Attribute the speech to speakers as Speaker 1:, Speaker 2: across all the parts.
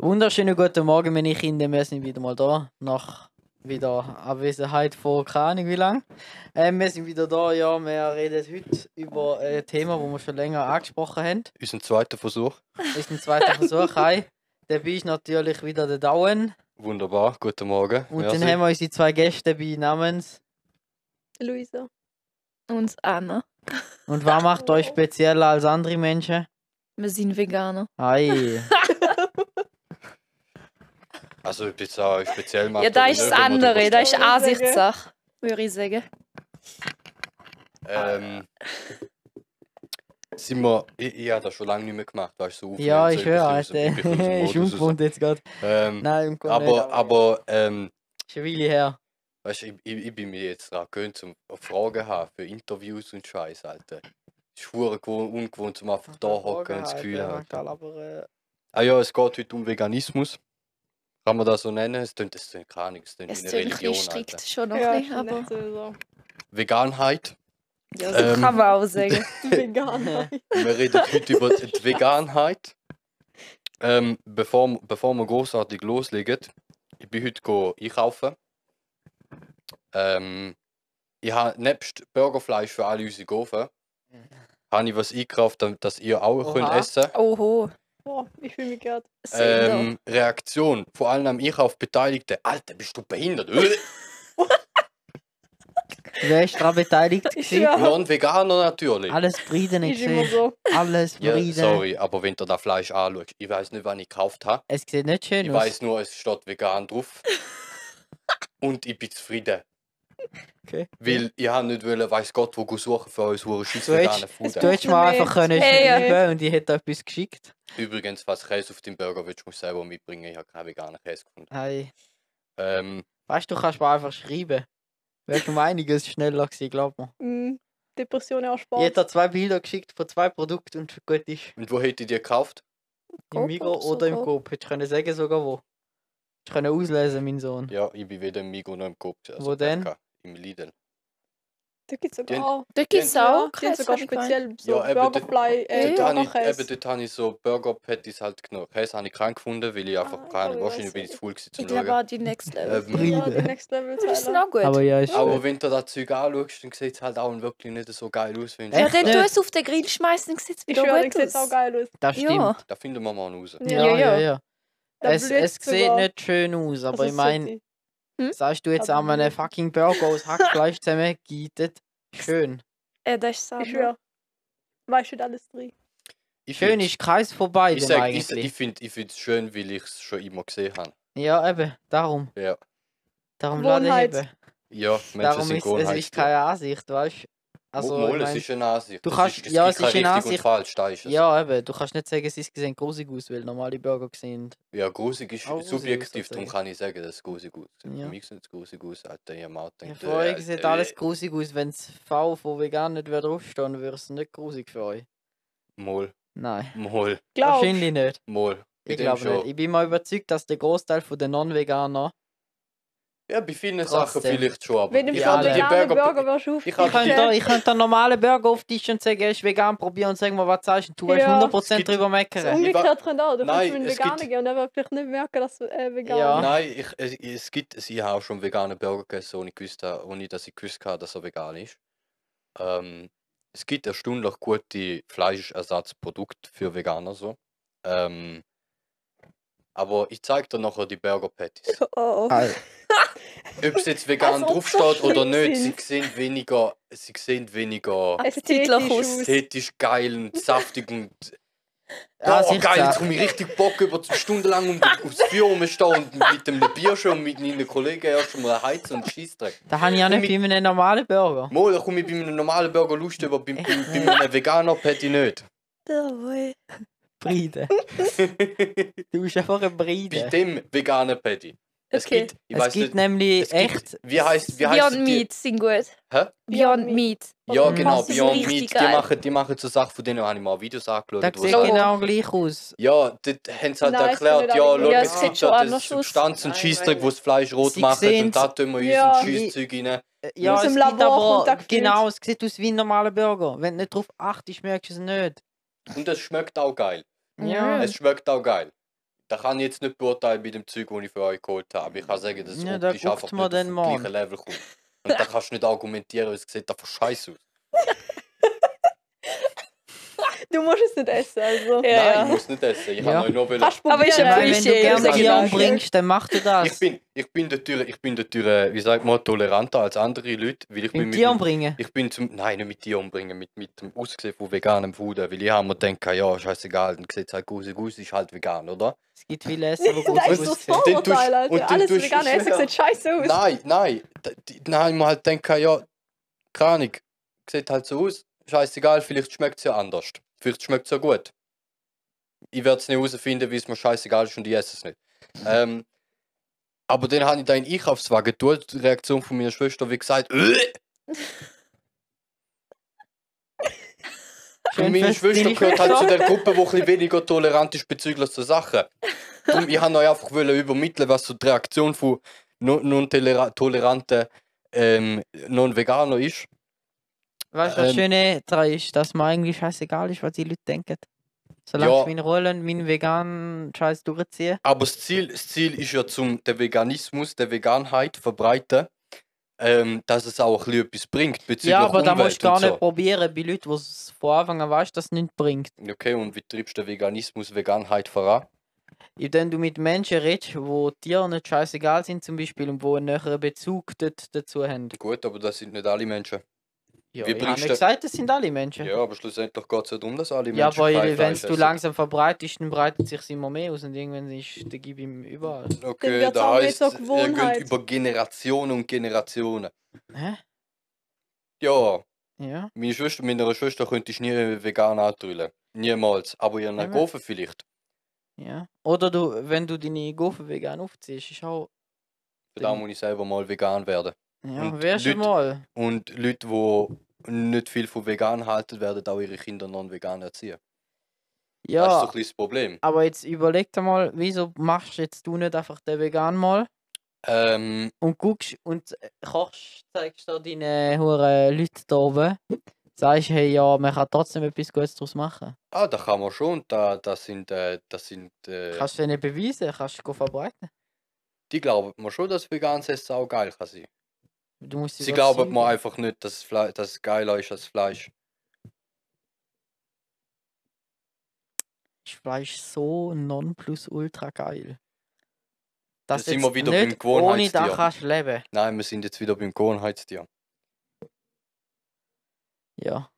Speaker 1: Wunderschönen guten Morgen, meine Kinder. Wir sind wieder mal da. Nach wieder Abwesenheit von keine Ahnung wie lang. Ähm, wir sind wieder da. Ja, wir reden heute über ein Thema, das wir schon länger angesprochen haben.
Speaker 2: Unseren zweiten Versuch.
Speaker 1: Das ist ein zweiter Versuch. Hi. Dabei ist natürlich wieder der Dauen.
Speaker 2: Wunderbar, guten Morgen.
Speaker 1: Und
Speaker 2: Merci.
Speaker 1: dann haben wir unsere zwei Gäste dabei namens.
Speaker 3: Luisa. Und Anna.
Speaker 1: Und was macht euch spezieller als andere Menschen?
Speaker 3: Wir sind Veganer.
Speaker 1: Hi.
Speaker 2: Also ich bin jetzt auch speziell
Speaker 3: ja, da ist das andere, da ist
Speaker 4: Würde ich sagen.
Speaker 3: Ansichtssache, würde ich sagen.
Speaker 2: Ähm, sind wir, ich, ich habe das schon lange nicht mehr gemacht, weißt du, so
Speaker 1: ja,
Speaker 2: aufnehmen,
Speaker 1: ich
Speaker 2: so etwas
Speaker 1: höre,
Speaker 2: aus dem-
Speaker 1: Alter.
Speaker 2: wirklich aus dem
Speaker 1: ist
Speaker 2: Modus raus.
Speaker 1: ungewohnt jetzt gerade.
Speaker 2: Ähm,
Speaker 1: Nein, im Grunde
Speaker 2: aber,
Speaker 1: nicht.
Speaker 2: aber, ähm,
Speaker 1: Schon eine Weile her.
Speaker 2: weißt du, ich, ich, ich bin mir jetzt dran gewöhnt, zum Fragen haben für Interviews und Scheiß, Alter. Ist schwur ungewohnt, zum einfach da hocken und das
Speaker 3: halt,
Speaker 2: Gefühl haben.
Speaker 1: haben.
Speaker 2: Ah ja, es geht heute um Veganismus. Kann man das so nennen? Es tönt, es tönt keine Ahnung, es tönt
Speaker 3: Es
Speaker 2: wie
Speaker 3: ist
Speaker 2: eine
Speaker 3: ein bisschen
Speaker 2: Religion, Alter.
Speaker 3: strikt schon noch
Speaker 4: Ja,
Speaker 3: nicht,
Speaker 4: vielleicht
Speaker 3: aber
Speaker 4: sowieso.
Speaker 2: Veganheit.
Speaker 3: ja, so
Speaker 2: Ähm.
Speaker 3: kann man auch sagen.
Speaker 4: Veganer.
Speaker 2: Wir reden heute über die Veganheit. Ähm, bevor, bevor wir großartig loslegen, ich bin heute go einkaufen. Ähm, ich habe nebst Burgerfleisch für alle unsere Gofen,
Speaker 3: Mhm.
Speaker 2: habe ich was eingekauft, damit- dass ihr auch
Speaker 1: Oha.
Speaker 2: könnt essen
Speaker 3: Oho.
Speaker 4: Boah, ich fühle mich gerade.
Speaker 3: Sender.
Speaker 2: ähm, Reaktion, vor allem am Einkauf Beteiligte. Alter, bist du behindert? Äh,
Speaker 1: Wer ist daran beteiligt?
Speaker 4: Ich
Speaker 1: gewesen?
Speaker 4: schwör,
Speaker 2: Non-Veganer natürlich.
Speaker 1: Alles Frieden
Speaker 4: ist immer
Speaker 1: gesehen.
Speaker 4: so.
Speaker 1: Alles
Speaker 2: Ja,
Speaker 1: Frieden.
Speaker 2: sorry, aber wenn du das Fleisch anschaust, ich weiß nicht, wann ich gekauft habe.
Speaker 1: Es sieht nicht schön
Speaker 2: Ich
Speaker 1: aus.
Speaker 2: weiß nur, es steht vegan drauf. Und ich bin zufrieden.
Speaker 1: Okay.
Speaker 2: Weil ich habe nicht wollen, weiß Gott, wo ich suchen für uns hure scheiß
Speaker 1: Du hättest-
Speaker 2: vegane Food.
Speaker 1: Du hättest mir einfach können
Speaker 3: Hey, ja.
Speaker 1: schreiben und ich hätte etwas geschickt.
Speaker 2: Übrigens, was Käse auf dem Burger willst, musst du selber mitbringen. Ich habe keinen veganen Käse gefunden.
Speaker 1: Hey.
Speaker 2: Ähm,
Speaker 1: Weißt du, du kannst mir einfach schreiben. Wäre um einiges schneller gewesen, glaub mir.
Speaker 4: Mm, Depressionen
Speaker 1: Ich
Speaker 4: erspart.
Speaker 1: hätte dir zwei Bilder geschickt von zwei Produkten und gut ist.
Speaker 2: und wo hätte ich die gekauft?
Speaker 1: Im
Speaker 3: Coop
Speaker 1: Migro
Speaker 3: oder so,
Speaker 1: oder im
Speaker 3: Coop.
Speaker 1: Coop. Hättest du können sagen sogar wo. Hättest du können auslesen, mein Sohn.
Speaker 2: Ja, ich bin weder im Migo noch im Coop. Also
Speaker 1: Wo denn?
Speaker 2: Bäcker, Im Lidl.
Speaker 4: Da gibt es
Speaker 2: Die-
Speaker 4: sogar auch.
Speaker 3: Da gibt es auch
Speaker 4: die haben
Speaker 3: Kreis,
Speaker 4: sogar
Speaker 3: hab ich gemeint.
Speaker 4: speziell so
Speaker 2: Ja, eben, dort-
Speaker 4: Burgerfly, äh,
Speaker 2: Dort habe ich,
Speaker 4: Burgerkäse.
Speaker 2: eben, dort habe ich so Burger Patties halt genommen. Käse habe ich keinen gefunden, weil ich einfach
Speaker 4: Ah,
Speaker 2: keine.
Speaker 4: ich
Speaker 2: Wahrscheinlich
Speaker 4: weiß
Speaker 2: bin ich zu faul gewesen
Speaker 3: Ich
Speaker 2: zum
Speaker 3: glaube
Speaker 2: Schauen.
Speaker 3: auch die Next Level.
Speaker 2: Ähm,
Speaker 4: Ja, die
Speaker 1: Frieden.
Speaker 4: Next Level
Speaker 3: Die sind
Speaker 4: Teile.
Speaker 3: auch gut.
Speaker 1: Aber ja, ist
Speaker 2: Aber wenn du das Zeug anschaust, dann sieht es halt auch wirklich nicht so geil aus. Wenn
Speaker 1: Echt
Speaker 3: ja, dann tu
Speaker 1: nicht?
Speaker 3: es auf den Grill schmeißen, dann sieht es
Speaker 4: Ich
Speaker 3: wieder
Speaker 4: schwöre, die
Speaker 3: gut
Speaker 4: sieht auch
Speaker 3: aus.
Speaker 4: geil aus.
Speaker 1: das stimmt.
Speaker 3: Ja.
Speaker 2: Da finden wir mal raus.
Speaker 1: Ja, ja, ja.
Speaker 4: Da
Speaker 1: Es,
Speaker 4: blüht
Speaker 1: es sieht
Speaker 4: sogar-
Speaker 1: nicht schön aus, aber
Speaker 4: Also
Speaker 1: ich meine,
Speaker 4: sollte-
Speaker 1: sagst du jetzt
Speaker 4: Aber
Speaker 1: an einem
Speaker 4: blöd.
Speaker 1: fucking Burger aus Hackfleisch zusammengegietet? Schön.
Speaker 3: Äh, das ist sauber.
Speaker 4: Ich schwöre. Weißt du alles drin?
Speaker 2: Ich
Speaker 1: Schön
Speaker 2: find's-
Speaker 1: ist keins von beidem
Speaker 2: Ich sag, ich,
Speaker 1: eigentlich.
Speaker 2: ich finde es schön, weil ich es schon immer gesehen habe.
Speaker 1: Ja, eben, darum.
Speaker 2: Ja.
Speaker 1: Darum lade
Speaker 4: Gewohnheit.
Speaker 1: ich eben.
Speaker 2: Ja, Menschen
Speaker 1: Darum
Speaker 2: sind
Speaker 1: ist es ist
Speaker 2: Gewohnheitstiere.
Speaker 1: keine Ansicht, weißt du? Also,
Speaker 2: Mo- Mol,
Speaker 1: ich
Speaker 2: es
Speaker 1: mein,
Speaker 2: ist eine Ansicht.
Speaker 1: Du
Speaker 2: Es
Speaker 1: kannst-
Speaker 2: ist,
Speaker 1: ja,
Speaker 2: gibt
Speaker 1: es
Speaker 2: kein
Speaker 1: ist eine
Speaker 2: richtig und
Speaker 1: Ansicht.
Speaker 2: falsch, da ist es.
Speaker 1: ja, eben, du kannst nicht sagen, es ist gesehen grusig aus, weil normale Burger sehen.
Speaker 2: ja, grusig ist
Speaker 1: Auch grusig
Speaker 2: subjektiv,
Speaker 1: ist das
Speaker 2: darum kann ich sagen, dass es grusig aussieht. Für
Speaker 1: Ja.
Speaker 2: mich sieht es grusig aus, Alter, ich am Auto
Speaker 1: Ja,
Speaker 2: denkt,
Speaker 1: für euch
Speaker 2: äh,
Speaker 1: sieht
Speaker 2: äh,
Speaker 1: alles grusig aus, wenn das V von vegan nicht wär draufstehen würde, wäre es nicht grusig für euch.
Speaker 2: Mol,
Speaker 1: Nein.
Speaker 2: Mol,
Speaker 4: Glaubst du?
Speaker 1: Wahrscheinlich nicht.
Speaker 2: Mol.
Speaker 1: Ich
Speaker 2: Mit dem
Speaker 1: glaube nicht.
Speaker 2: schon.
Speaker 1: Ich bin mal überzeugt, dass der Großteil von den Non-Veganer.
Speaker 2: Ja, bei vielen Sachen
Speaker 1: Trotzdem.
Speaker 2: vielleicht schon, aber
Speaker 4: Wenn du
Speaker 2: ich
Speaker 4: mit
Speaker 1: Ja,
Speaker 2: fand
Speaker 4: einem
Speaker 1: alle.
Speaker 2: die
Speaker 4: veganen
Speaker 2: Burger...
Speaker 4: Burger wärst
Speaker 2: Ich
Speaker 1: Ich
Speaker 2: hab-
Speaker 1: könnte da-
Speaker 4: aufgestellt.
Speaker 1: ich könnte einen normalen Burger auf den Tisch und sagen, er ist vegan, probieren und sagen mir, was sagst du? Du wirst
Speaker 4: Ja.
Speaker 1: 100%
Speaker 2: Es gibt-
Speaker 1: drüber meckern.
Speaker 2: Ich wa-
Speaker 4: Umgekehrt können auch. Du
Speaker 2: Nein,
Speaker 4: kannst mit einem
Speaker 2: es
Speaker 4: Veganer
Speaker 2: gibt-
Speaker 4: gehen und er wird vielleicht nicht merken, dass du äh, vegan
Speaker 1: Ja.
Speaker 4: bist.
Speaker 2: Nein, ich, es, es gibt, ich habe auch schon vegane Burger gegessen, ohne, gewusst, habe- ohne dass ich gewusst habe, dass er vegan ist. Ähm, es gibt erstaunlich gute Fleischersatzprodukte für Veganer so. Ähm, aber ich zeige dir nachher die Burger Patties.
Speaker 4: Oh, oh.
Speaker 1: Al-
Speaker 2: Ob es jetzt vegan
Speaker 4: Als Also, ob sie so
Speaker 2: draufsteht oder
Speaker 4: schlimm
Speaker 2: nicht,
Speaker 4: sind.
Speaker 2: sie sehen weniger, sie sehen weniger
Speaker 3: Appetitlich aus.
Speaker 2: ästhetisch geil und saftig und
Speaker 1: Ah,
Speaker 2: oh, geil, jetzt
Speaker 1: sicher.
Speaker 2: habe ich richtig Bock über zwei Stunden lang um aufs Büro rumstehen und mit dem Bier schon mit meinen Kollegen erst mal heizen und Scheißdreck.
Speaker 1: Da habe ich ja nicht bei einem normalen Burger.
Speaker 2: Mal, da komme ich bei einem normalen Burger Lust über, bei, bei, bei einem Veganer Patty nicht.
Speaker 3: Jawohl.
Speaker 1: Bride. Du bist einfach ein Bride.
Speaker 2: Bei dem veganen Patty. Es
Speaker 3: Okay.
Speaker 2: gibt, ich
Speaker 1: Es
Speaker 2: weiß
Speaker 1: gibt
Speaker 2: nicht,
Speaker 1: nämlich
Speaker 2: es gibt-
Speaker 1: echt.
Speaker 2: wie heißt, wie heißt
Speaker 3: Beyond Meat sind gut.
Speaker 2: Hä?
Speaker 3: Beyond
Speaker 4: Beyond
Speaker 3: Meat.
Speaker 2: Ja, genau,
Speaker 3: Das ist
Speaker 2: Beyond
Speaker 3: richtig
Speaker 2: Meat. Die
Speaker 3: geil.
Speaker 2: machen, die machen so Sachen, von denen habe ich mal Videos angeschaut.
Speaker 1: Das
Speaker 2: wo
Speaker 1: sieht
Speaker 2: es halt-
Speaker 1: genau gleich aus.
Speaker 2: Ja, dort haben sie halt
Speaker 4: Nein, es
Speaker 2: erklärt,
Speaker 4: sind
Speaker 2: ja,
Speaker 4: alle
Speaker 2: schau,
Speaker 3: Ja,
Speaker 2: es
Speaker 3: es
Speaker 2: gibt
Speaker 3: sieht schon
Speaker 2: da
Speaker 3: anders
Speaker 2: das
Speaker 3: aus.
Speaker 2: Substanzen,
Speaker 1: Nein,
Speaker 2: Scheißdreck,
Speaker 1: weil-
Speaker 2: wo das Fleisch rot
Speaker 1: Sie
Speaker 2: macht
Speaker 1: sehen's-
Speaker 2: und da tun wir
Speaker 4: Ja.
Speaker 2: unseren Scheißzeug rein.
Speaker 1: Äh, Ja,
Speaker 4: Aus
Speaker 1: es
Speaker 4: dem
Speaker 1: gibt
Speaker 4: Labor
Speaker 1: aber.
Speaker 4: kommt das Gefühl.
Speaker 1: Genau, es sieht aus wie ein normaler Burger. Wenn du nicht drauf achtest, merkst du es nicht.
Speaker 2: Und es schmeckt auch geil.
Speaker 1: Ja.
Speaker 2: Es schmeckt auch geil. Da kann ich jetzt nicht beurteilen bei dem Zeug, das ich für euch geholt habe. Ich kann sagen, das
Speaker 1: Ja,
Speaker 2: Optisch
Speaker 1: da
Speaker 2: einfach
Speaker 1: guckt
Speaker 2: nicht
Speaker 1: man
Speaker 2: auf
Speaker 1: dann
Speaker 2: den
Speaker 1: mal an.
Speaker 2: gleichen Level kommt. Und da kannst du nicht argumentieren, weil es sieht einfach scheiße aus.
Speaker 4: Du musst es nicht essen, also.
Speaker 3: Ja,
Speaker 2: Nein,
Speaker 3: ja.
Speaker 2: ich muss nicht essen. Ich
Speaker 1: Ja.
Speaker 2: habe euch nur wollen-
Speaker 4: Kannst
Speaker 3: Aber
Speaker 4: probieren.
Speaker 3: ist ja
Speaker 1: Weil wenn du
Speaker 3: appreciate,
Speaker 1: gerne
Speaker 2: sag ich
Speaker 1: Tier
Speaker 2: auch.
Speaker 1: umbringst, dann mach du das.
Speaker 2: Ich bin, ich bin der Tür, ich bin der Tür, wie sagt man, toleranter als andere Leute, weil ich bin
Speaker 1: Mit
Speaker 2: mit
Speaker 1: Tier
Speaker 2: dem-
Speaker 1: umbringen.
Speaker 2: ich bin zum, nein, nicht mit dir umbringen, mit, mit dem Aussehen von veganem Food, weil ich habe mir gedacht, ja, scheißegal, dann sieht halt Guse Guse ist halt vegan, oder?
Speaker 1: Es gibt viele Essen, die gut
Speaker 4: Da ist so
Speaker 1: aussehen.
Speaker 4: das
Speaker 2: Und den tust-
Speaker 4: Vorurteil,
Speaker 2: und den
Speaker 4: Alter. Alles
Speaker 2: tust-
Speaker 4: vegane Essen sieht scheiße aus.
Speaker 2: Nein, nein, da- die- dann habe ich mir halt gedacht, ja, keine Ahnung, sieht halt so aus, scheißegal, vielleicht schmeckt es ja anders, vielleicht schmeckt es ja gut. Ich werde es nicht herausfinden, wie es mir scheißegal ist und ich esse es nicht. Ähm, aber dann habe ich da in den Einkaufswagen getan, die Reaktion von meiner Schwester, wie gesagt, äh, Ugh! Und meine Schwester gehört halt zu der Gruppe, die ein bisschen weniger tolerant ist bezüglich so Sachen. Darum, ich wollte euch einfach wollen übermitteln, was so die Reaktion von non- non-toleranten ähm, Non-Veganer ist.
Speaker 1: Weißt du, was
Speaker 2: Ähm.
Speaker 1: Schöne daran ist, dass mir eigentlich scheißegal ist, was die Leute denken. Solange
Speaker 2: Ja.
Speaker 1: ich meine Rolle und meinen veganen Scheiß durchziehe.
Speaker 2: Aber das Ziel, das Ziel ist ja, zum den Veganismus, der Veganheit verbreiten, ähm, dass es auch ein bisschen etwas bringt bezüglich
Speaker 1: Ja, aber da
Speaker 2: Umwelt
Speaker 1: musst du gar
Speaker 2: und so.
Speaker 1: nicht probieren bei Leuten, die es von Anfang an weißt, dass es nicht bringt.
Speaker 2: Okay, und wie treibst du den Veganismus, Veganheit voran?
Speaker 1: Indem du mit Menschen redest, wo Tiere nicht scheißegal sind, zum Beispiel, und wo einen näheren Bezug dort dazu haben.
Speaker 2: Gut, aber das sind nicht alle Menschen.
Speaker 1: Ja,
Speaker 2: Wie
Speaker 1: ich habe
Speaker 2: bringst
Speaker 1: nicht
Speaker 2: du-
Speaker 1: gesagt, das sind alle Menschen.
Speaker 2: Ja, also aber schlussendlich geht es ja darum, dass alle
Speaker 1: Ja,
Speaker 2: Menschen kein
Speaker 1: weil wenn
Speaker 2: Fleisch
Speaker 1: du
Speaker 2: essen.
Speaker 1: langsam verbreitest, dann breitet sich immer mehr aus und irgendwann ist der Gib ihm überall.
Speaker 4: Dann
Speaker 2: Okay,
Speaker 4: wird's
Speaker 2: da
Speaker 4: auch
Speaker 2: heißt
Speaker 4: nicht
Speaker 2: es
Speaker 4: zur
Speaker 2: ihr geht
Speaker 4: Gewohnheit.
Speaker 2: über Generationen und Generationen.
Speaker 1: Hä?
Speaker 2: Ja,
Speaker 1: Ja.
Speaker 2: meine Schwester, meiner Schwester könnte ich nie vegan antrüllen. Niemals. Aber ihren
Speaker 1: Eben.
Speaker 2: Gofen vielleicht.
Speaker 1: Ja. Oder du, wenn du deine Gofen vegan aufziehst, ist auch.
Speaker 2: Für da
Speaker 1: Eben.
Speaker 2: muss ich selber mal vegan werden.
Speaker 1: Ja,
Speaker 2: Und
Speaker 1: wärst du
Speaker 2: Leute-
Speaker 1: mal.
Speaker 2: Und Leute, die nicht viel von vegan halten, werden auch ihre Kinder non-vegan erziehen. Das ist so
Speaker 1: Ja.
Speaker 2: ein bisschen das Problem.
Speaker 1: Aber jetzt überleg dir mal, wieso machst du jetzt du nicht einfach den vegan mal
Speaker 2: Ähm,
Speaker 1: und guckst und äh, kochst, zeigst da deine hure Leute da oben. Sagst, hey, ja, man kann trotzdem etwas Gutes daraus machen.
Speaker 2: ah, da kann man schon. Da, das sind, äh, das sind, äh,
Speaker 1: Kannst du denen beweisen, kannst du go verbreiten.
Speaker 2: die glauben mir schon, dass veganes Essen auch geil kann sein.
Speaker 1: Du musst
Speaker 2: Sie glauben mir
Speaker 1: überzeugen.
Speaker 2: einfach nicht, dass, Fle dass es geiler ist als Fleisch.
Speaker 1: ist Fleisch so nonplusultra geil.
Speaker 2: Da
Speaker 1: Dass
Speaker 2: sind
Speaker 1: jetzt
Speaker 2: wir wieder beim
Speaker 1: nicht ohne da
Speaker 2: Gewohnheitstier.
Speaker 1: kannst du leben.
Speaker 2: Nein, wir sind jetzt wieder beim Gewohnheitstier.
Speaker 1: Ja.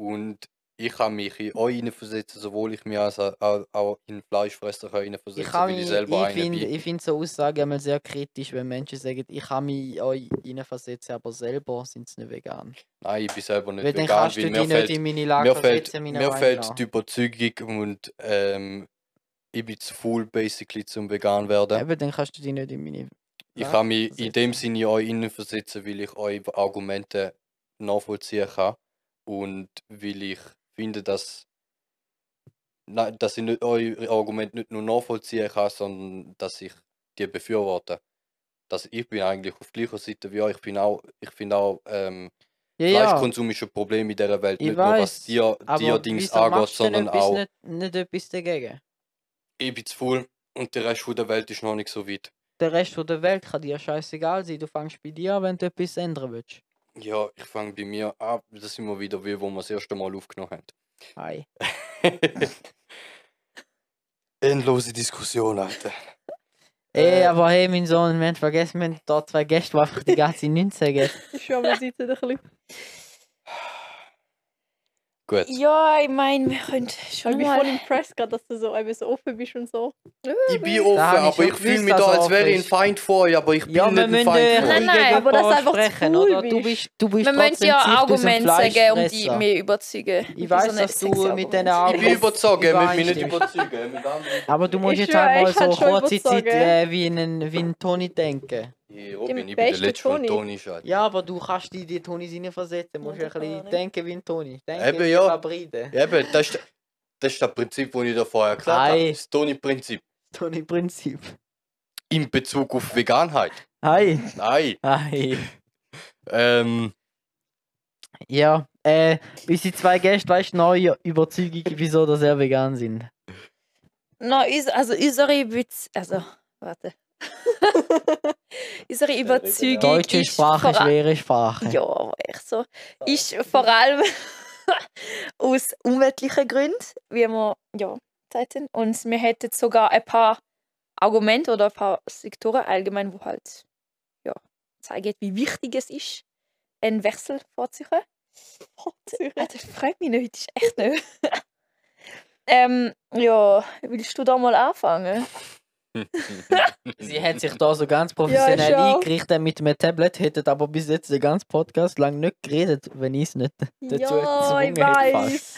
Speaker 2: Und ich kann mich in euch hineinversetzen, sowohl ich mich als auch, auch in Fleischfresser kann hineinversetzen
Speaker 1: Ich, kann
Speaker 2: kann, weil
Speaker 1: mich,
Speaker 2: ich
Speaker 1: ich
Speaker 2: selber einer
Speaker 1: finde
Speaker 2: bin.
Speaker 1: ich find so Aussagen immer sehr kritisch, wenn Menschen sagen, ich kann mich in euch reinversetzen, aber selber sind sie nicht vegan.
Speaker 2: Nein, ich bin selber nicht
Speaker 1: weil dann
Speaker 2: vegan,
Speaker 1: kannst
Speaker 2: weil
Speaker 1: du
Speaker 2: mir
Speaker 1: dich nicht
Speaker 2: fehlt,
Speaker 1: in meine
Speaker 2: mir
Speaker 1: Lage
Speaker 2: fehlt,
Speaker 1: versetzen, meiner
Speaker 2: mir
Speaker 1: Meinung nach.
Speaker 2: fehlt die Überzeugung und ähm, ich bin zu full basically zum vegan werden.
Speaker 1: Eben, dann kannst du dich nicht in meine...
Speaker 2: Ich
Speaker 1: Ja,
Speaker 2: kann mich in
Speaker 1: versetzen.
Speaker 2: dem Sinne in euch hineinversetzen, weil ich eure Argumente nachvollziehen kann und weil ich finde, dass, nein, dass ich nicht eure Argumente nicht nur nachvollziehen kann, sondern dass ich die befürworte. Dass ich bin eigentlich auf gleicher Seite wie euch. Ich bin auch, ich finde auch, ähm,
Speaker 1: Ja, ja,
Speaker 2: Fleischkonsum ist ein Problem in dieser Welt.
Speaker 1: Ich
Speaker 2: nicht nur was
Speaker 1: weiß,
Speaker 2: dir, dir
Speaker 1: aber
Speaker 2: Dings
Speaker 1: wieso
Speaker 2: angeht,
Speaker 1: machst du denn
Speaker 2: sondern
Speaker 1: etwas
Speaker 2: auch
Speaker 1: nicht, nicht etwas dagegen?
Speaker 2: ich bin zu faul und der Rest von der Welt ist noch nicht so weit.
Speaker 1: Der Rest von der Welt kann dir scheißegal sein, du fängst bei dir an, wenn du etwas ändern willst.
Speaker 2: Ja, ich fange bei mir an. Das sind wir wieder wie, wo wir das erste Mal aufgenommen haben.
Speaker 1: Hi.
Speaker 2: Endlose Diskussion, Alter.
Speaker 1: Ey,
Speaker 2: Äh.
Speaker 1: aber hey, mein Sohn, wir haben vergessen, wir haben da zwei Gäste, die einfach die ganze Zeit nichts sagen.
Speaker 4: Ich schwöre, man sieht es ein bisschen.
Speaker 2: Gut.
Speaker 3: Ja, ich meine, wir können
Speaker 4: Ich
Speaker 3: schon
Speaker 4: bin voll
Speaker 3: mal...
Speaker 4: impressed gerade, dass du so eben so offen bist und so.
Speaker 2: Ich bin offen,
Speaker 1: Da hab ich
Speaker 2: aber
Speaker 1: schon
Speaker 2: ich fühle
Speaker 1: gewusst,
Speaker 2: mich da,
Speaker 1: dass er
Speaker 2: als wäre ich ein
Speaker 1: offen ist.
Speaker 2: Feind von euch, aber ich bin nicht ein Feind von
Speaker 3: Nein,
Speaker 2: euch.
Speaker 3: nein,
Speaker 1: gegenüber
Speaker 4: aber das ist einfach zu
Speaker 1: sprechen,
Speaker 4: cool
Speaker 1: oder? Du
Speaker 4: bist.
Speaker 1: bist, du bist
Speaker 3: Wir müssen
Speaker 1: trotzdem
Speaker 3: ja
Speaker 1: Zicht aus dem
Speaker 3: Argumente sagen, um die
Speaker 1: Fleischfresser.
Speaker 3: mehr überzeugen.
Speaker 1: Ich weiß, dass du mit diesen
Speaker 2: Ich bin
Speaker 1: Argumenten
Speaker 2: überzeugt, ich möchte mich nicht
Speaker 1: übereinstimmst.
Speaker 2: überzeugen. mit anderen-
Speaker 1: Aber du musst
Speaker 4: Ich
Speaker 1: jetzt
Speaker 4: schwör,
Speaker 1: halt mal
Speaker 4: ich kann
Speaker 1: so
Speaker 4: schon
Speaker 1: kurze Zeit
Speaker 4: überzeugen.
Speaker 1: äh, wie ein wie ein Toni denken.
Speaker 2: Hey, Robin, ich bin der
Speaker 4: besten
Speaker 2: Letzte von
Speaker 4: Toni.
Speaker 2: Toni, Scheiße.
Speaker 1: Ja, aber du kannst dich in die Toni hineinversetzen. Du musst
Speaker 3: Ja,
Speaker 1: ein
Speaker 3: das kann
Speaker 1: bisschen
Speaker 3: ich.
Speaker 1: denken wie ein Toni. Denken
Speaker 2: Eben,
Speaker 1: wie
Speaker 2: ja.
Speaker 1: ein Fabride.
Speaker 2: Eben, das ist, das ist das Prinzip, das ich da vorher gesagt habe.
Speaker 1: Hi.
Speaker 2: Das Toni-Prinzip.
Speaker 1: Toni-Prinzip.
Speaker 2: In Bezug auf Veganheit.
Speaker 1: Hi.
Speaker 2: Nein.
Speaker 1: Hi.
Speaker 2: Ähm,
Speaker 1: Ja, äh, unsere zwei Gäste, weißt du, neue Überzeugung, wieso dass er vegan sind.
Speaker 3: Na, is, also unsere Witz. Also, warte. unsere Überzeugung.
Speaker 1: Deutsche
Speaker 3: ist
Speaker 1: Sprache,
Speaker 3: vor a-
Speaker 1: schwere Sprache.
Speaker 3: Ja, aber echt so. Ist vor allem aus umweltlichen Gründen, wie wir ja gesagt haben. Und wir hätten sogar ein paar Argumente oder ein paar Sektoren allgemein, wo halt ja, zeigen, wie wichtig es ist, einen Wechsel vorzuziehen. Alter, frag mich nicht, ist echt nicht. ähm, ja, willst du da mal anfangen?
Speaker 1: Sie hat sich da so ganz professionell
Speaker 4: Ja, schon.
Speaker 1: eingerichtet mit einem Tablet, hätte aber bis jetzt den ganzen Podcast lang nicht geredet, wenn ich es nicht dazu
Speaker 3: Ja, ich
Speaker 1: gezwungen hätte
Speaker 3: weiß.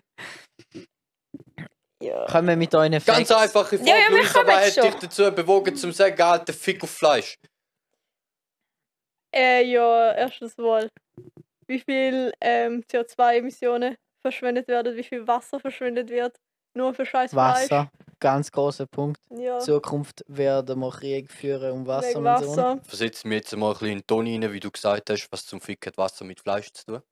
Speaker 1: fast.
Speaker 3: Ja.
Speaker 1: Können wir mit euren
Speaker 2: Ganz
Speaker 1: Facts-
Speaker 2: einfache Frage,
Speaker 3: Ja, ja, wir
Speaker 2: Luisa,
Speaker 3: kommen
Speaker 2: was hat
Speaker 3: schon.
Speaker 2: dich dazu bewogen, zum sagen, alter Fick auf Fleisch?
Speaker 4: Äh, ja, erstens mal, wie viel ähm, CO2-Emissionen verschwendet werden, wie viel Wasser verschwendet wird, nur für scheiß Fleisch.
Speaker 1: Wasser, ganz großer Punkt.
Speaker 4: Ja,
Speaker 1: Zukunft werden wir Krieg führen um Wasser,
Speaker 4: wegen
Speaker 1: mein Sohn.
Speaker 4: Wasser.
Speaker 2: Versetzen wir jetzt mal ein bisschen in den Ton rein, wie du gesagt hast, was zum Fick hat Wasser mit Fleisch zu tun.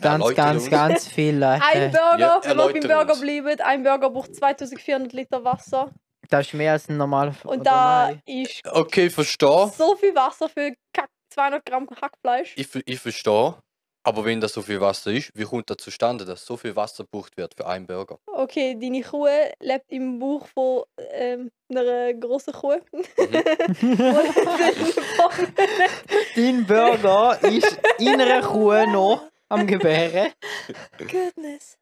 Speaker 1: Ganz,
Speaker 2: Erläutere
Speaker 1: ganz,
Speaker 2: uns.
Speaker 1: ganz viel
Speaker 4: Ein
Speaker 1: Leute.
Speaker 2: Ja,
Speaker 4: Burger, wenn wir beim
Speaker 2: erläutere
Speaker 4: Burger
Speaker 2: uns.
Speaker 4: bleiben, ein Burger braucht 2400 Liter Wasser.
Speaker 1: Das ist mehr als ein normaler
Speaker 4: Und
Speaker 1: oder
Speaker 4: da
Speaker 1: nein.
Speaker 4: ist
Speaker 2: Okay, verstehe.
Speaker 4: so viel Wasser für kack 200 Gramm Hackfleisch.
Speaker 2: Ich, ver- ich verstehe. Aber wenn da so viel Wasser ist, wie kommt das zustande, dass so viel Wasser gebraucht wird für einen Burger?
Speaker 4: Okay, deine Kuh lebt im Bauch von ähm, einer großen Kuh.
Speaker 1: Mhm. Oh Dein Burger ist in einer Kuh noch am Gebären.
Speaker 3: Goodness.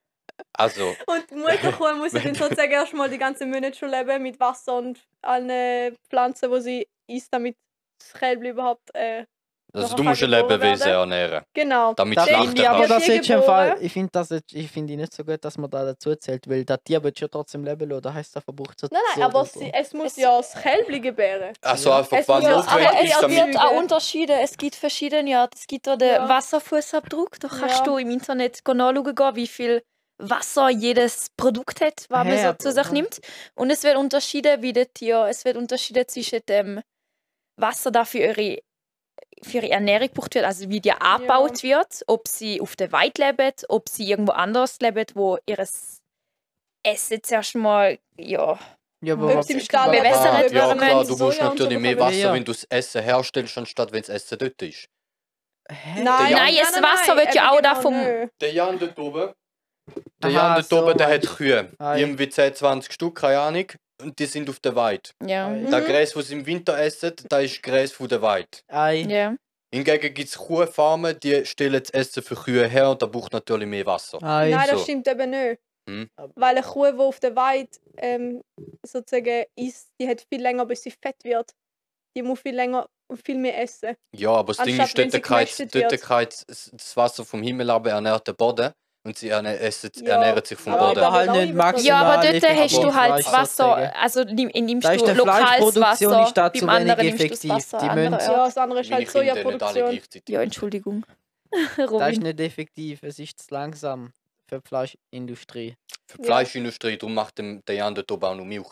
Speaker 2: Also,
Speaker 4: Und die Mutterkuh muss ja dann sozusagen erstmal die ganze Minute schon leben mit Wasser und allen äh, Pflanzen, die sie isst, damit das Kälbchen überhaupt. Äh,
Speaker 2: also
Speaker 4: Noch
Speaker 2: du
Speaker 4: ein
Speaker 2: musst ein
Speaker 4: Hackebohnen
Speaker 2: Lebewesen
Speaker 4: werden?
Speaker 2: ernähren,
Speaker 4: genau.
Speaker 2: damit
Speaker 1: Da
Speaker 2: es
Speaker 4: Darf
Speaker 1: finde
Speaker 2: Nacht
Speaker 1: ich aber
Speaker 4: Tier
Speaker 1: das jetzt schon
Speaker 4: geboren.
Speaker 1: Fall. Ich finde das jetzt, ich finde nicht so gut, dass man da dazu zählt, weil das Tier wird schon trotzdem leben lassen. Da heißt, er verbraucht so
Speaker 4: Nein, nein,
Speaker 1: so
Speaker 4: aber
Speaker 1: oder so. Äh,
Speaker 4: sie, äh, es muss
Speaker 3: Es-
Speaker 4: ja das Kälbchen gebären.
Speaker 2: Also
Speaker 1: Ja.
Speaker 2: einfach,
Speaker 4: Es
Speaker 2: was
Speaker 4: muss ja- aber
Speaker 2: notwendig
Speaker 4: es
Speaker 2: ist, damit
Speaker 4: wird-
Speaker 3: gibt auch Unterschiede. Es gibt verschiedene Arten. Es gibt auch den
Speaker 4: Ja.
Speaker 3: Wasserfußabdruck. Da kannst
Speaker 4: Ja.
Speaker 3: du im Internet nachschauen, gehen, wie viel Wasser jedes Produkt hat, was man
Speaker 1: Ja,
Speaker 3: so zu sich
Speaker 1: aber-
Speaker 3: nimmt. Und es wird Unterschiede wie das Tier. Es wird Unterschiede zwischen dem Wasser, das für ihre, für ihre Ernährung gebraucht wird, also wie die angebaut wird, ob sie auf der Weide leben, ob sie irgendwo anders leben, wo ihr Essen zuerst mal ja,
Speaker 1: Ja,
Speaker 4: Ob
Speaker 1: aber
Speaker 4: sie
Speaker 1: was-
Speaker 4: im Stall
Speaker 1: aber-
Speaker 3: bewässern
Speaker 2: Ah,
Speaker 3: Wasser
Speaker 2: ja,
Speaker 3: werden,
Speaker 2: klar, du
Speaker 4: Soja
Speaker 2: brauchst
Speaker 4: und so
Speaker 2: natürlich mehr
Speaker 4: bekommen.
Speaker 2: Wasser,
Speaker 1: Ja.
Speaker 2: wenn du das Essen herstellst, anstatt wenn das Essen dort ist.
Speaker 1: Hä?
Speaker 2: Nein,
Speaker 3: das Wasser wird ja
Speaker 4: eben
Speaker 3: auch
Speaker 4: genau
Speaker 3: davon-
Speaker 4: nicht.
Speaker 2: Der Jan dort oben.
Speaker 1: Aha,
Speaker 2: Der Jan dort
Speaker 1: so
Speaker 2: oben, der hat
Speaker 1: meinst
Speaker 2: Kühe.
Speaker 1: Ah, ja.
Speaker 2: Irgendwie 10, 20 Stück, keine Ahnung. Und die sind auf der Weide.
Speaker 3: ja,
Speaker 1: Ei.
Speaker 2: Das
Speaker 4: Mhm.
Speaker 2: Gras, was sie im Winter essen, das ist Gras von der Weide.
Speaker 1: Ei.
Speaker 3: ja.
Speaker 2: Hingegen gibt es Kuhfarmen, die stellen das Essen für Kühe her und da braucht natürlich mehr Wasser.
Speaker 1: Ei.
Speaker 4: Nein, das
Speaker 2: so.
Speaker 4: stimmt eben nicht.
Speaker 2: Hm?
Speaker 1: Aber-
Speaker 4: Weil eine Kuh, die auf der Weide ähm, sozusagen isst, die hat viel länger, bis sie fett wird. Die muss viel länger und viel mehr essen.
Speaker 2: Ja, aber das Ding ist,
Speaker 4: Anstatt wenn
Speaker 2: dort
Speaker 4: sie
Speaker 2: kreuzt
Speaker 4: gemästet
Speaker 2: dort
Speaker 4: wird.
Speaker 2: kreuzt s- das Wasser vom Himmel ab, ernährt den Boden und sie erne essen,
Speaker 4: Ja,
Speaker 2: ernähren sich vom
Speaker 4: aber
Speaker 2: Boden.
Speaker 1: da halt
Speaker 4: Ja,
Speaker 1: nicht maximal.
Speaker 3: Ja, aber dort
Speaker 1: effektiv
Speaker 3: hast du halt
Speaker 1: Fleisch
Speaker 3: Wasser,
Speaker 1: sozusagen.
Speaker 3: also nimm- nimmst
Speaker 1: Da ist
Speaker 3: du
Speaker 1: der
Speaker 3: lokales
Speaker 1: Fleischproduktion
Speaker 3: Wasser,
Speaker 1: ist da zu
Speaker 3: beim anderen
Speaker 1: wenig
Speaker 3: nimmst du
Speaker 1: effektiv.
Speaker 3: das Wasser,
Speaker 1: Die
Speaker 3: andere
Speaker 1: müssen-
Speaker 4: Ja,
Speaker 3: Ort.
Speaker 4: das andere ist
Speaker 2: Meine
Speaker 4: halt
Speaker 2: Kinder nicht alle
Speaker 4: Sojaproduktion.
Speaker 2: gleichzeitig.
Speaker 3: Ja, Entschuldigung.
Speaker 1: Das ist
Speaker 3: Robin.
Speaker 1: nicht effektiv, es ist zu langsam für die Fleischindustrie.
Speaker 2: Für die
Speaker 4: Ja.
Speaker 2: Fleischindustrie, darum macht dem, der Jan dort oben auch noch Milch.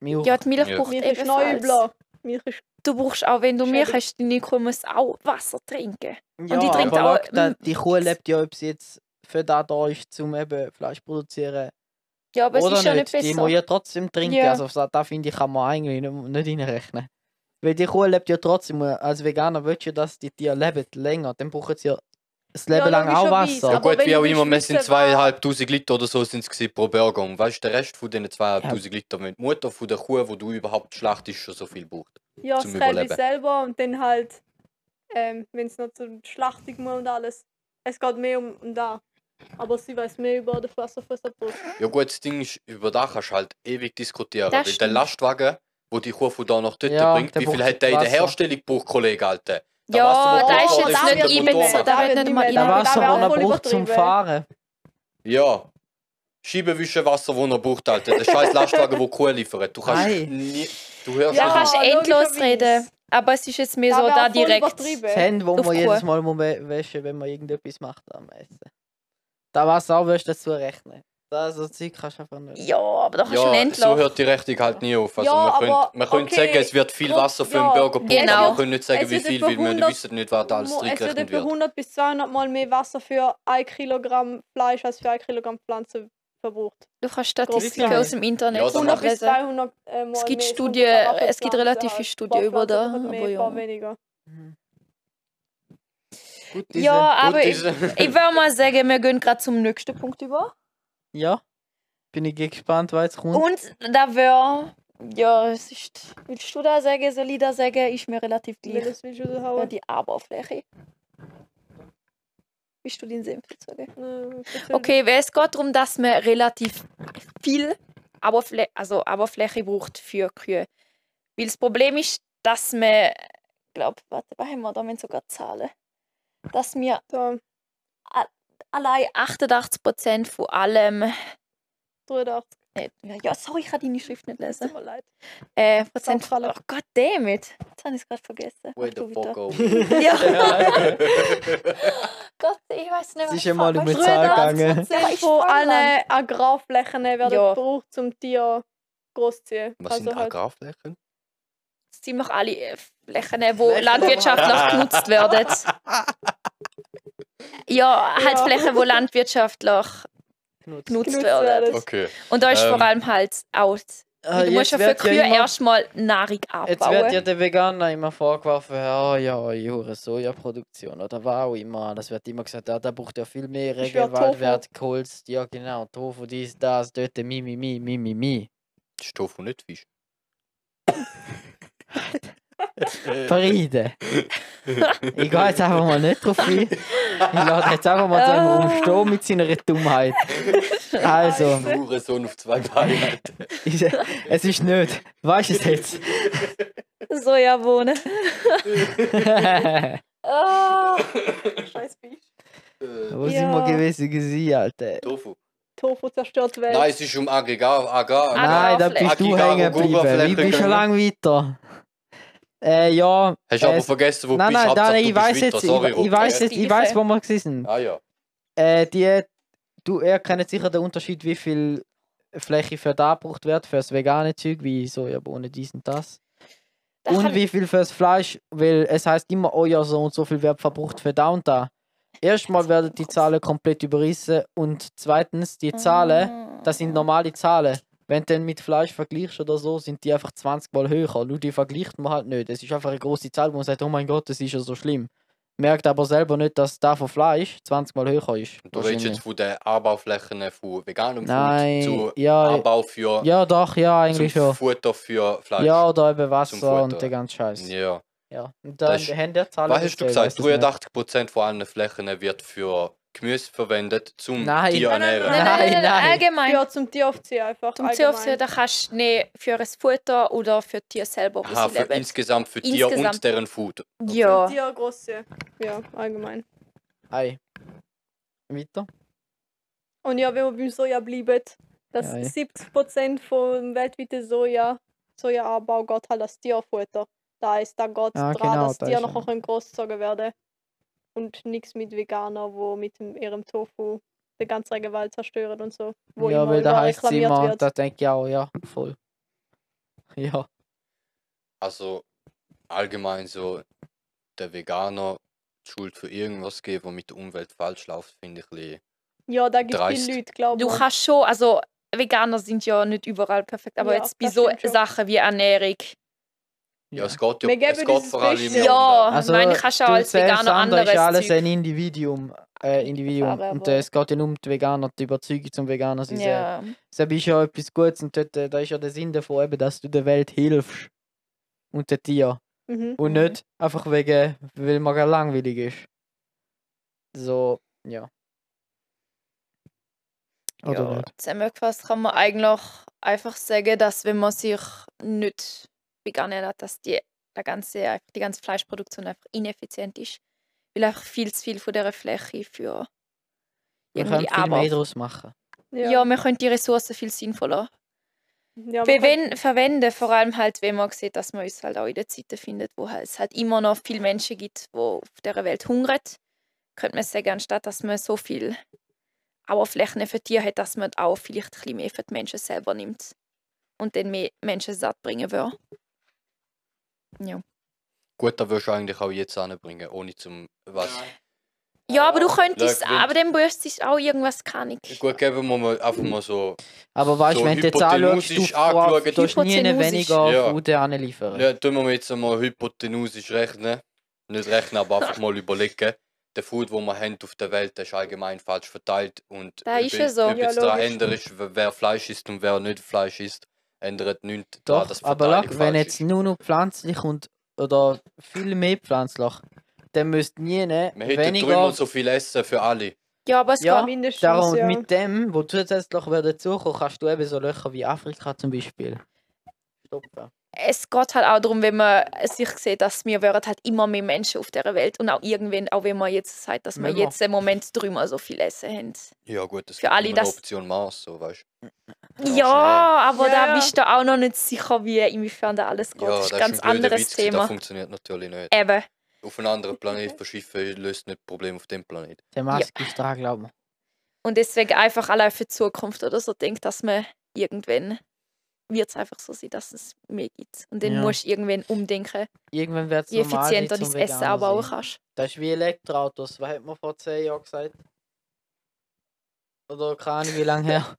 Speaker 1: Milch.
Speaker 3: Ja, die Milch
Speaker 2: Ja.
Speaker 3: braucht
Speaker 4: Mir ist neu
Speaker 3: ebenfalls.
Speaker 4: blau. Mir ist
Speaker 3: Du brauchst auch, wenn du
Speaker 4: Schädig-
Speaker 3: Milch hast, deine Kuh muss auch Wasser trinken.
Speaker 1: ja,
Speaker 3: die trinkt
Speaker 1: aber
Speaker 3: auch-
Speaker 1: schau, da, die Kuh
Speaker 3: Mix.
Speaker 1: lebt ja, ob sie jetzt für da da ist, zum eben Fleisch produzieren.
Speaker 3: Ja, aber
Speaker 1: Oder
Speaker 3: es ist ja nicht
Speaker 1: nicht. die muss
Speaker 3: besser.
Speaker 1: ja trotzdem trinken.
Speaker 3: Ja.
Speaker 1: Also, das, das finde ich, kann man eigentlich nicht, nicht reinrechnen. Weil die Kuh lebt ja trotzdem, äh, als Veganer willst du, dass die Tiere leben länger. Dann brauchen sie ja das Leben
Speaker 4: Ja,
Speaker 1: lang auch
Speaker 4: logischerweise,
Speaker 1: Wasser.
Speaker 4: aber-
Speaker 2: Gut,
Speaker 4: wenn
Speaker 2: wie
Speaker 4: du
Speaker 2: auch immer, wir
Speaker 4: willst
Speaker 2: sind
Speaker 4: wissen,
Speaker 2: zweieinhalbtausend Liter oder so sind es pro Burger. Und weißt du, der Rest von diesen zweieinhalbtausend Liter, wenn die Mutter von der Kuh, die du überhaupt schlachtest, schon so viel braucht.
Speaker 4: ja
Speaker 2: Zum
Speaker 4: das Kälbchen
Speaker 2: Überleben.
Speaker 4: selber und dann halt, ähm, wenn es noch zur Schlachtung muss und alles. Es geht mehr um, um da. Aber sie weiß mehr über den Wasserfußabdruck.
Speaker 2: Ja gut, das Ding ist, über da kannst du halt ewig diskutieren.
Speaker 3: Das
Speaker 2: weil der
Speaker 3: stimmt.
Speaker 2: Lastwagen, wo die Kuh von da nach dort
Speaker 1: Ja,
Speaker 2: bringt,
Speaker 1: der
Speaker 2: wie viel
Speaker 1: braucht
Speaker 2: hat der in der
Speaker 1: Wasser.
Speaker 2: Herstellung gebraucht, Kollege, Alter? Da
Speaker 3: Ja,
Speaker 2: Wasser,
Speaker 3: da
Speaker 2: wo
Speaker 3: ist
Speaker 2: braucht,
Speaker 4: das
Speaker 3: jetzt
Speaker 2: ist
Speaker 3: nicht
Speaker 2: der Motor.
Speaker 3: einbezogen. Da
Speaker 4: Motor.
Speaker 3: wird nicht mal
Speaker 4: Da
Speaker 1: Der
Speaker 4: Ja,
Speaker 1: Wasser,
Speaker 4: aber
Speaker 1: das
Speaker 4: auch
Speaker 1: er
Speaker 4: voll
Speaker 1: braucht zum
Speaker 4: übertrieben.
Speaker 1: Fahren.
Speaker 2: Ja. Schieben wischen Wasser, wo er braucht, Alter. Der scheiß Lastwagen, wo die Kuh liefert. Du kannst
Speaker 1: Nein.
Speaker 2: nie, Du hörst
Speaker 3: Da
Speaker 4: Ja,
Speaker 2: ja,
Speaker 3: kannst du endlos
Speaker 4: logischerweise.
Speaker 3: reden. Aber es ist jetzt mehr
Speaker 4: Da
Speaker 3: so
Speaker 4: wär
Speaker 3: da
Speaker 4: auch voll
Speaker 3: direkt.
Speaker 4: übertrieben.
Speaker 1: Das Hemd, wo
Speaker 3: Auf
Speaker 1: man
Speaker 3: Kuh.
Speaker 1: jedes Mal muss wä- waschen wenn man irgendetwas macht am Essen. Da Wasser auch wirst du dazu rechnen. Das so Zeug kannst du einfach nicht.
Speaker 3: Ja, aber da kannst du ein
Speaker 2: ja, so
Speaker 3: Endloch.
Speaker 2: hört die Rechnung halt nie auf. Also
Speaker 4: Ja,
Speaker 2: wir können,
Speaker 4: aber-
Speaker 2: wir können
Speaker 4: okay.
Speaker 2: sagen, es wird viel
Speaker 4: Gut,
Speaker 2: Wasser für
Speaker 4: ja.
Speaker 2: einen Burger brauchen,
Speaker 3: Genau.
Speaker 2: aber wir können nicht sagen,
Speaker 4: Es
Speaker 2: wie
Speaker 4: wird
Speaker 2: viel,
Speaker 4: etwa
Speaker 2: weil wir
Speaker 4: 100
Speaker 2: wissen nicht, wer da alles
Speaker 4: Mo- es wird
Speaker 2: reingerechnet
Speaker 4: etwa
Speaker 2: wird.
Speaker 4: 100 bis 200 Mal mehr Wasser für 1 Kilogramm Fleisch als für 1 Kilogramm Pflanze verbraucht.
Speaker 3: Du kannst Statistiken
Speaker 1: Grob.
Speaker 3: aus dem Internet
Speaker 2: Ja, dann mach-
Speaker 4: 100 bis
Speaker 3: nachlesen.
Speaker 4: 200 äh, Mal
Speaker 3: Es gibt
Speaker 4: mehr
Speaker 3: Studien-
Speaker 4: Fruchtbarkeit
Speaker 3: es gibt
Speaker 4: Pflanzen
Speaker 3: relativ
Speaker 4: als
Speaker 3: viele Studien über da,
Speaker 4: Bockpflanzen,
Speaker 3: aber
Speaker 4: mehr,
Speaker 3: ja.
Speaker 4: paar weniger.
Speaker 1: Gut, diese.
Speaker 3: Ja,
Speaker 2: Gut,
Speaker 3: aber ich,
Speaker 2: diese-
Speaker 3: ich würde mal sagen, wir gehen gerade zum nächsten Punkt über.
Speaker 1: Ja. Bin ich gespannt, weil es kommt.
Speaker 3: Und da wäre, ja, es ist, willst du da sagen, soll ich da sagen, ist mir relativ
Speaker 4: Wenn
Speaker 3: gleich.
Speaker 4: es willst du
Speaker 3: Ja,
Speaker 4: hauen.
Speaker 3: die Aberfläche. Bist du den Senf dazu, gell?
Speaker 4: Äh, bitte.
Speaker 3: Okay, weil es geht darum, dass man relativ viel Aberfläche, also Aberfläche braucht für Kühe. Weil das Problem ist, dass man, glaube, warte, was haben wir da, wir haben sogar Zahlen, dass wir
Speaker 4: Da,
Speaker 3: allein 88% von allem,
Speaker 4: 83.
Speaker 3: äh, ja, sorry, ich kann deine Schrift nicht
Speaker 4: Es tut
Speaker 3: lesen,
Speaker 4: mir leid.
Speaker 3: äh, Prozent,
Speaker 4: Abfallen.
Speaker 3: oh Gott, damn it, jetzt habe ich es gerade vergessen.
Speaker 2: Where
Speaker 3: Mach du
Speaker 2: the
Speaker 3: weiter.
Speaker 2: fuck are
Speaker 3: Ja,
Speaker 1: Ja.
Speaker 3: Oh Gott, ich weiß nicht,
Speaker 1: Sie
Speaker 3: was
Speaker 1: ist ja mal
Speaker 3: fuck-
Speaker 1: über
Speaker 3: Weißt du,
Speaker 1: Zahl
Speaker 3: Bruder,
Speaker 1: gegangen.
Speaker 3: Ja, aber ich
Speaker 4: von
Speaker 3: fang an.
Speaker 4: allen Agrarflächen werden
Speaker 3: Ja.
Speaker 4: gebraucht, um Tier großziehen.
Speaker 2: Was sind
Speaker 4: halt,
Speaker 2: Agrarflächen?
Speaker 3: Es sind noch alle äh, Flächen, wo
Speaker 1: Flächen,
Speaker 3: landwirtschaftlich genutzt werden. Ja, halt
Speaker 4: Ja.
Speaker 3: Flächen, wo landwirtschaftlich genutzt,
Speaker 4: Genutzt
Speaker 3: werden.
Speaker 4: werden.
Speaker 2: Okay.
Speaker 3: Und da ist
Speaker 2: Ähm.
Speaker 3: vor allem halt auch,
Speaker 1: Ah,
Speaker 3: du
Speaker 1: jetzt
Speaker 3: musst ja für
Speaker 1: wird
Speaker 3: Kühe
Speaker 1: immer-
Speaker 3: erstmal Nahrung
Speaker 1: Jetzt wird ja
Speaker 3: abbauen.
Speaker 1: der Veganer immer vorgeworfen, ja, ja, Jure, Sojaproduktion oder was auch immer. Das wird immer gesagt, ja, da braucht ja viel mehr
Speaker 4: Ist ja
Speaker 1: Regenwaldwert, Kohls, ja genau, Tofu, dies, das, dort, mi, mi, mi, mi, mi, mi.
Speaker 2: Ist Tofu nicht Fisch?
Speaker 1: Friede. ich gehe jetzt einfach mal nicht drauf ein. Ich lade jetzt einfach mal so einen Raum stehen mit seiner Dummheit. Also,
Speaker 2: Hurensohn auf zwei Beinen.
Speaker 1: ich- es ist nicht. Weißt du es jetzt?
Speaker 3: Sojabohnen.
Speaker 4: Ah, scheiß Biest.
Speaker 1: Wo sind
Speaker 4: Ja.
Speaker 1: wir gewesen, gewesen, Alter?
Speaker 2: Äh, Tofu.
Speaker 4: Tofu zerstört die Welt.
Speaker 2: Nein, es ist um Agregar.
Speaker 3: Ah,
Speaker 2: Agrar. Agrar.
Speaker 1: Nein, da bist du
Speaker 2: Akigaro
Speaker 1: hängen geblieben. Ich
Speaker 2: Guraflechte
Speaker 1: bin schon lange weiter. Äh, ja.
Speaker 2: Hast du aber
Speaker 1: es-
Speaker 2: vergessen, wo
Speaker 1: Nein,
Speaker 2: du bist?
Speaker 1: nein,
Speaker 2: Hauptsache,
Speaker 1: nein,
Speaker 2: du
Speaker 1: ich
Speaker 2: bist
Speaker 1: weiß
Speaker 2: weiter.
Speaker 1: jetzt, ich,
Speaker 2: Sorry,
Speaker 1: ich
Speaker 2: Robert.
Speaker 1: weiß jetzt, ich weiß, wo wir sind.
Speaker 2: Ah ja.
Speaker 1: Äh, die, du, ihr kennt sicher den Unterschied, wie viel Fläche für da gebraucht wird, für das vegane Zeug, wie Sojabohnen, dies und das.
Speaker 3: Da
Speaker 1: und
Speaker 3: kann-
Speaker 1: wie viel fürs Fleisch, weil es heißt immer, oh ja, so und so viel wird verbraucht für da und da. Erstmal werden die Zahlen komplett überrissen und zweitens,
Speaker 3: Mhm.
Speaker 1: die Zahlen,
Speaker 3: Mm.
Speaker 1: das sind normale Zahlen. Wenn du dann mit Fleisch vergleichst oder so, sind die einfach 20 Mal höher. Nur die vergleicht man halt nicht. Es ist einfach eine große Zahl, wo man sagt, oh mein Gott, das ist ja so schlimm. Merkt aber selber nicht, dass da von Fleisch 20 Mal höher ist.
Speaker 2: Du redest jetzt
Speaker 1: wahrscheinlich.
Speaker 2: von den Anbauflächen von veganem
Speaker 1: Nein,
Speaker 2: Food zu
Speaker 1: ja,
Speaker 2: Anbau für
Speaker 1: ja doch, ja, eigentlich
Speaker 2: zum
Speaker 1: schon.
Speaker 2: Futter für Fleisch.
Speaker 1: Ja, oder eben Wasser
Speaker 2: Futter.
Speaker 1: und der ganze Scheiß. Ja.
Speaker 2: ja.
Speaker 1: Und
Speaker 2: Das
Speaker 1: dann
Speaker 2: ist-
Speaker 1: haben die Zahlen.
Speaker 2: Was hast du
Speaker 1: gezählt, weiss
Speaker 2: gesagt?
Speaker 1: es nicht.
Speaker 2: 83% von allen Flächen wird für Gemüse verwendet, zum
Speaker 1: Nein.
Speaker 2: Tier
Speaker 1: Nein,
Speaker 4: nein,
Speaker 2: ernähren.
Speaker 3: Nein, nein, nein,
Speaker 1: Nein,
Speaker 3: nein,
Speaker 1: nein.
Speaker 3: allgemein.
Speaker 4: Ja, zum Tier aufziehen einfach.
Speaker 3: Zum
Speaker 4: allgemein.
Speaker 3: Zirfsee, da kannst du nicht für das Futter oder für die Tiere selber wo
Speaker 2: Aha,
Speaker 3: sie
Speaker 2: für
Speaker 3: leben.
Speaker 2: insgesamt für Tier
Speaker 3: Insgesamt.
Speaker 2: und deren Food.
Speaker 3: Ja.
Speaker 4: Tier großziehen. Ja, allgemein.
Speaker 1: Ei. Weiter?
Speaker 4: Und ja, wenn wir beim Soja bleiben, dass
Speaker 1: Ja, ja.
Speaker 4: 70% vom weltweiten Soja, Sojaanbau geht halt als Tierfutter. Da heißt, da geht es
Speaker 1: Ah,
Speaker 4: daran,
Speaker 1: genau,
Speaker 4: dass
Speaker 1: da
Speaker 4: Tiere
Speaker 1: ist
Speaker 4: nachher
Speaker 1: einer.
Speaker 4: können großgezogen werden Und nichts mit Veganern, wo mit dem, ihrem Tofu den ganzen Gewalt zerstören und so. Wo
Speaker 1: ja,
Speaker 4: immer
Speaker 1: weil da
Speaker 4: überall
Speaker 1: heißt es
Speaker 4: reklamiert
Speaker 1: immer,
Speaker 4: wird.
Speaker 1: da denke ich auch, ja, voll. Ja.
Speaker 2: Also allgemein so der Veganer die Schuld für irgendwas geben, was mit der Umwelt falsch läuft, finde ich ein bisschen.
Speaker 4: Ja, da gibt es
Speaker 2: dreist.
Speaker 4: viele Leute, glaube
Speaker 3: Du kannst schon, also Veganer sind ja nicht überall perfekt, aber
Speaker 4: Ja,
Speaker 3: jetzt bei
Speaker 4: das
Speaker 3: so
Speaker 4: stimmt schon.
Speaker 3: Sachen wie Ernährung.
Speaker 2: Ja, es geht ja
Speaker 4: Wir geben
Speaker 2: es geht
Speaker 4: uns
Speaker 2: vor
Speaker 4: das
Speaker 2: allem
Speaker 4: Beste.
Speaker 2: mehr
Speaker 3: Ja,
Speaker 2: um
Speaker 3: Oh ich
Speaker 1: Also,
Speaker 3: meine, kannst du auch als
Speaker 1: selbst
Speaker 3: Veganer
Speaker 1: Sandra ist ja alles
Speaker 3: anderes Zeug.
Speaker 1: ein Individuum. Äh, Individuum.
Speaker 3: Farbe,
Speaker 1: Und
Speaker 3: aber-
Speaker 1: äh, es geht ja nur um die Veganer, die Überzeugung zum Veganer zu sein.
Speaker 3: Ja.
Speaker 1: Deshalb ist ja etwas Gutes und dort, äh, da ist ja der Sinn davon, eben, dass du der Welt hilfst. Und den Tieren.
Speaker 4: Mhm.
Speaker 1: Und
Speaker 3: Mhm.
Speaker 1: nicht einfach wegen, weil man gar langweilig ist. So, ja. Oder
Speaker 3: ja.
Speaker 1: nicht?
Speaker 3: Zusammengefasst kann man eigentlich einfach sagen, dass wenn man sich nicht vegan ernährt, dass die, der ganze, die ganze Fleischproduktion einfach ineffizient ist. Weil einfach viel zu viel von dieser Fläche für
Speaker 1: Wir können viel
Speaker 3: irgendwie
Speaker 1: mehr
Speaker 3: Arbeit.
Speaker 1: daraus machen.
Speaker 3: Ja.
Speaker 4: Ja,
Speaker 3: man könnte die Ressourcen viel sinnvoller
Speaker 4: ja, man kann-
Speaker 3: Bewen verwenden, vor allem halt, wenn man sieht, dass man uns halt auch in den Zeiten findet, wo halt- es halt immer noch viele Menschen gibt, wo auf der Welt hungern, könnte man sagen, anstatt dass man so viel Auerflächen für Tiere hat, dass man auch vielleicht ein bisschen mehr für die Menschen selber nimmt und dann mehr Menschen satt bringen würde.
Speaker 2: Gut, da würdest du eigentlich auch jetzt anbringen, ohne zum was.
Speaker 3: Ja, aber du
Speaker 2: Ja,
Speaker 3: könntest,
Speaker 2: Glück, Wind.
Speaker 3: aber dann bräuchtest du auch irgendwas, kann ich.
Speaker 2: Gut, geben wir mal einfach mal so.
Speaker 1: Aber weißt du,
Speaker 2: So
Speaker 1: wenn du jetzt anschaust, du
Speaker 2: hypothenusisch angeschaut.
Speaker 1: darfst- darfst nie eine
Speaker 3: Hypothenusisch.
Speaker 1: weniger
Speaker 2: Ja.
Speaker 1: Food anliefern.
Speaker 2: Ja, tun wir jetzt mal hypothenusisch rechnen. Nicht rechnen, aber einfach mal überlegen. Der Food, den wir haben auf der Welt, der ist allgemein falsch verteilt. Und
Speaker 3: Da
Speaker 2: ob
Speaker 3: ist
Speaker 2: ich-
Speaker 3: ja so.
Speaker 2: Ob
Speaker 4: Ja,
Speaker 2: jetzt daran
Speaker 4: logisch.
Speaker 2: ändert, ist, wer wer Fleisch isst und wer nicht Fleisch isst, ändert nichts. daran,
Speaker 1: Doch,
Speaker 2: dass die
Speaker 1: aber
Speaker 2: Verteilung
Speaker 1: schau, wenn
Speaker 2: falsch
Speaker 1: jetzt
Speaker 2: ist.
Speaker 1: nur noch pflanzlich und oder viel mehr pflanzlich, dann müsst nie ne
Speaker 2: Wir hätten
Speaker 1: weniger.
Speaker 2: drüber so viel Essen für alle.
Speaker 3: Ja, aber es
Speaker 1: Ja,
Speaker 3: geht.
Speaker 4: Mindestens,
Speaker 1: Darum
Speaker 4: ja.
Speaker 1: mit dem, wo zusätzlich wer dazukommt, kannst du eben so Löcher wie Afrika zum Beispiel stoppen.
Speaker 3: Es geht halt auch darum, wenn man sich sieht, dass wir wären halt immer mehr Menschen auf der Welt und auch irgendwann, auch wenn man jetzt sagt, dass wir
Speaker 1: Müssen wir.
Speaker 3: jetzt im Moment dreimal so viel Essen haben.
Speaker 2: Ja, gut, das
Speaker 3: Für
Speaker 2: gibt
Speaker 3: alle
Speaker 2: immer eine
Speaker 3: das-
Speaker 2: Option Mars, so weißt du.
Speaker 3: Ja, aber
Speaker 4: Ja,
Speaker 3: da
Speaker 4: ja.
Speaker 3: bist du auch noch nicht sicher, wie inwiefern da alles geht.
Speaker 2: Ja,
Speaker 3: das ist ein ganz
Speaker 2: blöder
Speaker 3: anderes
Speaker 2: Witz, Das
Speaker 3: Thema.
Speaker 2: funktioniert natürlich nicht.
Speaker 3: Eben.
Speaker 2: Auf einen anderen Planet verschiffen löst nicht Probleme auf dem Planet.
Speaker 1: Der Mask ist dran, glaube ich.
Speaker 3: Und deswegen einfach allein für die Zukunft oder so denkt, dass man irgendwann wird es einfach so sein, dass es mehr gibt. Und dann
Speaker 1: Ja.
Speaker 3: musst du irgendwann umdenken,
Speaker 1: Irgendwann wird es
Speaker 3: wie
Speaker 1: normal sein,
Speaker 3: effizienter
Speaker 1: zum
Speaker 3: dein Essen
Speaker 1: Veganer
Speaker 3: anbauen
Speaker 1: sein.
Speaker 3: kannst.
Speaker 1: Das ist wie Elektroautos. Was hat man vor 10 Jahren gesagt? Oder keine Ahnung, wie lange her.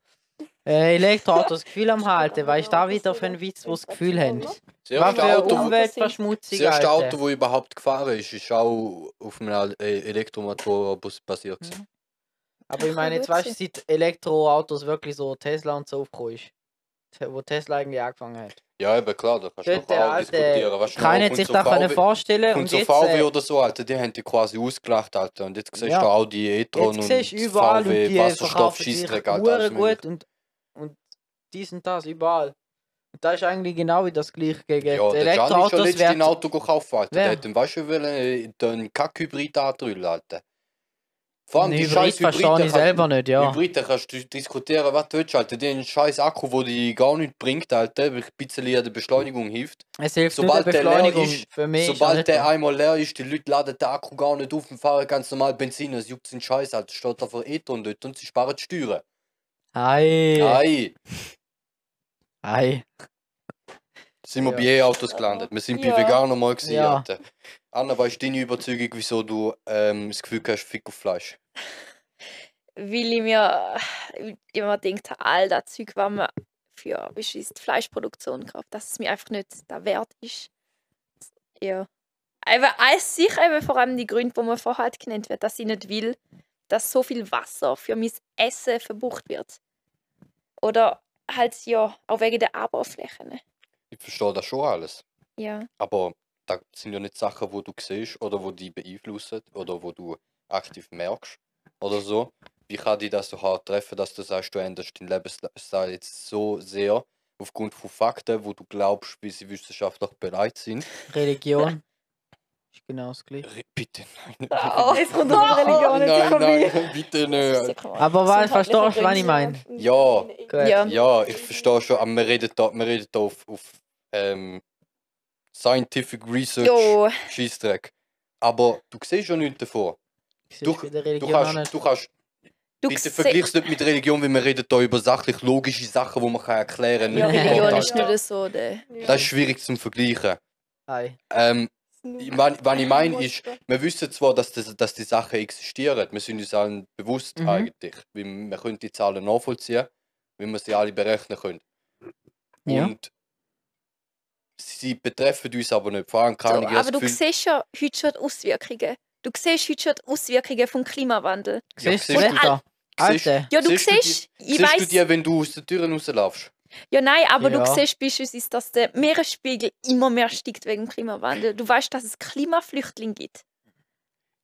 Speaker 1: Äh, Elektroautos Gefühl am Halten, weil ich da wieder für einen Witz, wo das Gefühl haben.
Speaker 2: Das
Speaker 1: Was um-
Speaker 2: erste
Speaker 1: für
Speaker 2: Auto,
Speaker 3: Umwelt-
Speaker 2: wo- das
Speaker 1: Umweltverschmutzung.
Speaker 2: erste
Speaker 1: Alter.
Speaker 2: Auto, wo überhaupt gefahren ist, ist auch auf einem äh, Elektromotorbus basiert. gewesen.
Speaker 1: Mhm. Aber ich meine, jetzt
Speaker 3: Ach,
Speaker 1: weißt du, seit Elektroautos wirklich so Tesla und so aufgekommen ist. Te- Wo Tesla eigentlich angefangen hat.
Speaker 2: Ja, eben klar, da kannst du
Speaker 1: Dort
Speaker 2: noch
Speaker 1: der
Speaker 2: auch
Speaker 1: alte-
Speaker 2: diskutieren. Weißt du,
Speaker 1: Keiner
Speaker 2: noch,
Speaker 1: hätte
Speaker 2: und
Speaker 1: sich
Speaker 2: so
Speaker 1: das können
Speaker 2: VW
Speaker 1: vorstellen.
Speaker 2: Und
Speaker 1: Und
Speaker 2: so
Speaker 1: jetzt,
Speaker 2: VW
Speaker 1: äh,
Speaker 2: oder so, Alter, die haben die quasi ausgelacht, Alter. Und jetzt siehst
Speaker 1: Ja.
Speaker 2: du auch die E-Tron
Speaker 1: jetzt
Speaker 2: und
Speaker 1: siehst du überall und die
Speaker 2: VW Wasserstoff
Speaker 1: verkaufen sich
Speaker 2: Schießdreck, Alter. alles
Speaker 1: hure gut
Speaker 2: Mögliche.
Speaker 1: und, und dies und das überall. Und da ist eigentlich genau wie das gleiche gegen
Speaker 2: Ja, der Can ist schon
Speaker 1: Elektroautos.
Speaker 2: letztens
Speaker 1: werden-
Speaker 2: ein Auto gekauft, Alter.
Speaker 1: Wer?
Speaker 2: Der hat den, weißt du, wollen, den Kack-Hybrid antrüllen, Alter. Vor allem
Speaker 1: Ein
Speaker 2: die
Speaker 1: Hybrid
Speaker 2: scheiß
Speaker 1: verstehe
Speaker 2: Hybride
Speaker 1: ich
Speaker 2: kannst-
Speaker 1: selber nicht, ja.
Speaker 2: Hybrid, da kannst du diskutieren, was du willst, Alter. Die haben einen scheiß Akku, der die gar nicht bringt, Alter, weil ein bisschen an der Beschleunigung hilft.
Speaker 1: Es hilft
Speaker 2: Sobald
Speaker 1: nicht der
Speaker 2: der leer
Speaker 1: Beschleunigung
Speaker 2: ist-
Speaker 1: für mich. ist er
Speaker 2: Sobald
Speaker 1: nicht
Speaker 2: der
Speaker 1: da.
Speaker 2: einmal leer ist, die Leute laden den Akku gar nicht auf und fahren ganz normal Benzin. Es juckt den Scheiß, Alter. Steht da für E-Tron dort und sie sparen die Steuern.
Speaker 1: Ei,
Speaker 2: Ei,
Speaker 1: ei.
Speaker 2: sind wir
Speaker 1: Ja.
Speaker 2: bei E-Autos gelandet. Wir sind
Speaker 4: Ja.
Speaker 2: bei Veganer mal gewesen,
Speaker 1: Ja.
Speaker 2: Alter. Anna, was ist deine Überzeugung, wieso du ähm, das Gefühl hast, Fick auf Fleisch?
Speaker 3: Weil ich mir äh, immer denkt, all das Zeug, was man für beschisst Fleischproduktion kauft, dass es mir einfach nicht der Wert ist. Ja. Aber als sich eben vor allem die Gründe, die man vorher halt genannt wird, dass ich nicht will, dass so viel Wasser für mein Essen verbraucht wird. Oder halt ja, auch wegen der Aberflächen.
Speaker 2: Ich verstehe das schon alles.
Speaker 3: Ja.
Speaker 2: Aber da sind ja nicht Sachen, wo du siehst oder wo die beeinflussen oder wo du aktiv merkst oder so. Wie kann dich das so hart treffen, dass du sagst, du änderst deinen Lebensstil jetzt so sehr aufgrund von Fakten, wo du glaubst, wie sie wissenschaftlich bereit sind?
Speaker 1: Religion. Ist genau das gleiche.
Speaker 2: Re- Bitte nein.
Speaker 3: Oh,
Speaker 4: Jetzt kommt das Religion
Speaker 2: nein,
Speaker 4: jetzt
Speaker 2: nein,
Speaker 4: vorbei.
Speaker 2: bitte
Speaker 3: Das
Speaker 2: nicht.
Speaker 3: ist ja-
Speaker 1: Aber was
Speaker 3: Gesundheitliche
Speaker 1: verstehst du, was ich
Speaker 3: Gründe.
Speaker 1: meine?
Speaker 2: Ja.
Speaker 1: Gut.
Speaker 3: Ja.
Speaker 2: Ja, ich verstehe schon, aber wir reden da, wir reden da auf, auf ähm, Scientific Research
Speaker 3: Jo,
Speaker 2: Scheißdreck. Aber du siehst ja nichts davon.
Speaker 1: Siehst
Speaker 2: Du-
Speaker 1: bei der
Speaker 2: Du
Speaker 1: Religion auch
Speaker 2: kannst,
Speaker 1: nicht.
Speaker 2: du kannst
Speaker 3: du
Speaker 2: Bitte
Speaker 3: siehst-
Speaker 2: vergleich's nicht mit Religion, weil wir reden hier über sachlich logische Sachen, die man kann erklären
Speaker 3: Ja,
Speaker 2: kann. nicht mit
Speaker 3: Religion
Speaker 4: Ja.
Speaker 3: ist
Speaker 2: Kontakten.
Speaker 3: nicht so der.
Speaker 2: Das ist schwierig zum Vergleichen.
Speaker 1: Ei.
Speaker 2: Ähm, was, was ich meine ist, wir wissen zwar, dass, das, dass die Sachen existieren, wir sind uns allen bewusst
Speaker 1: Mhm.
Speaker 2: eigentlich, weil wir können die Zahlen nachvollziehen, weil wir sie alle berechnen können.
Speaker 1: Ja.
Speaker 2: Und sie betreffen uns aber nicht. Vor allem
Speaker 3: So,
Speaker 2: kann ich das
Speaker 3: aber du
Speaker 2: Gefühl,
Speaker 3: siehst ja heute schon die Auswirkungen. Du siehst heute schon die Auswirkungen vom Klimawandel.
Speaker 1: Siehst du
Speaker 2: siehst
Speaker 1: das
Speaker 2: du-
Speaker 1: Wetter?
Speaker 2: siehst-
Speaker 1: Alter.
Speaker 3: Ja, du
Speaker 2: Siehst
Speaker 3: siehst,
Speaker 2: du die-
Speaker 3: ich
Speaker 2: siehst du
Speaker 3: weiß.
Speaker 2: dir, wenn du aus der Tür rauslaufst?
Speaker 3: Ja, nein, aber
Speaker 1: Ja.
Speaker 3: du siehst beispielsweise, dass der Meeresspiegel immer mehr steigt wegen dem Klimawandel. Du weißt, dass es Klimaflüchtlinge gibt.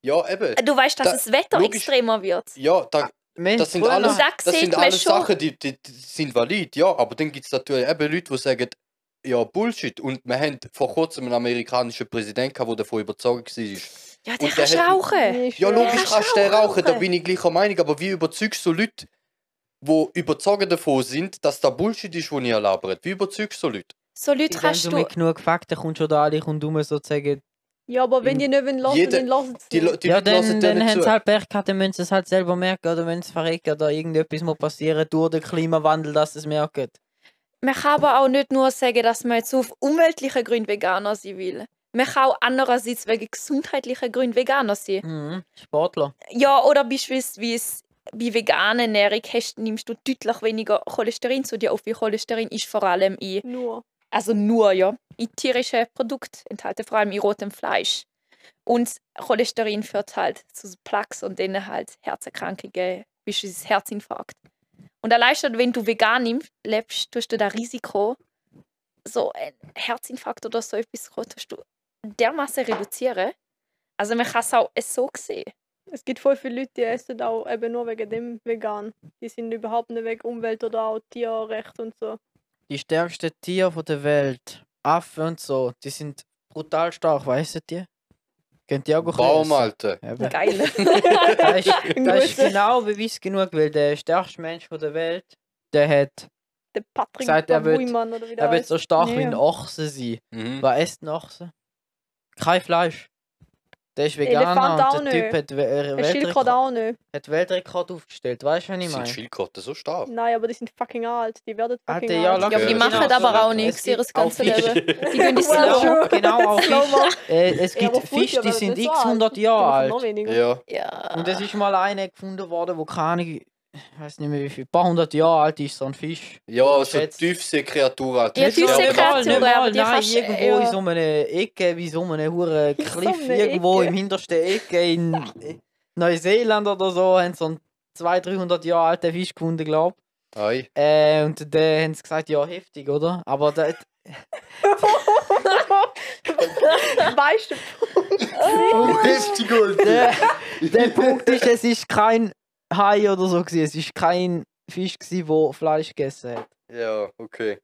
Speaker 2: Ja, eben.
Speaker 3: Du weißt, dass
Speaker 2: Da-
Speaker 3: das Wetter
Speaker 2: logisch.
Speaker 3: extremer wird.
Speaker 2: Ja, da,
Speaker 1: Wir
Speaker 2: Das sind
Speaker 1: früher-
Speaker 2: alles,
Speaker 3: da
Speaker 2: das
Speaker 3: sieht
Speaker 2: sind
Speaker 3: man
Speaker 2: alles
Speaker 3: schon-
Speaker 2: Sachen, die, die, die sind valid, ja. Aber dann gibt es natürlich eben Leute, die sagen, ja, Bullshit. Und wir haben vor kurzem einen amerikanischen Präsidenten, gehabt, der davon überzeugt war.
Speaker 3: Ja, der
Speaker 2: Und
Speaker 3: kann
Speaker 2: der hat-
Speaker 3: rauchen.
Speaker 2: Ja, logisch
Speaker 3: kannst
Speaker 2: kannst du den
Speaker 3: rauchen.
Speaker 2: rauchen, da bin ich gleicher Meinung. Aber wie überzeugst du Leute, die überzeugt davon sind, dass da Bullshit ist, den ihr labert? Wie überzeugst du Leute?
Speaker 3: So Leute
Speaker 1: Indem
Speaker 3: kannst
Speaker 1: du
Speaker 3: du.
Speaker 1: mit genug Fakten kommst schon da alle und du sozusagen.
Speaker 4: Ja, aber wenn die nicht wollen hören,
Speaker 2: Jeder-
Speaker 4: dann lassen sie
Speaker 2: Die,
Speaker 4: es
Speaker 2: Le-
Speaker 4: nicht.
Speaker 2: die
Speaker 1: ja,
Speaker 2: Leute
Speaker 1: dann,
Speaker 2: hören denen
Speaker 1: dann haben
Speaker 2: zu.
Speaker 1: sie halt Pech gehabt, dann müssen sie es halt selber merken oder müssen es verrecken oder irgendetwas muss passieren durch den Klimawandel, dass sie es merken.
Speaker 3: Man kann aber auch nicht nur sagen, dass man jetzt auf umweltliche Gründe Veganer sein will. Man kann auch andererseits wegen gesundheitlicher Gründen Veganer sein.
Speaker 1: Mhm. Sportler.
Speaker 3: Ja, oder beispielsweise bei veganer Ernährung hast, nimmst du deutlich weniger Cholesterin zu dir auf, wie Cholesterin ist vor allem in,
Speaker 4: Nur.
Speaker 3: also nur ja, in tierischen Produkten enthalten, vor allem in rotem Fleisch. Und Cholesterin führt halt zu Plaques und denen halt Herzerkrankungen, beispielsweise Herzinfarkt. Und allein schon, wenn du vegan nimmst, lebst, tust du das Risiko, so ein Herzinfarkt oder so etwas, tust du dermaßen reduzieren. Also man kann es auch so sehen.
Speaker 4: Es gibt voll viele Leute, die essen auch eben nur wegen dem vegan. Die sind überhaupt nicht wegen Umwelt oder auch Tierrecht und so.
Speaker 1: Die stärksten Tiere von der Welt, Affen und so, die sind brutal stark, weißt du die? Könnt ihr auch gut
Speaker 2: Baum, Alter.
Speaker 1: Eben.
Speaker 3: Geil.
Speaker 1: Das ist, das ist
Speaker 4: Gut.
Speaker 1: genau Beweis genug, weil der stärkste Mensch von der Welt, der hat,
Speaker 4: Der Patrick
Speaker 1: Sagt, er wird-
Speaker 4: Babuimann oder wie der
Speaker 1: er wird
Speaker 4: heißt.
Speaker 1: so stark wie
Speaker 3: Ja.
Speaker 1: ein Ochse sein.
Speaker 2: Mhm.
Speaker 1: Was essen Ochsen? Kein Fleisch. Der ist Veganer
Speaker 4: Elefant auch
Speaker 1: und der Typ hat, We- äh,
Speaker 4: Ein Schildkröt
Speaker 1: Weltrekord,
Speaker 4: auch nicht.
Speaker 1: hat Weltrekord aufgestellt. Weißt du, was ich
Speaker 2: Sind
Speaker 1: meine?
Speaker 2: Schildkröten so stark?
Speaker 4: Nein, aber die sind fucking alt. Die werden
Speaker 1: Alter,
Speaker 4: fucking
Speaker 1: Ah, ja,
Speaker 4: alt.
Speaker 1: locker.
Speaker 3: Ja, aber die
Speaker 2: Ja,
Speaker 3: machen
Speaker 2: genau,
Speaker 3: aber
Speaker 2: so ist
Speaker 3: auch
Speaker 1: es.
Speaker 3: nichts ihr
Speaker 1: Es gibt
Speaker 3: ganze
Speaker 1: auch
Speaker 3: Leben. Die gehen die
Speaker 4: Wow.
Speaker 3: slow.
Speaker 1: Genau, auch Fisch. Äh, es
Speaker 4: Ja,
Speaker 1: gibt
Speaker 4: aber Fulti,
Speaker 1: Fische, die
Speaker 4: aber
Speaker 1: sind x
Speaker 4: nicht so alt.
Speaker 1: 100 Jahre
Speaker 4: Davon noch
Speaker 1: alt.
Speaker 4: weniger.
Speaker 2: Ja.
Speaker 3: Ja.
Speaker 1: Und es ist mal einer gefunden worden, wo keine, ich weiß nicht mehr wie viel, paar hundert Jahre alt ist, so ein Fisch.
Speaker 2: Ja, so
Speaker 1: Schätz.
Speaker 2: Tiefseekreatur, Alter.
Speaker 3: Ja,
Speaker 2: Die sterben
Speaker 3: Tiefseekreatur.
Speaker 2: ab.
Speaker 1: Kreatur,
Speaker 3: Kreatur, aber die
Speaker 1: nein,
Speaker 3: kannst-
Speaker 1: irgendwo
Speaker 3: ja.
Speaker 1: in so einer Ecke, wie so einem huren
Speaker 4: In so
Speaker 1: Cliff,
Speaker 4: einer
Speaker 1: irgendwo
Speaker 4: Ecke.
Speaker 1: im hintersten Ecke in äh, Neuseeland oder so, haben so einen 200, 300 Jahre alten Fisch gefunden, glaube ich.
Speaker 2: Ei.
Speaker 1: Äh, und dann haben sie gesagt, ja, heftig, oder? Aber da,
Speaker 4: Weißt du,
Speaker 2: Oh, heftig, Alter.
Speaker 1: der, der Punkt ist, es ist kein Hai oder so, gewesen. es ist kein Fisch, gewesen, der Fleisch gegessen hat.
Speaker 2: Ja, okay.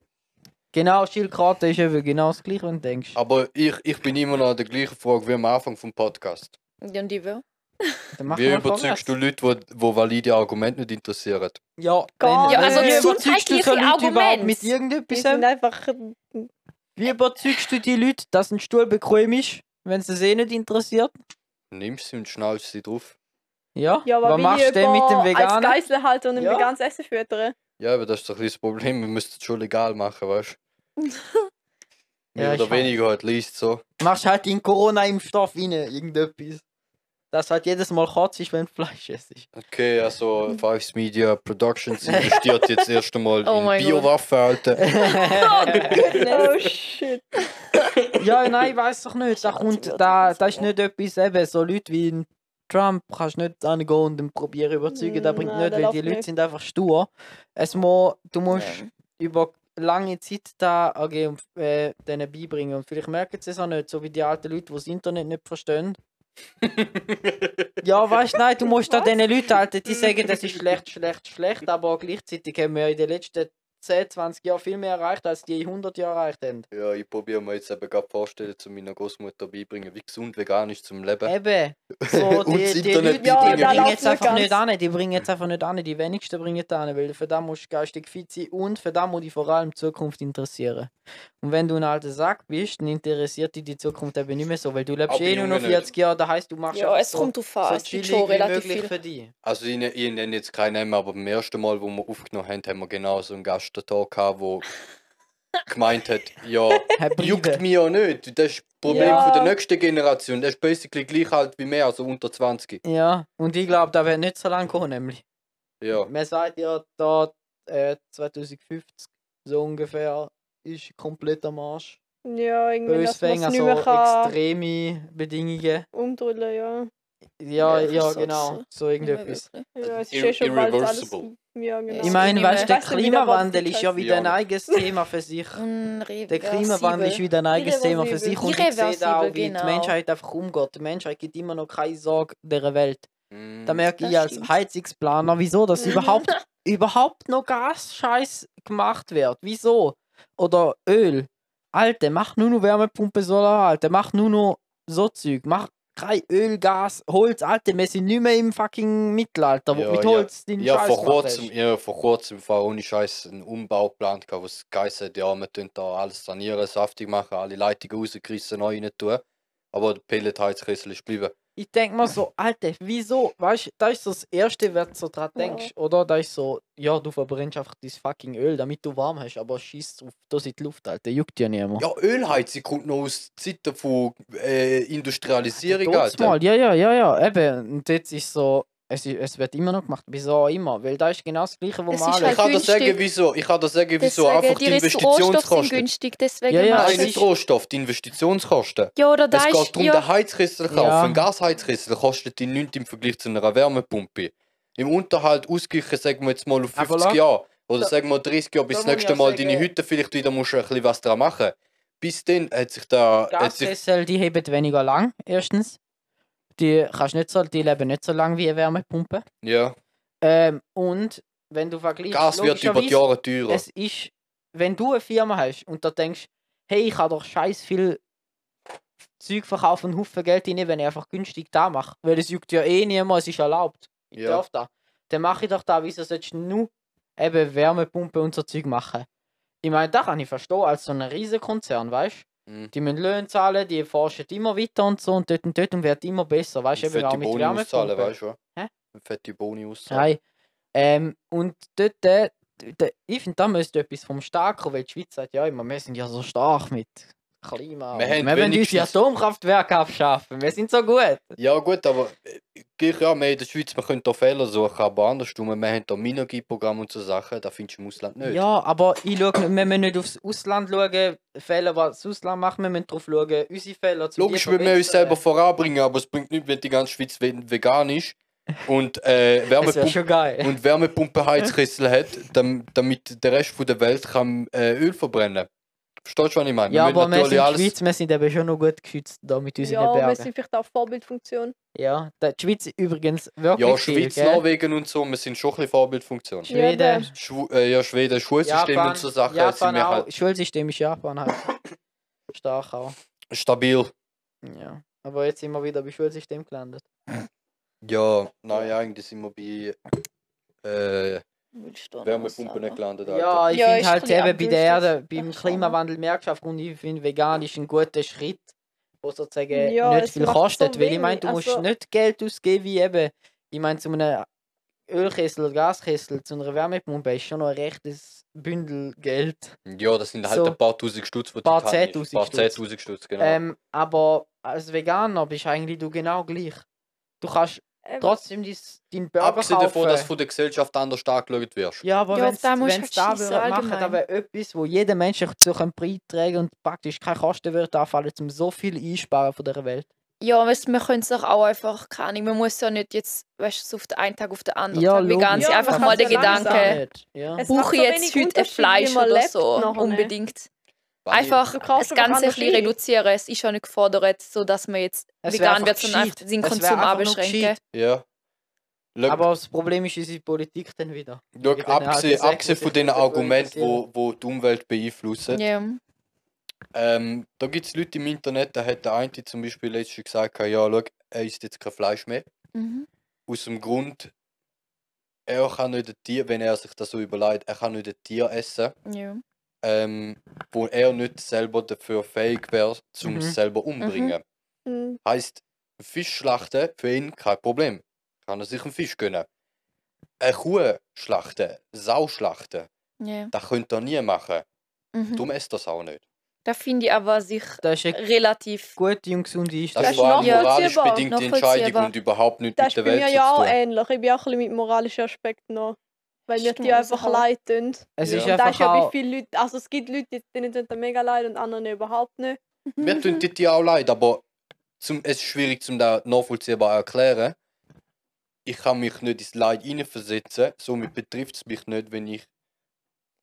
Speaker 1: Genau, Schildkröte ist eben genau das gleiche, wenn du denkst.
Speaker 2: Aber ich, ich bin immer noch an der gleichen Frage wie am Anfang vom Podcast.
Speaker 3: Ja, und die will.
Speaker 1: Dann mach
Speaker 2: Wie
Speaker 1: mal
Speaker 2: überzeugst
Speaker 1: vorwärts.
Speaker 2: du Leute, wo, wo valide Argumente nicht interessieren?
Speaker 1: Ja,
Speaker 4: Gar
Speaker 1: wenn-
Speaker 4: nicht. Ja, also
Speaker 1: wie überzeugst du so
Speaker 3: gesundheitliche
Speaker 1: Leute überhaupt
Speaker 3: Argumente.
Speaker 1: mit
Speaker 4: die
Speaker 1: irgendetwas?
Speaker 4: sind einfach.
Speaker 1: Wie überzeugst du die Leute, dass ein Stuhl bequem ist, wenn es eh nicht interessiert?
Speaker 2: Nimmst sie und schnallst sie drauf.
Speaker 1: Ja,
Speaker 4: Ja, aber
Speaker 1: was
Speaker 4: wie
Speaker 1: machst du denn mit dem
Speaker 4: jemand Als
Speaker 1: Veganer?
Speaker 4: Geißel halten und ein
Speaker 1: Ja.
Speaker 4: veganes Essen füttern.
Speaker 2: Ja, aber das ist doch ein bisschen das Problem. Wir müssen es schon legal machen, weißt du? Mehr
Speaker 1: Ja, ich
Speaker 2: oder
Speaker 1: weiß.
Speaker 2: weniger halt liest so.
Speaker 1: Machst halt in Corona-Impfstoff rein, irgendetwas. Das halt jedes Mal kotzt, ist, wenn Fleisch es ist.
Speaker 2: Okay, also
Speaker 1: Mhm.
Speaker 2: Fives Media Productions investiert jetzt erst einmal
Speaker 3: Oh mein
Speaker 2: in Biowaffen, Alter.
Speaker 4: oh shit.
Speaker 1: ja, nein, ich weiß doch nicht. Da, kommt, da, da ist nicht etwas eben. So Leute wie ein Trump kannst du nicht angehen und ihn probieren überzeugen. Das bringt
Speaker 4: Mm, Nein,
Speaker 1: nicht,
Speaker 4: das
Speaker 1: weil die
Speaker 4: läuft
Speaker 1: Leute
Speaker 4: nicht.
Speaker 1: sind einfach stur. Es muss, du musst
Speaker 3: Ja.
Speaker 1: über lange Zeit da angehen und äh, denen beibringen. Und vielleicht merken sie es auch nicht, so wie die alten Leute, die das Internet nicht verstehen. ja, weißt du, nein, du musst da diesen Leuten, Alter, die sagen, das ist schlecht, schlecht, schlecht, aber gleichzeitig haben wir in den letzten 10, 20 Jahren viel mehr erreicht, als die in 100 Jahren erreicht haben.
Speaker 2: Ja, ich probiere mir jetzt eben gerade vorstellen, zu meiner Großmutter beibringen, wie gesund vegan ist zum Leben.
Speaker 1: Eben. So,
Speaker 2: Und das
Speaker 1: die, die
Speaker 2: Internet
Speaker 1: Leute, die,
Speaker 4: bringen Ja,
Speaker 1: bringen
Speaker 4: nicht.
Speaker 1: jetzt einfach
Speaker 4: ganz.
Speaker 1: nicht an, die bringen jetzt einfach nicht an, die wenigsten bringen es an, weil für das musst du geistig fit sein und für das muss dich vor allem die Zukunft interessieren. Und wenn du ein alter Sack bist, dann interessiert dich die Zukunft eben nicht mehr so, weil du lebst
Speaker 2: Aber
Speaker 1: eh nur
Speaker 2: Junge
Speaker 1: noch
Speaker 2: nicht.
Speaker 1: 40 Jahre, das heisst, du machst
Speaker 3: Ja,
Speaker 1: einfach
Speaker 3: es
Speaker 1: so,
Speaker 3: kommt auf an.
Speaker 1: so
Speaker 3: Es
Speaker 1: chillig
Speaker 3: gibt schon
Speaker 1: wie
Speaker 3: relativ
Speaker 1: möglich
Speaker 3: viel.
Speaker 1: für dich.
Speaker 2: Also ich, ne- ich nenne jetzt keinen Namen, aber beim ersten Mal, wo wir aufgenommen haben, haben wir genau so einen Gast da gehabt, der gemeint hat, ja, juckt mich ja nicht. Das ist das Problem
Speaker 1: Ja.
Speaker 2: von der nächsten Generation. Das ist basically gleich alt wie mehr, also unter 20.
Speaker 1: Ja, und ich glaube, da wird nicht so lange kommen, nämlich.
Speaker 2: Ja.
Speaker 1: Man sagt ja, da äh, 2050 so ungefähr ist komplett am Arsch.
Speaker 4: Ja, irgendwie, dass man
Speaker 1: Bösfänger,
Speaker 4: es nicht
Speaker 1: also
Speaker 4: mehr kann.
Speaker 1: extreme Bedingungen.
Speaker 4: Umdrüllen, ja.
Speaker 1: Ja,
Speaker 3: Ja,
Speaker 1: ja,
Speaker 3: so-
Speaker 1: genau.
Speaker 3: so.
Speaker 1: So irgendetwas.
Speaker 4: Ja, es ist
Speaker 2: Also Ir-
Speaker 4: eh schon bald alles.
Speaker 2: irreversible.
Speaker 4: Ja, genau.
Speaker 1: Ich meine,
Speaker 3: Ja.
Speaker 1: weißt du, der
Speaker 4: Weißt du, wie der
Speaker 1: Klimawandel
Speaker 4: Wandel
Speaker 1: ist ja
Speaker 4: heißt?
Speaker 1: wieder ein
Speaker 2: Ja.
Speaker 1: eigenes Thema für sich.
Speaker 3: Hm,
Speaker 1: Der Klimawandel ist wieder ein eigenes Thema für sich und ich sehe da auch,
Speaker 3: Irreversibel,
Speaker 1: wie die
Speaker 3: genau.
Speaker 1: Menschheit einfach umgeht. Die Menschheit gibt immer noch keine Sorge der Welt.
Speaker 2: Mm,
Speaker 1: Mhm. Da merke
Speaker 3: das
Speaker 1: ich als
Speaker 3: stimmt.
Speaker 1: Heizungsplaner, wieso das
Speaker 4: Mhm.
Speaker 1: überhaupt, überhaupt noch Gasscheiß gemacht wird. Wieso? Oder Öl. Alte, mach nur noch Wärmepumpe, Solar, Alte, mach nur noch so Zeug. Mach kein Öl, Gas, Holz, Alte, wir sind nicht mehr im fucking Mittelalter, wo
Speaker 2: Ja,
Speaker 1: du mit
Speaker 2: ja.
Speaker 1: Holz den
Speaker 2: ja,
Speaker 1: Scheiß
Speaker 2: vor
Speaker 1: gemacht
Speaker 2: kurzem,
Speaker 1: hast.
Speaker 2: ja, vor kurzem war ohne Scheiß ein Umbauplan, gehabt, wo es geheißen hat, ja, wir tun da alles sanieren, saftig machen, alle Leitungen rausgerissen, neu rein tun. Aber der Pelletheizkessel ist geblieben.
Speaker 1: ich denke mal so, Alter, wieso? Weißt du, da ist so das Erste, was du so dran
Speaker 4: Ja.
Speaker 1: denkst, oder? Da ist so, ja, du verbrennst einfach dein fucking Öl, damit du warm hast, aber schießt auf das in die Luft, Alter, juckt ja niemand.
Speaker 2: Ja, Ölheizung kommt noch aus Zeiten von äh, Industrialisierung.
Speaker 1: Trotz
Speaker 2: Alter.
Speaker 1: mal, ja, ja, ja, ja, eben. Und jetzt ist so, es, i- es wird immer noch gemacht, wieso auch immer, weil da ist genau das Gleiche, wo
Speaker 3: Es
Speaker 1: man
Speaker 3: ist
Speaker 1: alle.
Speaker 2: Ich
Speaker 3: halt-
Speaker 2: kann dir
Speaker 3: günstig.
Speaker 2: sagen, wieso. Ich kann dir sagen, wieso
Speaker 3: Deswegen,
Speaker 2: einfach die
Speaker 3: die Rohstoffe sind
Speaker 2: Investitionskosten.
Speaker 3: günstig, deswegen
Speaker 1: Ja, ja,
Speaker 2: Nein,
Speaker 1: es
Speaker 3: machst du
Speaker 2: nicht
Speaker 1: ist-
Speaker 3: es.
Speaker 2: Rohstoff, die Investitionskosten.
Speaker 3: Ja, oder
Speaker 2: Es
Speaker 3: da
Speaker 2: geht
Speaker 3: ist...
Speaker 2: darum,
Speaker 3: Ja,
Speaker 2: den Heizkessel kaufen.
Speaker 1: Ja.
Speaker 2: Ein Gasheizkessel kostet die nichts im Vergleich zu einer Wärmepumpe. Im Unterhalt ausgleichen, sagen wir jetzt mal auf
Speaker 1: Aber
Speaker 2: 50
Speaker 1: schau,
Speaker 2: Jahre. Oder
Speaker 1: da-
Speaker 2: sagen wir 30 Jahre, bis
Speaker 1: da
Speaker 2: das
Speaker 1: muss
Speaker 2: nächste
Speaker 1: ich auch
Speaker 2: Mal
Speaker 1: sagen-
Speaker 2: deine Hütte vielleicht wieder musst du ein bisschen was dran machen. Bis dann hat sich da. Hat sich,
Speaker 1: Gaskessel, die heben weniger lang, erstens. Die, kannst nicht so, die leben nicht so lang wie eine Wärmepumpe.
Speaker 2: ja.
Speaker 1: Ähm, und wenn du vergleichst.
Speaker 2: Gas wird über die
Speaker 1: logischerweise-
Speaker 2: Jahre teurer.
Speaker 1: Es ist, wenn du eine Firma hast und da denkst, hey, ich kann doch scheiß viel Zeug verkaufen, einen Haufen Geld rein, wenn ich einfach günstig da mache. Weil es juckt ja eh niemand, es ist erlaubt. Ich
Speaker 2: Ja.
Speaker 1: darf da. Dann mache ich doch da, wieso sollst du nur eben Wärmepumpe und so Zeug machen? Ich meine, da kann ich verstehen, als so ein riesen Konzern, weißt du?
Speaker 2: Mhm.
Speaker 1: Die müssen Löhne zahlen, die forschen immer weiter und so und dort und dort und wird immer besser, weißt du?
Speaker 2: Und
Speaker 1: Eben auch
Speaker 2: Fette
Speaker 1: mit
Speaker 2: Boni auszahlen,
Speaker 1: Wärmepumpe.
Speaker 2: weißt du?
Speaker 1: Hä?
Speaker 2: Und Fette Boni auszahlen.
Speaker 1: Nein. Ähm, und dort, äh, d- d- ich finde, da müsste etwas vom Staat kommen, weil die Schweiz sagt, ja immer, wir sind ja so stark mit Klima.
Speaker 2: Wir
Speaker 1: und wir
Speaker 2: haben
Speaker 1: wollen unsere
Speaker 2: wenigstens-
Speaker 1: Atomkraftwerke abschaffen, wir sind so gut.
Speaker 2: Ja gut, aber äh, gleich ja, wir in der Schweiz, wir können da Fehler suchen, aber andersrum, wir haben da Minergieprogramme und so Sachen, das findest du im Ausland nicht.
Speaker 1: Ja, aber ich schau, nicht- wir müssen nicht aufs Ausland schauen, Fehler, was das Ausland macht, wir müssen drauf schauen, unsere Fehler zu
Speaker 2: Logisch, wenn wir uns selber voranbringen, aber es bringt nichts, wenn die ganze Schweiz we- vegan ist und äh,
Speaker 1: Das wäre
Speaker 2: Wärmepumpe
Speaker 1: schon geil.
Speaker 2: und Wärmepumpenheizkessel hat, dam- damit der Rest von der Welt kann äh, Öl verbrennen. Verstehst du, was ich meine?
Speaker 1: Ja,
Speaker 2: müssen
Speaker 1: aber wir sind
Speaker 2: natürlich
Speaker 1: die Schweiz, wir sind eben schon noch gut geschützt da mit unseren
Speaker 4: Ja, wir
Speaker 1: Bergen.
Speaker 4: sind vielleicht auch Vorbildfunktion.
Speaker 1: Ja, da- die Schweiz übrigens wirklich
Speaker 2: Ja,
Speaker 1: viel,
Speaker 2: Schweiz,
Speaker 1: gell?
Speaker 2: Norwegen und so, wir sind schon ein bisschen Vorbildfunktion.
Speaker 4: Ja,
Speaker 1: Schweden,
Speaker 4: eben.
Speaker 2: Schw äh, ja, Schweden, Schulsystem und so Sachen sind
Speaker 1: Japan
Speaker 2: wir
Speaker 1: auch.
Speaker 2: halt
Speaker 1: Schulsystem ist Japan halt stark auch.
Speaker 2: stabil.
Speaker 1: Ja. Aber jetzt sind wir wieder bei Schulsystem gelandet.
Speaker 2: Ja, nein, eigentlich sind wir bei äh,
Speaker 3: Willst du noch
Speaker 2: Wärmepumpen
Speaker 3: was
Speaker 2: nicht
Speaker 3: sagen?
Speaker 2: gelandet.
Speaker 1: Ja, ich
Speaker 3: Ja,
Speaker 1: finde
Speaker 3: ist
Speaker 1: halt
Speaker 3: ein bisschen
Speaker 1: eben bei der
Speaker 3: abgedriftet.
Speaker 1: Erde,
Speaker 3: Ja,
Speaker 1: beim
Speaker 3: schon.
Speaker 1: Klimawandel merkst du einfach, und ich finde vegan ist ein guter Schritt, wo sozusagen
Speaker 4: Ja,
Speaker 1: nicht
Speaker 4: es
Speaker 1: viel
Speaker 4: macht
Speaker 1: kostet.
Speaker 4: so
Speaker 1: weil ich meine, du
Speaker 4: wenig,
Speaker 1: musst
Speaker 4: also-
Speaker 1: nicht Geld ausgeben wie eben, ich meine, zu einem Ölkessel oder Gaskessel, zu einer Wärmepumpe ist schon noch ein rechtes Bündel Geld.
Speaker 2: Alter. ja, das sind halt
Speaker 1: So.
Speaker 2: ein paar tausend Stutz, die
Speaker 1: Paar
Speaker 2: du kannst.
Speaker 1: zehntausend
Speaker 2: paar
Speaker 1: Stutz.
Speaker 2: zehntausend Stutz, genau.
Speaker 1: Ähm, aber als Veganer bist eigentlich du genau gleich. Du kannst
Speaker 4: Ähm,
Speaker 1: trotzdem dies, deinen Burger
Speaker 2: Abgesehen
Speaker 1: kaufen.
Speaker 2: davon, dass du von der Gesellschaft anders angeschaut wirst.
Speaker 1: ja, aber
Speaker 3: Ja,
Speaker 1: wenn es
Speaker 3: da
Speaker 1: da
Speaker 3: musst du halt scheissen,
Speaker 1: machen,
Speaker 3: allgemein.
Speaker 1: dann wäre etwas, wo jeder Mensch sich dazu kann beitragen und praktisch keine Kosten wird anfallen, um so viel einsparen von der Welt.
Speaker 3: Ja, weißt, du, man könnte es auch einfach, keine Ahnung, man muss ja nicht jetzt, weißt du, es auf den einen Tag auf den anderen Tag, wie ganz
Speaker 4: Ja,
Speaker 3: einfach
Speaker 4: man
Speaker 3: mal
Speaker 4: kann
Speaker 3: den
Speaker 4: es ja langsam
Speaker 3: Gedanken,
Speaker 1: Ja.
Speaker 4: Es macht
Speaker 3: brauche ich
Speaker 4: so
Speaker 3: jetzt
Speaker 4: wenig
Speaker 3: heute ein
Speaker 4: Unterschied, wie
Speaker 3: Fleisch
Speaker 4: man
Speaker 3: oder
Speaker 4: lebt
Speaker 3: so,
Speaker 4: nachher, ne?
Speaker 3: unbedingt.
Speaker 2: Weil ich-
Speaker 3: Einfach
Speaker 4: Du kaufst
Speaker 3: das
Speaker 4: einfach
Speaker 3: Ganze ein
Speaker 4: anders
Speaker 3: bisschen
Speaker 4: ein.
Speaker 3: reduzieren, es ist ja nicht gefordert, so dass man jetzt
Speaker 1: Es wär
Speaker 3: vegan
Speaker 1: einfach
Speaker 3: wird, sondern einfach
Speaker 1: gescheit.
Speaker 3: seinen
Speaker 1: Es wär
Speaker 3: Konsum
Speaker 1: einfach nur
Speaker 3: abbeschränken.
Speaker 1: gescheit.
Speaker 2: Ja. Schau,
Speaker 1: Aber halt das Problem ist unsere Politik dann wieder.
Speaker 2: schau,
Speaker 1: wegen den
Speaker 2: abgesehen,
Speaker 1: alten
Speaker 2: abgesehen von
Speaker 1: Säcken,
Speaker 2: den
Speaker 1: die sich
Speaker 2: Argumenten,
Speaker 1: interessieren.
Speaker 2: wo, wo die Umwelt beeinflussen,
Speaker 3: Ja.
Speaker 2: ähm, da gibt es Leute im Internet, da hat der eine zum Beispiel letztens gesagt, ja, schau, er isst jetzt kein Fleisch mehr.
Speaker 3: Mhm.
Speaker 2: aus dem Grund, er kann nicht ein Tier, wenn er sich das so überlegt, er kann nicht ein Tier essen,
Speaker 3: Ja.
Speaker 2: ähm, wo er nicht selber dafür fähig wäre, zum
Speaker 1: Mhm.
Speaker 2: selber umbringen.
Speaker 4: Hm,
Speaker 2: Heißt, Fisch schlachten für ihn kein Problem. Kann er sich einen Fisch gönnen. Eine Kuh schlachten, Sau schlachten,
Speaker 3: Ja.
Speaker 2: das könnte er nie machen.
Speaker 3: Mhm.
Speaker 2: Darum esst er es auch nicht.
Speaker 3: Da finde ich aber sich
Speaker 1: Das ist eine
Speaker 3: relativ.
Speaker 1: gute und gesunde
Speaker 2: Das
Speaker 4: Das
Speaker 2: ist
Speaker 4: ist
Speaker 1: Einstellung.
Speaker 2: vor allem
Speaker 4: nachvollziehbar,
Speaker 2: moralisch bedingte
Speaker 3: nachvollziehbar.
Speaker 2: Entscheidung und überhaupt nicht
Speaker 4: Das
Speaker 2: mit
Speaker 4: ist bei
Speaker 2: der Welt
Speaker 4: mir
Speaker 2: zu
Speaker 4: ja auch
Speaker 2: tun.
Speaker 4: ähnlich. Ich bin auch ein bisschen mit moralischen Aspekten noch. Weil mir
Speaker 3: Stimmt,
Speaker 4: die einfach
Speaker 3: raushauen.
Speaker 4: leid tun.
Speaker 1: Es
Speaker 2: Ja.
Speaker 1: ist
Speaker 2: Und
Speaker 4: Und das ist
Speaker 1: einfach
Speaker 4: ja bei
Speaker 1: auch...
Speaker 4: vielen Leuten. Also es gibt Leute, denen tut das mega leid und anderen überhaupt nicht.
Speaker 2: Mir Mhm.
Speaker 3: Mhm.
Speaker 4: Mhm.
Speaker 2: tun die Tiere auch leid, aber zum, es ist schwierig, zum da nachvollziehbar erklären. Ich kann mich nicht ins Leid hineinversetzen, somit betrifft es mich nicht, wenn ich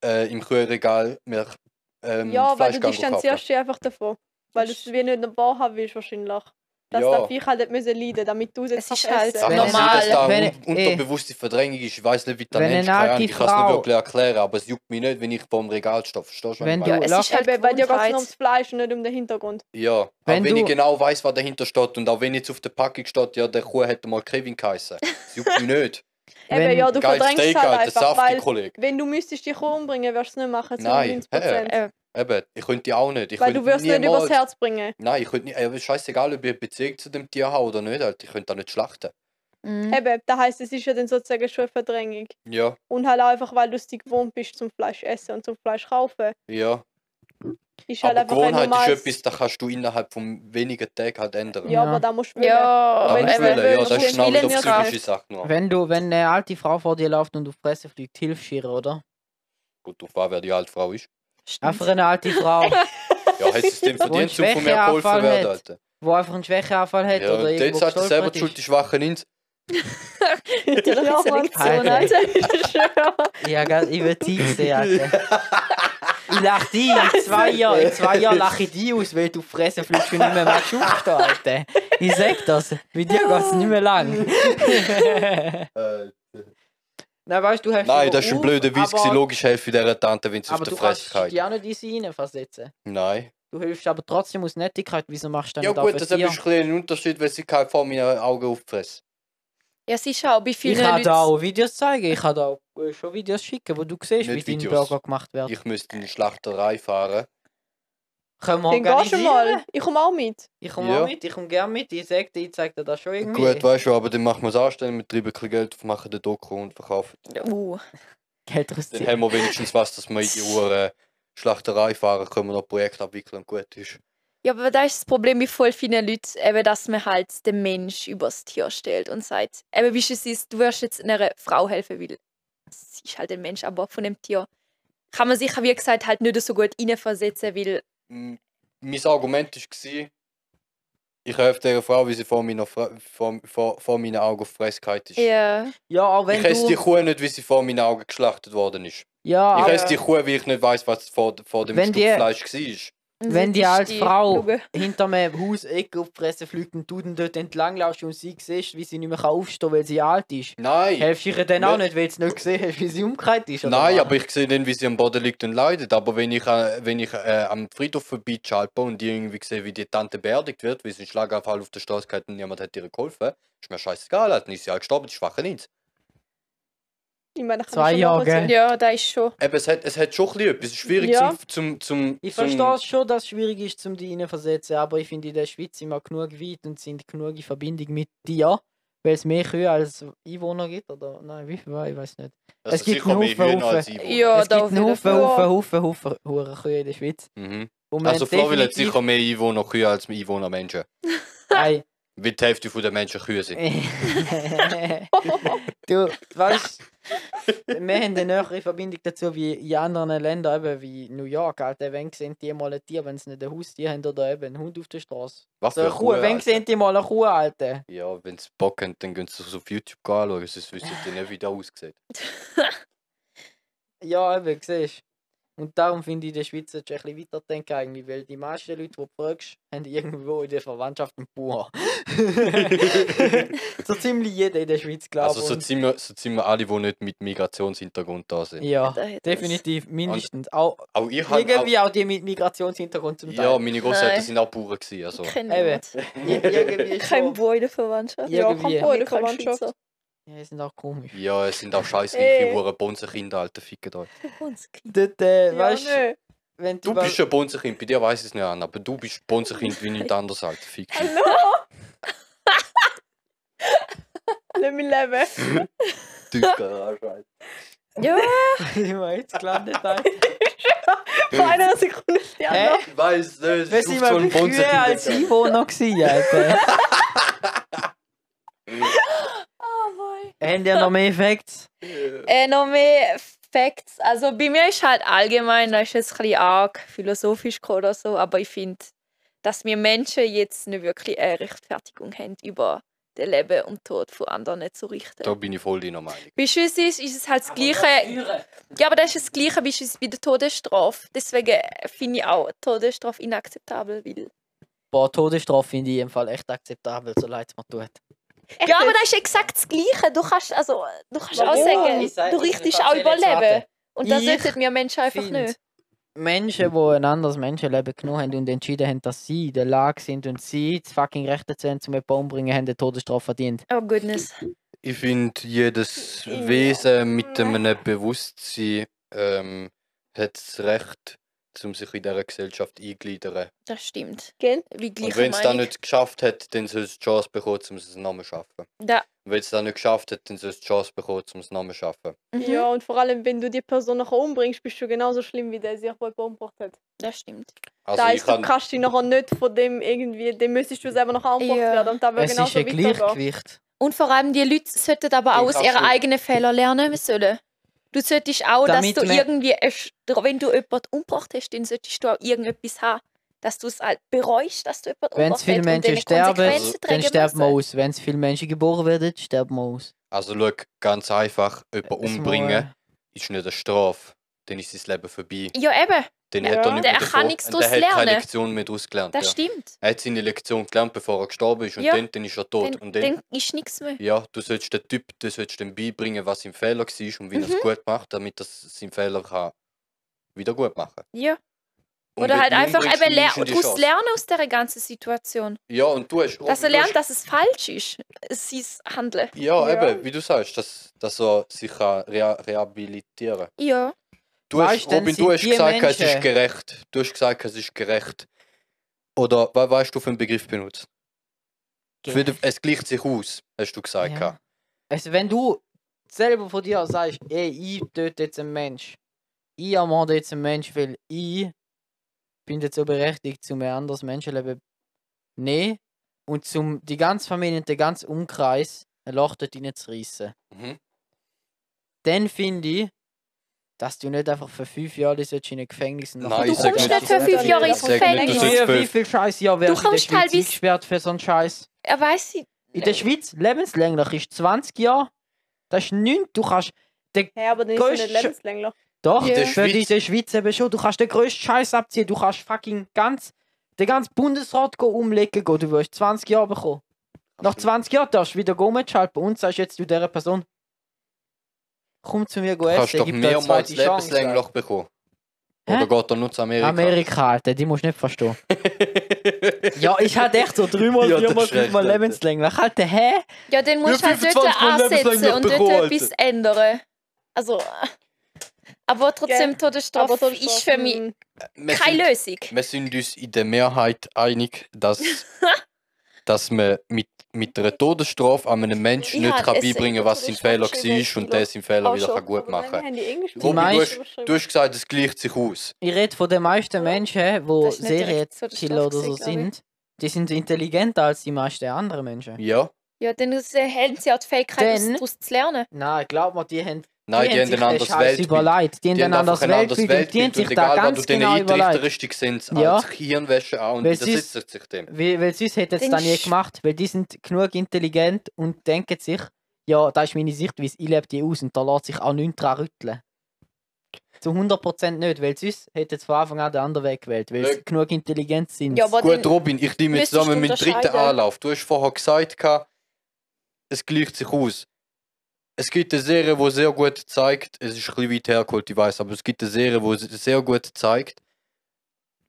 Speaker 2: äh, im Kühlregal mir ähm,
Speaker 4: ja, weil
Speaker 2: Fleisch
Speaker 4: du
Speaker 2: gehe kaufen.
Speaker 4: distanzierst dich einfach davon. Weil du es wie nicht wahrhaben willst wahrscheinlich. Dass
Speaker 2: Ja.
Speaker 4: der Viech halt hat müssen leiden, damit du es jetzt
Speaker 3: Es ist
Speaker 4: kannst
Speaker 3: halt
Speaker 2: Das
Speaker 4: essen.
Speaker 3: Wenn
Speaker 2: kann sein,
Speaker 3: normal-
Speaker 2: dass da
Speaker 1: wenn-
Speaker 2: un
Speaker 1: eh.
Speaker 2: unterbewusste Verdrängung ist. Ich weiß nicht, wie der
Speaker 1: Wenn
Speaker 2: Mensch
Speaker 1: eine
Speaker 2: keine
Speaker 1: alte
Speaker 2: Ahnung, Ich kann es nicht
Speaker 1: Frau-
Speaker 2: wirklich erklären, aber es juckt mich nicht, wenn ich vor dem Regal stehe. Verstehst du, was
Speaker 1: Wenn
Speaker 2: ich
Speaker 1: du-
Speaker 2: meine?
Speaker 3: Ja, es
Speaker 1: Lach-
Speaker 3: ist halt
Speaker 4: Eben, bei dir geht es
Speaker 3: Gewohnheit.
Speaker 4: nur ums Fleisch und nicht um den Hintergrund.
Speaker 2: Ja,
Speaker 1: Wenn
Speaker 2: auch wenn ich
Speaker 1: du-
Speaker 2: genau weiß, was dahinter steht und auch wenn jetzt auf der Packung steht, ja, der Kuh hätte mal Kevin geheißen. Das juckt mich nicht.
Speaker 1: Wenn-
Speaker 4: Eben, ja, du
Speaker 2: Geil,
Speaker 4: verdrängst es
Speaker 2: Steak,
Speaker 4: halt
Speaker 2: Alter,
Speaker 4: einfach, weil
Speaker 2: saftig, Kollege.
Speaker 4: wenn du müsstest dich umbringen, würdest du es nicht machen, zu
Speaker 2: Nein,
Speaker 4: 90
Speaker 2: hä?
Speaker 4: Prozent.
Speaker 3: Äh,
Speaker 2: Eben, ich könnte die auch nicht. Ich
Speaker 4: Weil
Speaker 2: könnte
Speaker 4: du wirst nicht
Speaker 2: niemals-
Speaker 4: übers Herz bringen.
Speaker 2: Nein, ich könnte nicht. Ey, ist scheißegal, ob ich eine Beziehung zu dem Tier habe oder nicht, Alter. Ich könnte da nicht schlachten.
Speaker 3: Mhm.
Speaker 4: Eben, das heisst, es ist ja dann sozusagen schon eine Verdrängung.
Speaker 2: Ja,
Speaker 4: Und halt auch einfach, weil du es dir gewohnt bist zum Fleisch essen und zum Fleisch kaufen.
Speaker 2: ja.
Speaker 4: Ist halt
Speaker 2: Aber
Speaker 4: einfach ein
Speaker 2: Gewohnheit
Speaker 4: normales...
Speaker 2: ist etwas, das kannst du innerhalb von wenigen Tagen halt ändern.
Speaker 1: Ja.
Speaker 4: Ja, aber da musst du wollen.
Speaker 3: Ja,
Speaker 2: Aber
Speaker 4: wenn
Speaker 2: nicht
Speaker 4: du
Speaker 2: wollen, ja,
Speaker 4: willst,
Speaker 2: das ist
Speaker 4: den
Speaker 2: genau
Speaker 4: Willen
Speaker 2: wieder
Speaker 4: nicht
Speaker 2: psychische
Speaker 4: hast.
Speaker 2: Sache nur.
Speaker 1: Wenn du, wenn eine alte Frau vor dir läuft und du Fresse fliegt, hilfst du ihr,
Speaker 3: Mhm.
Speaker 1: oder?
Speaker 2: Gut, auf wer die alte Frau ist.
Speaker 1: Einfach eine alte Frau,
Speaker 2: Ja, hättest du es dem
Speaker 1: Wo ein
Speaker 2: verdient, zum von mir
Speaker 1: Schwächeanfall
Speaker 2: geholfen werden,
Speaker 1: hat.
Speaker 2: Alter.
Speaker 1: wo einfach einen Schwächeanfall hat
Speaker 2: Ja,
Speaker 1: oder
Speaker 2: und dann
Speaker 1: irgendwo
Speaker 2: sagt er selber
Speaker 1: gestolpert
Speaker 2: die Schuld,
Speaker 1: ist.
Speaker 2: die Schwachen ins. Äh,
Speaker 3: Natürlich
Speaker 4: Ja,
Speaker 3: ja,
Speaker 4: Mann.
Speaker 3: Selektion,
Speaker 1: Alter.
Speaker 3: Alter. Ist schön.
Speaker 1: Ja, gell, ich will die sehen, Alter. Ich lache die in zwei Jahren, in zwei Jahren lache ich die aus, weil du die Fresse fliegst und nicht mehr magst aufstehen, Alter. Ich sag das, bei dir geht es nicht mehr lang.
Speaker 2: Äh,
Speaker 1: Nein, weißt du, du hast
Speaker 2: Nein,
Speaker 1: über
Speaker 2: das ist ein
Speaker 1: auf,
Speaker 2: blöder Witz. gewesen.
Speaker 1: aber-
Speaker 2: Logisch helfe ich dieser Tante, wenn sie auf
Speaker 1: Aber
Speaker 2: der
Speaker 1: du
Speaker 2: Fresse
Speaker 1: kannst
Speaker 2: geht.
Speaker 1: dich auch nicht in sie hineinversetzen.
Speaker 2: Nein.
Speaker 1: Du hilfst aber trotzdem aus Nettigkeit, wieso machst du dann
Speaker 2: Ja
Speaker 1: nicht
Speaker 2: gut,
Speaker 1: auf
Speaker 2: das ist
Speaker 1: ein
Speaker 2: ein
Speaker 1: Tier?
Speaker 2: bisschen ein Unterschied, weil sie keine vor meinen Augen auffressen.
Speaker 3: Ja, es ist auch bei vielen
Speaker 1: Ich kann
Speaker 3: Leuten...
Speaker 1: da auch Videos zeigen, ich kann da auch äh, schon Videos schicken, wo du siehst,
Speaker 2: Nicht
Speaker 1: wie dein
Speaker 2: Videos.
Speaker 1: Burger gemacht wird.
Speaker 2: Ich müsste in die Schlachterei fahren.
Speaker 1: Können wir
Speaker 4: Dann gehst
Speaker 1: organisieren?
Speaker 4: du mal. Ich komme auch mit.
Speaker 1: Ich komme
Speaker 2: Ja.
Speaker 1: auch mit, ich komme gerne mit, ich sag dir, ich zeig dir das schon irgendwie.
Speaker 2: Gut, weißt du, aber dann machen wir es anstellen, wir treiben kein Geld auf, machen den Doku und verkaufen.
Speaker 3: Uh.
Speaker 1: Geld raus.
Speaker 2: Dann haben wir wenigstens was, dass wir in die Uhr Schlachterei fahren können, wir noch Projekt abwickeln und gut ist.
Speaker 3: Ja, aber da ist das Problem bei voll vielen Leuten, eben, dass man halt den Mensch über das Tier stellt und sagt, eben, wie es ist, du wirst jetzt einer Frau helfen, weil es ist halt ein Mensch, aber von dem Tier kann man sich, wie gesagt, halt nicht so gut reinversetzen, weil
Speaker 2: Mm, Mein Argument war, ich helfe dieser Frau, weil sie vor meiner Fre- vor, vor, vor meinen Augen fresskeit ist.
Speaker 3: ja,
Speaker 1: Ja, auch
Speaker 2: Ich
Speaker 1: wenn
Speaker 2: esse die
Speaker 1: du...
Speaker 2: Kuh nicht, weil sie vor meinen Augen geschlachtet worden ist.
Speaker 1: Ja, äh,
Speaker 2: Ich
Speaker 1: aber
Speaker 2: esse die Kuh, weil ich nicht weiß, was vor, vor dem
Speaker 1: Wenn
Speaker 2: Stück
Speaker 1: die-
Speaker 2: Fleisch war.
Speaker 1: wenn die
Speaker 3: ist
Speaker 1: als Frau
Speaker 3: Schauen.
Speaker 1: hinter einem Haus Ecke auf die Fresse fliegt und du dann dort entlang laufst und sie siehst, wie sie nicht mehr kann aufstehen kann, weil sie alt ist.
Speaker 2: Nein!
Speaker 1: Helfst du ihr dann auch nicht,
Speaker 2: Nicht-
Speaker 1: weil du es nicht gesehen hast, wie sie umgekehrt ist? Oder
Speaker 2: Nein,
Speaker 1: was?
Speaker 2: aber ich sehe dann, wie sie am Boden liegt und leidet. Aber wenn ich, äh, wenn ich äh, am Friedhof vorbeischalpe und irgendwie sehe, wie die Tante beerdigt wird, weil sie einen Schlaganfall auf der Straße hat und niemand hat ihr geholfen, ist mir scheißegal, halt nicht. Sie halt gestorben, die schwache nichts.
Speaker 4: Ich meine, ich kann
Speaker 1: Zwei
Speaker 4: schon
Speaker 1: Jahre,
Speaker 4: nachvollziehen.
Speaker 3: Ja, da ist schon.
Speaker 2: Eben, es hat, es hat schon ein bisschen etwas. Es ist schwierig
Speaker 4: Ja.
Speaker 2: zum, zum, zum.
Speaker 1: Ich
Speaker 2: zum,
Speaker 1: verstehe es schon, dass es schwierig ist, zum die hineinversetzen, aber ich finde, in der Schweiz sind wir genug weit und sind genug in Verbindung mit dir, weil es mehr Kühe als Einwohner gibt, oder? Nein, wie viel? Ich weiß nicht.
Speaker 2: Also
Speaker 1: es gibt
Speaker 2: sicher mehr
Speaker 1: einen
Speaker 2: Hühner als
Speaker 1: Haufen-
Speaker 2: Einwohner.
Speaker 3: Ja,
Speaker 1: es
Speaker 3: da
Speaker 1: gibt
Speaker 3: auf
Speaker 1: einen
Speaker 3: jeden
Speaker 1: Haufen,
Speaker 3: Fall.
Speaker 1: Haufen, Haufen, Haufen, Haufen Kühe in der Schweiz.
Speaker 2: Mhm.
Speaker 1: Und wir
Speaker 2: Also,
Speaker 1: haben
Speaker 2: Florida hat
Speaker 1: definitiv-
Speaker 2: sicher mehr Einwohner Kühe als Einwohner Menschen.
Speaker 1: Nein.
Speaker 2: Weil die Hälfte der Menschen Kühe sind.
Speaker 1: du, weißt wir haben eine nähere Verbindung dazu wie in anderen Ländern, eben wie New York. Alter, wenn sehen die mal ein Tier, wenn sie nicht ein Haustier haben oder eben einen Hund auf der Straße.
Speaker 2: Was
Speaker 1: So eine Kuh, wenn
Speaker 2: Alter.
Speaker 1: sehen die mal eine Kuh, Alter.
Speaker 2: Ja, wenn sie Bock haben, dann gehen sie es auf YouTube anschauen, sonst wissen sie nicht, wie das aussieht.
Speaker 1: Ja, eben, siehst Und darum finde ich, in der Schweiz solltest du ein bisschen weiterdenken eigentlich, weil die meisten Leute, die du fragst, haben irgendwo in der Verwandtschaft einen Bauer. so ziemlich jeder in der Schweiz, glaube
Speaker 2: Also
Speaker 1: ich.
Speaker 2: so
Speaker 1: und-
Speaker 2: sind, wir, so sind wir alle, die nicht mit Migrationshintergrund da sind.
Speaker 1: ja,
Speaker 3: Da hat
Speaker 1: definitiv, mindestens. Auch,
Speaker 2: Auch ich hab-
Speaker 1: irgendwie auch die mit Migrationshintergrund
Speaker 2: auch,
Speaker 1: zum Teil.
Speaker 2: Ja, meine Großeltern
Speaker 3: Nein.
Speaker 2: sind auch Bauern gewesen, also.
Speaker 3: es Kein,
Speaker 1: Eben.
Speaker 3: Wort.
Speaker 1: Ir- irgendwie
Speaker 3: kein
Speaker 1: schon.
Speaker 3: Boy in der Verwandtschaft.
Speaker 1: Ja,
Speaker 4: Ja,
Speaker 1: irgendwie.
Speaker 4: komm, Bruder,
Speaker 3: Wir können Schweizer.
Speaker 4: Verwandtschaft.
Speaker 1: Ja, die sind auch komisch.
Speaker 2: Ja, es sind auch scheiß
Speaker 1: Äh.
Speaker 4: Ey.
Speaker 2: reiche Huren Bonzenkinder, alter Ficker da.
Speaker 3: Uns Kind.
Speaker 1: Dort, äh,
Speaker 4: Ja,
Speaker 1: weißt
Speaker 4: nö.
Speaker 1: wenn
Speaker 2: Du
Speaker 1: bei-
Speaker 2: bist ein Bonzenkind, bei dir weiß ich es nicht an, aber du bist Bonzenkind wie nichts anderes, alter Ficker.
Speaker 4: Hallo? Lass mich leben.
Speaker 2: Dicker,
Speaker 3: Ja,
Speaker 1: sind wir jetzt gelandet, Alter.
Speaker 4: Von einer Sekunde auf die
Speaker 1: Hä?
Speaker 4: andere.
Speaker 2: Ich weiß nicht,
Speaker 1: Wir sind
Speaker 2: ich suche so
Speaker 1: mal
Speaker 2: einen
Speaker 1: früher als
Speaker 2: Bonzenkind.
Speaker 1: Einwohner gewesen, Alter.
Speaker 3: oh boy.
Speaker 1: Haben die noch mehr Facts?
Speaker 3: Äh, noch mehr Facts. Also bei mir ist halt allgemein, da ist jetzt ein bisschen arg philosophisch gekommen oder so, aber ich finde, dass wir Menschen jetzt nicht wirklich eine Rechtfertigung haben, über den Leben und Tod von anderen zu richten.
Speaker 2: Da bin ich voll deiner Meinung.
Speaker 3: Beispielsweise ist es halt das Gleiche. Ja, aber das ist das Gleiche beispielsweise bei der Todesstrafe. Deswegen finde ich auch die Todesstrafe inakzeptabel. Weil
Speaker 1: Boah, Todesstrafe finde ich im Fall echt akzeptabel, so leid es mir tut.
Speaker 3: ja, aber das ist exakt das Gleiche. Du kannst, also, du kannst auch sagen, du richtest auch über Leben. Und das
Speaker 1: Ich
Speaker 3: sollten wir Menschen einfach
Speaker 1: Find,
Speaker 3: nicht.
Speaker 1: Menschen, die ein anderes Menschenleben genommen haben und entschieden haben, dass sie in der um Lage sind und sie das fucking Recht dazu haben, zum jemanden umbringen, haben die Todesstrafe verdient.
Speaker 3: Oh, goodness.
Speaker 2: Ich finde, jedes
Speaker 4: Ja.
Speaker 2: Wesen mit einem Bewusstsein ähm, hat das Recht, um sich in dieser Gesellschaft eingliedern.
Speaker 3: Das stimmt.
Speaker 4: Gell?
Speaker 3: Wie gleich
Speaker 2: Und wenn es das nicht geschafft hat, dann soll es die Chance bekommen, um es nochmal zu schaffen.
Speaker 3: Da,
Speaker 2: Wenn es das nicht geschafft hat, dann soll es die Chance bekommen, um es nochmal zu schaffen.
Speaker 3: mhm,
Speaker 4: Ja, und vor allem, wenn du die Person nachher umbringst, bist du genauso schlimm, wie der sich jemand umgebracht hat.
Speaker 3: Das stimmt.
Speaker 2: Also
Speaker 4: da
Speaker 2: ich
Speaker 4: ist, du
Speaker 2: kann,
Speaker 4: kannst dich nachher nicht von dem irgendwie, dem müsstest du selber nachher umgebracht
Speaker 3: Ja.
Speaker 4: werden. Und da wird
Speaker 1: Es ist
Speaker 4: genauso
Speaker 1: ein
Speaker 4: weitergehen.
Speaker 1: Gleichgewicht.
Speaker 3: Und vor allem, die Leute sollten aber
Speaker 2: Dann
Speaker 3: auch aus
Speaker 2: kannst
Speaker 3: ihren
Speaker 2: du-
Speaker 3: eigenen Fehlern lernen sollen. Du solltest auch,
Speaker 1: Damit
Speaker 3: dass du
Speaker 1: man-
Speaker 3: irgendwie, eine Sch- wenn du jemanden umgebracht hast, dann solltest du auch irgendetwas haben, dass du es halt bereust, dass du jemanden
Speaker 1: Wenn es
Speaker 3: umgebracht
Speaker 1: viele Menschen
Speaker 3: hast und deine
Speaker 1: sterben,
Speaker 3: Konsequenzen
Speaker 1: dann
Speaker 3: tragen
Speaker 1: sterben wir
Speaker 3: müssen.
Speaker 1: aus. Wenn es viele Menschen geboren werden, sterben wir aus.
Speaker 2: also schau, ganz einfach, jemanden
Speaker 1: Das Äh, mal,
Speaker 2: umbringen ist nicht eine Strafe. Dann ist sein Leben vorbei.
Speaker 3: Ja, eben,
Speaker 2: Dann
Speaker 4: Ja.
Speaker 2: hat er nicht
Speaker 3: Der
Speaker 2: mehr
Speaker 3: kann
Speaker 2: davon-
Speaker 3: nichts
Speaker 2: und der
Speaker 3: daraus
Speaker 2: hat keine
Speaker 3: lernen.
Speaker 2: Lektion mehr daraus gelernt.
Speaker 3: das
Speaker 2: Ja.
Speaker 3: stimmt.
Speaker 2: Er hat seine Lektion gelernt, bevor er gestorben ist. Und
Speaker 3: Ja.
Speaker 2: dann, dann ist er tot.
Speaker 3: Dann,
Speaker 2: und dann,
Speaker 3: dann ist nichts mehr.
Speaker 2: ja, du sollst den Typ, du sollst ihm beibringen, was sein Fehler war und wie
Speaker 3: Mhm.
Speaker 2: er es gut macht, damit er seinen Fehler kann wieder gut machen kann.
Speaker 3: Ja.
Speaker 2: Und
Speaker 3: Oder
Speaker 2: wenn
Speaker 3: halt
Speaker 2: du ihn
Speaker 3: einfach
Speaker 2: umbringst,
Speaker 3: eben ler
Speaker 2: nimmst du ihm die
Speaker 3: daraus
Speaker 2: Chance.
Speaker 3: lernen aus dieser ganzen Situation.
Speaker 2: Ja, und du hast...
Speaker 3: Dass er
Speaker 2: du hast-
Speaker 3: lernt, dass es falsch ist, sein Handeln.
Speaker 2: Ja,
Speaker 4: Ja.
Speaker 2: eben, wie du sagst, dass, dass er sich kann rea rehabilitieren kann.
Speaker 3: Ja.
Speaker 2: Du hast,
Speaker 1: Meistens
Speaker 2: Robin,
Speaker 1: sind
Speaker 2: du hast
Speaker 1: die
Speaker 2: gesagt, es
Speaker 1: Menschen-
Speaker 2: ist gerecht. Du hast gesagt, es ist gerecht. Oder was weißt du für einen Begriff benutzt? Für den- Es gleicht sich aus, hast du gesagt.
Speaker 1: Ja.
Speaker 2: Ja.
Speaker 1: Also wenn du selber von dir sagst, ey, ich töte jetzt einen Mensch. Ich ermorde jetzt einen Mensch, weil ich bin dazu berechtigt, zum ein anderes Menschenleben nehmen und zum die ganze Familie und den ganzen Umkreis ein Loch dort reinzureissen.
Speaker 2: Mhm.
Speaker 1: Dann finde ich, dass du nicht einfach für fünf Jahre das in ein Gefängnis und
Speaker 2: Nein,
Speaker 1: nachher
Speaker 2: ich
Speaker 3: Du
Speaker 2: sag
Speaker 3: kommst
Speaker 2: nicht,
Speaker 3: nicht für
Speaker 2: dass-
Speaker 3: fünf Jahre
Speaker 4: Ich
Speaker 3: ins
Speaker 2: sag nicht, dass
Speaker 3: Gefängnis.
Speaker 2: es-
Speaker 1: Früher, wie viel Scheiß Jahr werden in der
Speaker 3: kommst halt Äh.
Speaker 1: Schweiz
Speaker 3: teilweise-
Speaker 1: eingesperrt für so einen Scheiß?
Speaker 3: Er weiß nicht.
Speaker 1: In der Schweiz lebenslänglich ist 20 Jahre. Das ist nichts. Du kannst
Speaker 4: Hä, aber dann ist es
Speaker 1: Größte-
Speaker 4: nicht lebenslänglich.
Speaker 1: Doch,
Speaker 3: Ja.
Speaker 2: In der
Speaker 1: für
Speaker 2: Schweiz-
Speaker 1: diese Schweiz eben schon. Du kannst den grössten Scheiß abziehen. Du kannst fucking ganz, den ganzen Bundesrat go umlegen. Go. Du wirst 20 Jahre bekommen. Nach 20 Jahren darfst du wieder go mitschalten. Und sagst jetzt du dieser Person, komm zu mir go
Speaker 2: Du kannst
Speaker 1: essen.
Speaker 2: doch
Speaker 1: gib dir eine
Speaker 2: mehrmals
Speaker 1: zweite Chance.
Speaker 2: lebenslänglich bekommen.
Speaker 1: Hä?
Speaker 2: Oder geht er nur zu Amerika?
Speaker 1: Amerika, Alter, die musst du nicht verstehen. ja, ich hatte echt so dreimal,
Speaker 2: Ja, das
Speaker 1: viermal,
Speaker 2: ist recht,
Speaker 1: fünfmal
Speaker 2: Alter.
Speaker 1: lebenslänglich. Alter, hä?
Speaker 3: Ja, dann musst du
Speaker 2: Ja,
Speaker 3: halt dort
Speaker 2: 25 Mal
Speaker 3: ansetzen
Speaker 2: lebenslang
Speaker 3: und
Speaker 2: noch
Speaker 3: dort
Speaker 2: behalten.
Speaker 3: etwas ändern. Also. Aber trotzdem,
Speaker 4: Gell?
Speaker 3: Todesstrafe
Speaker 4: so
Speaker 3: ist für mich
Speaker 4: hm,
Speaker 2: Wir
Speaker 3: keine
Speaker 2: sind-
Speaker 3: Lösung.
Speaker 2: Wir sind uns in der Mehrheit einig, dass, dass man mit, mit einer Todesstrafe an einem Menschen
Speaker 3: Ja,
Speaker 2: nicht kann
Speaker 3: es-
Speaker 2: beibringen kann, was sein Fehler
Speaker 4: Todesstrafe ist
Speaker 2: war und der seinen Fehler
Speaker 3: auch
Speaker 2: wieder
Speaker 3: schon,
Speaker 2: kann gut
Speaker 4: aber nein,
Speaker 2: machen
Speaker 4: wir haben die Englisch-
Speaker 2: Robin,
Speaker 1: du
Speaker 2: hast- Du hast gesagt, es gleicht sich aus.
Speaker 1: Ich rede von den meisten Menschen, die
Speaker 3: Das ist nicht direkt so der
Speaker 1: Serienkiller
Speaker 3: Stoff
Speaker 1: oder so
Speaker 3: gewesen, glaub ich.
Speaker 1: sind. Die sind intelligenter als die meisten anderen Menschen.
Speaker 2: Ja.
Speaker 3: Ja, dann ist- äh, haben sie auch die Fähigkeit,
Speaker 1: Dann-
Speaker 3: daraus zu lernen.
Speaker 1: Nein, glaub mir, die haben
Speaker 2: Nein, die, haben
Speaker 1: sich
Speaker 2: ein
Speaker 1: den
Speaker 2: anderes
Speaker 1: Scheiß
Speaker 2: Weltbild.
Speaker 1: überlegt. Die haben
Speaker 2: Die haben
Speaker 1: ein anderes
Speaker 2: einfach
Speaker 1: Weltbild. und Die haben
Speaker 2: Weltbild
Speaker 1: sich
Speaker 2: und
Speaker 1: da
Speaker 2: egal, was du
Speaker 1: ganz
Speaker 2: denen
Speaker 1: genau überlegt.
Speaker 2: eintrichterst, die sehen es
Speaker 1: Ja.
Speaker 2: als Gehirnwäsche an und
Speaker 1: Weil sie-
Speaker 2: widersetzen sich dem.
Speaker 1: Weil, weil sonst hätten sie
Speaker 3: Den
Speaker 1: das nie
Speaker 3: Sch-
Speaker 1: gemacht. Weil die sind genug intelligent und denken sich, ja, das ist meine Sichtweise, ich lebe die aus und da lässt sich auch nichts dran rütteln. Zu 100% nicht, weil sonst hätten sie von Anfang an den anderen Weg gewählt, weil sie
Speaker 2: Nö.
Speaker 1: genug intelligent sind.
Speaker 3: Ja, aber
Speaker 2: Gut,
Speaker 3: dann,
Speaker 2: Robin, ich nehme jetzt
Speaker 3: müsstest
Speaker 2: zusammen
Speaker 3: du
Speaker 2: meinen dritten
Speaker 3: unterscheiden.
Speaker 2: Anlauf. Du hast vorher gesagt, gehabt, es gleicht sich aus. Es gibt eine Serie, die sehr gut zeigt, es ist ein bisschen weit hergeholt, ich weiß, aber es gibt eine Serie, die sehr gut zeigt,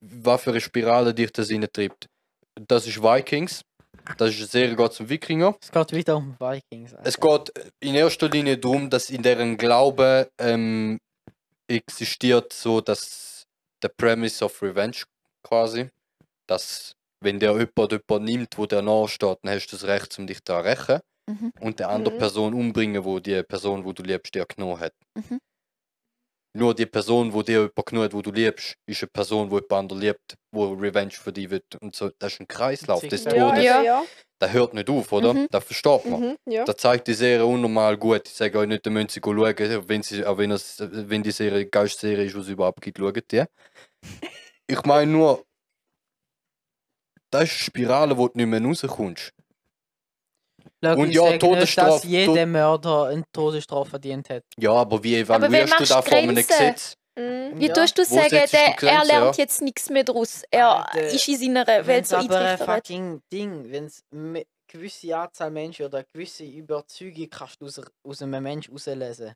Speaker 2: was für eine Spirale dich das treibt. Das ist Vikings. Das ist eine Serie, geht zum Wikinger.
Speaker 1: Es geht wieder um Vikings.
Speaker 2: Es geht in erster Linie darum, dass in deren Glaube ähm, existiert so, dass der Premise of Revenge quasi, dass wenn der jemand jemand nimmt, wo der nachsteht, dann hast du das Recht, um dich zu rächen
Speaker 3: Mhm.
Speaker 2: und der andere
Speaker 4: Mhm.
Speaker 2: Person umbringen, wo die Person, wo du liebst, dir genommen hat.
Speaker 3: Mhm.
Speaker 2: Nur die Person, wo dir jemand genommen hat, wo du liebst, ist eine Person, wo jemand anderes liebt, wo Revenge für dich wird. Und so, das ist ein Kreislauf
Speaker 1: Sich-
Speaker 2: des
Speaker 1: Ja,
Speaker 2: Todes.
Speaker 4: ja, ja.
Speaker 2: Das hört nicht auf, oder?
Speaker 3: Mhm.
Speaker 2: Das versteht man.
Speaker 4: Mhm, ja.
Speaker 2: Das zeigt die Serie unnormal gut. Ich sage euch nicht, da müsst ihr schauen, wenn, sie, auch wenn, es, wenn die Serie Geistserie ist, was es überhaupt gibt, schaut die. Ich meine nur, das ist eine Spirale, wo du nicht mehr rauskommst.
Speaker 1: Schau,
Speaker 2: und
Speaker 1: ich
Speaker 2: ja,
Speaker 1: sag nicht,
Speaker 2: Todesstrafe-
Speaker 1: Dass jeder Mörder eine Todesstrafe verdient hat.
Speaker 2: Ja, aber wie
Speaker 3: Aber wie
Speaker 2: evaluierst du
Speaker 3: machst du
Speaker 2: das vor einem
Speaker 3: Grenzen?
Speaker 2: Gesetz?
Speaker 4: Mhm.
Speaker 3: wie
Speaker 1: Ja.
Speaker 3: tust du
Speaker 2: Wo
Speaker 3: sagen,
Speaker 2: setzt du
Speaker 3: der,
Speaker 2: Grenzen,
Speaker 3: er lernt
Speaker 2: ja?
Speaker 3: jetzt nichts mehr daraus. Er
Speaker 1: Alter,
Speaker 3: ist in seiner
Speaker 1: Wenn
Speaker 3: Welt
Speaker 1: es
Speaker 3: Äh, so
Speaker 1: aber ein
Speaker 3: eintrichtert.
Speaker 1: fucking Ding, wenn es eine gewisse Anzahl Menschen oder eine gewisse Überzeugung kannst du aus, aus einem Menschen rauslesen.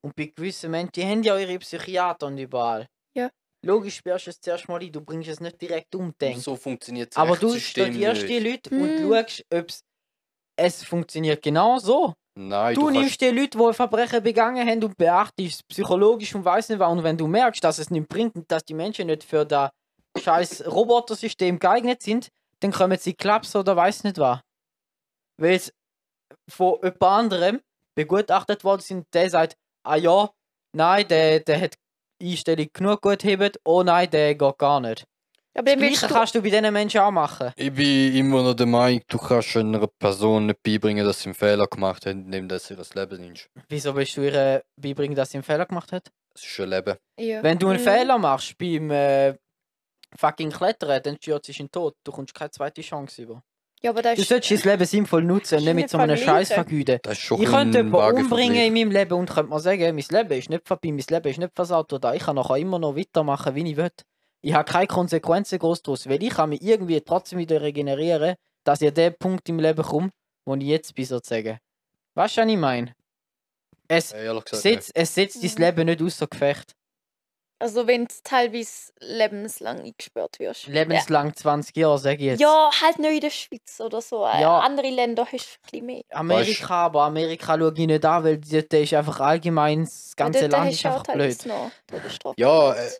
Speaker 1: Und bei gewissen Menschen, die haben ja ihre Psychiater und überall.
Speaker 3: Ja.
Speaker 1: Logisch spürst du es zuerst mal ein, du bringst es nicht direkt um, denk.
Speaker 2: So funktioniert das
Speaker 1: aber du
Speaker 2: Rechtssystem
Speaker 1: studierst
Speaker 3: Mhm.
Speaker 2: nicht.
Speaker 1: die Leute
Speaker 3: Hm.
Speaker 1: und schaust, ob es funktioniert genau so.
Speaker 2: Nein,
Speaker 1: Du
Speaker 2: kannst-
Speaker 1: nimmst die Leute, die Verbrechen begangen haben und beachtest es psychologisch und weiß nicht was. Und wenn du merkst, dass es nicht bringt und dass die Menschen nicht für das scheiß Robotersystem geeignet sind, dann kommen sie Klaps oder weiß nicht was. Weil es von jemand anderem begutachtet worden sind, der sagt, ah ja, nein, der, der hat die Einstellung genug gut hebt, oh nein, der geht gar nicht.
Speaker 3: Aber
Speaker 1: Das
Speaker 3: dann willst
Speaker 1: Gleiche
Speaker 3: du,
Speaker 1: kannst du bei diesen Menschen auch machen.
Speaker 2: Ich bin immer noch der Meinung, du kannst einer Person nicht beibringen, dass sie einen Fehler gemacht hat, indem das ihr Leben ist.
Speaker 1: Wieso willst du ihr beibringen, dass sie einen Fehler gemacht hat?
Speaker 2: Es ist ein Leben.
Speaker 3: ja.
Speaker 1: Wenn du einen
Speaker 4: Mhm.
Speaker 1: Fehler machst beim äh, fucking Klettern, dann stürzt dich in den Tod. Du kommst keine zweite Chance über.
Speaker 3: ja, aber das
Speaker 1: Du
Speaker 3: ist,
Speaker 1: solltest dein Leben sinnvoll nutzen und
Speaker 4: Ist
Speaker 1: nicht
Speaker 4: nicht
Speaker 1: mit so einem
Speaker 4: vergleichen.
Speaker 1: Scheiß vergüten.
Speaker 2: Das ist schon
Speaker 1: Ich
Speaker 2: ein
Speaker 1: könnte jemanden
Speaker 2: vager
Speaker 1: umbringen
Speaker 2: Vergleich.
Speaker 1: in meinem Leben und könnte mir sagen, mein Leben ist nicht vorbei, mein Leben ist nicht versaut oder ich kann nachher immer noch weitermachen, wie ich will. Ich habe keine Konsequenzen groß daraus, weil ich kann mich irgendwie trotzdem wieder regenerieren, dass ich an den Punkt im Leben komme, wo ich jetzt bin, sozusagen. Weißt du, was ich meine? Es
Speaker 2: Äh, Ehrlich gesagt,
Speaker 1: setzt, es setzt
Speaker 3: Mhm.
Speaker 1: dein Leben nicht außer Gefecht.
Speaker 3: also wenn du teilweise lebenslang eingesperrt wirst.
Speaker 1: Lebenslang 20 Jahre, sage ich jetzt.
Speaker 3: Ja, halt nur in der Schweiz oder so. Äh,
Speaker 1: Ja.
Speaker 3: Andere Länder hast du ein bisschen mehr.
Speaker 1: Amerika, aber Amerika schaue ich nicht an, weil dort ist einfach allgemein das ganze
Speaker 3: Dort
Speaker 1: Land
Speaker 3: hast
Speaker 1: ist
Speaker 3: du auch
Speaker 1: einfach blöd.
Speaker 3: teilweise noch Todesstrafe.
Speaker 2: Ja, äh,
Speaker 3: gehabt.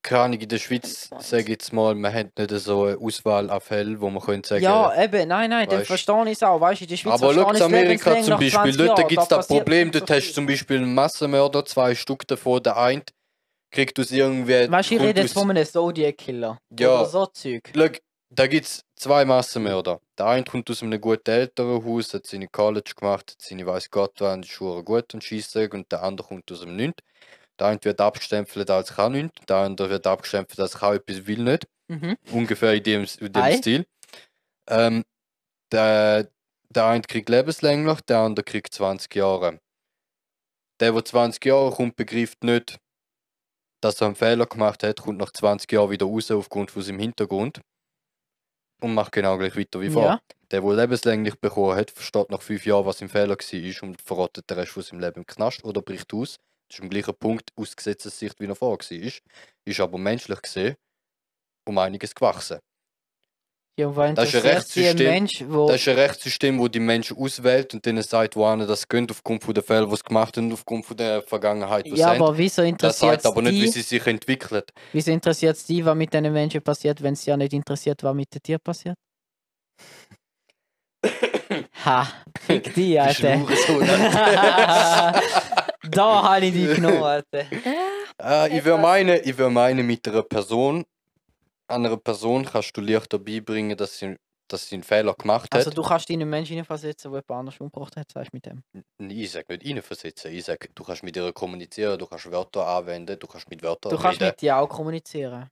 Speaker 2: keine Ahnung, in der Schweiz,
Speaker 3: Ganz
Speaker 2: sage ich jetzt mal, man hat nicht so eine Auswahl an Fällen, wo man könnte sagen
Speaker 1: Ja, eben, nein, nein, dann
Speaker 2: Weißt-
Speaker 1: verstehe ich es auch. Weißt du, in der Schweiz
Speaker 2: Aber schau,
Speaker 1: verstehe
Speaker 2: in
Speaker 1: ich
Speaker 2: Amerika
Speaker 1: lebenslang
Speaker 2: zum
Speaker 1: nach
Speaker 2: Beispiel,
Speaker 1: 20
Speaker 2: dort
Speaker 1: Jahren,
Speaker 2: gibt es das
Speaker 1: passiert
Speaker 2: Problem,
Speaker 1: nicht so
Speaker 2: dort hast du
Speaker 1: viel.
Speaker 2: zum Beispiel einen Massenmörder, zwei Stück davon, der eine kriegt aus irgendwie...
Speaker 1: Weißt du, ich
Speaker 2: kommt
Speaker 1: rede jetzt
Speaker 2: aus-
Speaker 1: von einem Zodiac-Killer.
Speaker 2: Ja.
Speaker 1: Oder so Zeug.
Speaker 2: Schau, da gibt es zwei Massenmörder. Der eine kommt aus einem guten Elternhaus, hat seine College gemacht, hat seine weiß Gott wann die Schuhe gut und scheissig und der andere kommt aus dem Nichts. Der eine wird abgestempelt als kann nichts, der andere wird abgestempelt als kann etwas will nicht.
Speaker 1: Mhm.
Speaker 2: Ungefähr in dem, in dem
Speaker 1: Ei.
Speaker 2: Stil. Ähm, der, der eine kriegt lebenslänglich, der andere kriegt 20 Jahre. Der, der 20 Jahre kommt, begreift nicht, dass er einen Fehler gemacht hat, kommt nach 20 Jahren wieder raus aufgrund von seinem Hintergrund und macht genau gleich weiter wie vorher.
Speaker 1: Ja.
Speaker 2: Der, der lebenslänglich bekommen hat, versteht nach 5 Jahren, was sein Fehler war und verrottet den Rest von seinem Leben im Knast oder bricht aus. Das ist am gleichen Punkt aus Gesetzessicht, wie er vorher war. Ist aber menschlich gesehen um einiges gewachsen.
Speaker 1: Ja, und wen
Speaker 2: Das ist ein
Speaker 1: interessiert sie ein Mensch,
Speaker 2: Rechtssystem.
Speaker 1: wo...
Speaker 2: Das ist ein Rechtssystem, wo die Menschen auswählt und denen sagt, wo einer das gönnt, aufgrund von den Fällen, die sie gemacht haben, aufgrund von der Vergangenheit, die
Speaker 1: ja,
Speaker 2: sie haben.
Speaker 1: aber wieso
Speaker 2: Das
Speaker 1: interessiert
Speaker 2: sagt
Speaker 1: es
Speaker 2: aber nicht, wie
Speaker 1: dich,
Speaker 2: sie sich entwickelt.
Speaker 1: wieso interessiert es dich, was mit diesen Menschen passiert, wenn es ja nicht interessiert, was mit dir passiert? ha, fick dich,
Speaker 2: Die
Speaker 1: Alter.
Speaker 2: Schnur so, ne?
Speaker 1: da habe ich dich genommen, Alter.
Speaker 2: äh, ich würde meinen, ich würde meinen, mit einer Person, einer Person kannst du leichter beibringen, dass sie, dass sie einen Fehler gemacht hat.
Speaker 1: Also du kannst dich in einen Menschen hineinversetzen, der jemand anders umgebracht hat, sagst du mit dem.
Speaker 2: Nein, ich sage nicht reinversetzen. Ich sage, du kannst mit ihr kommunizieren, du kannst Wörter anwenden, du kannst mit Wörtern
Speaker 1: Du kannst
Speaker 2: reden.
Speaker 1: mit dir auch kommunizieren.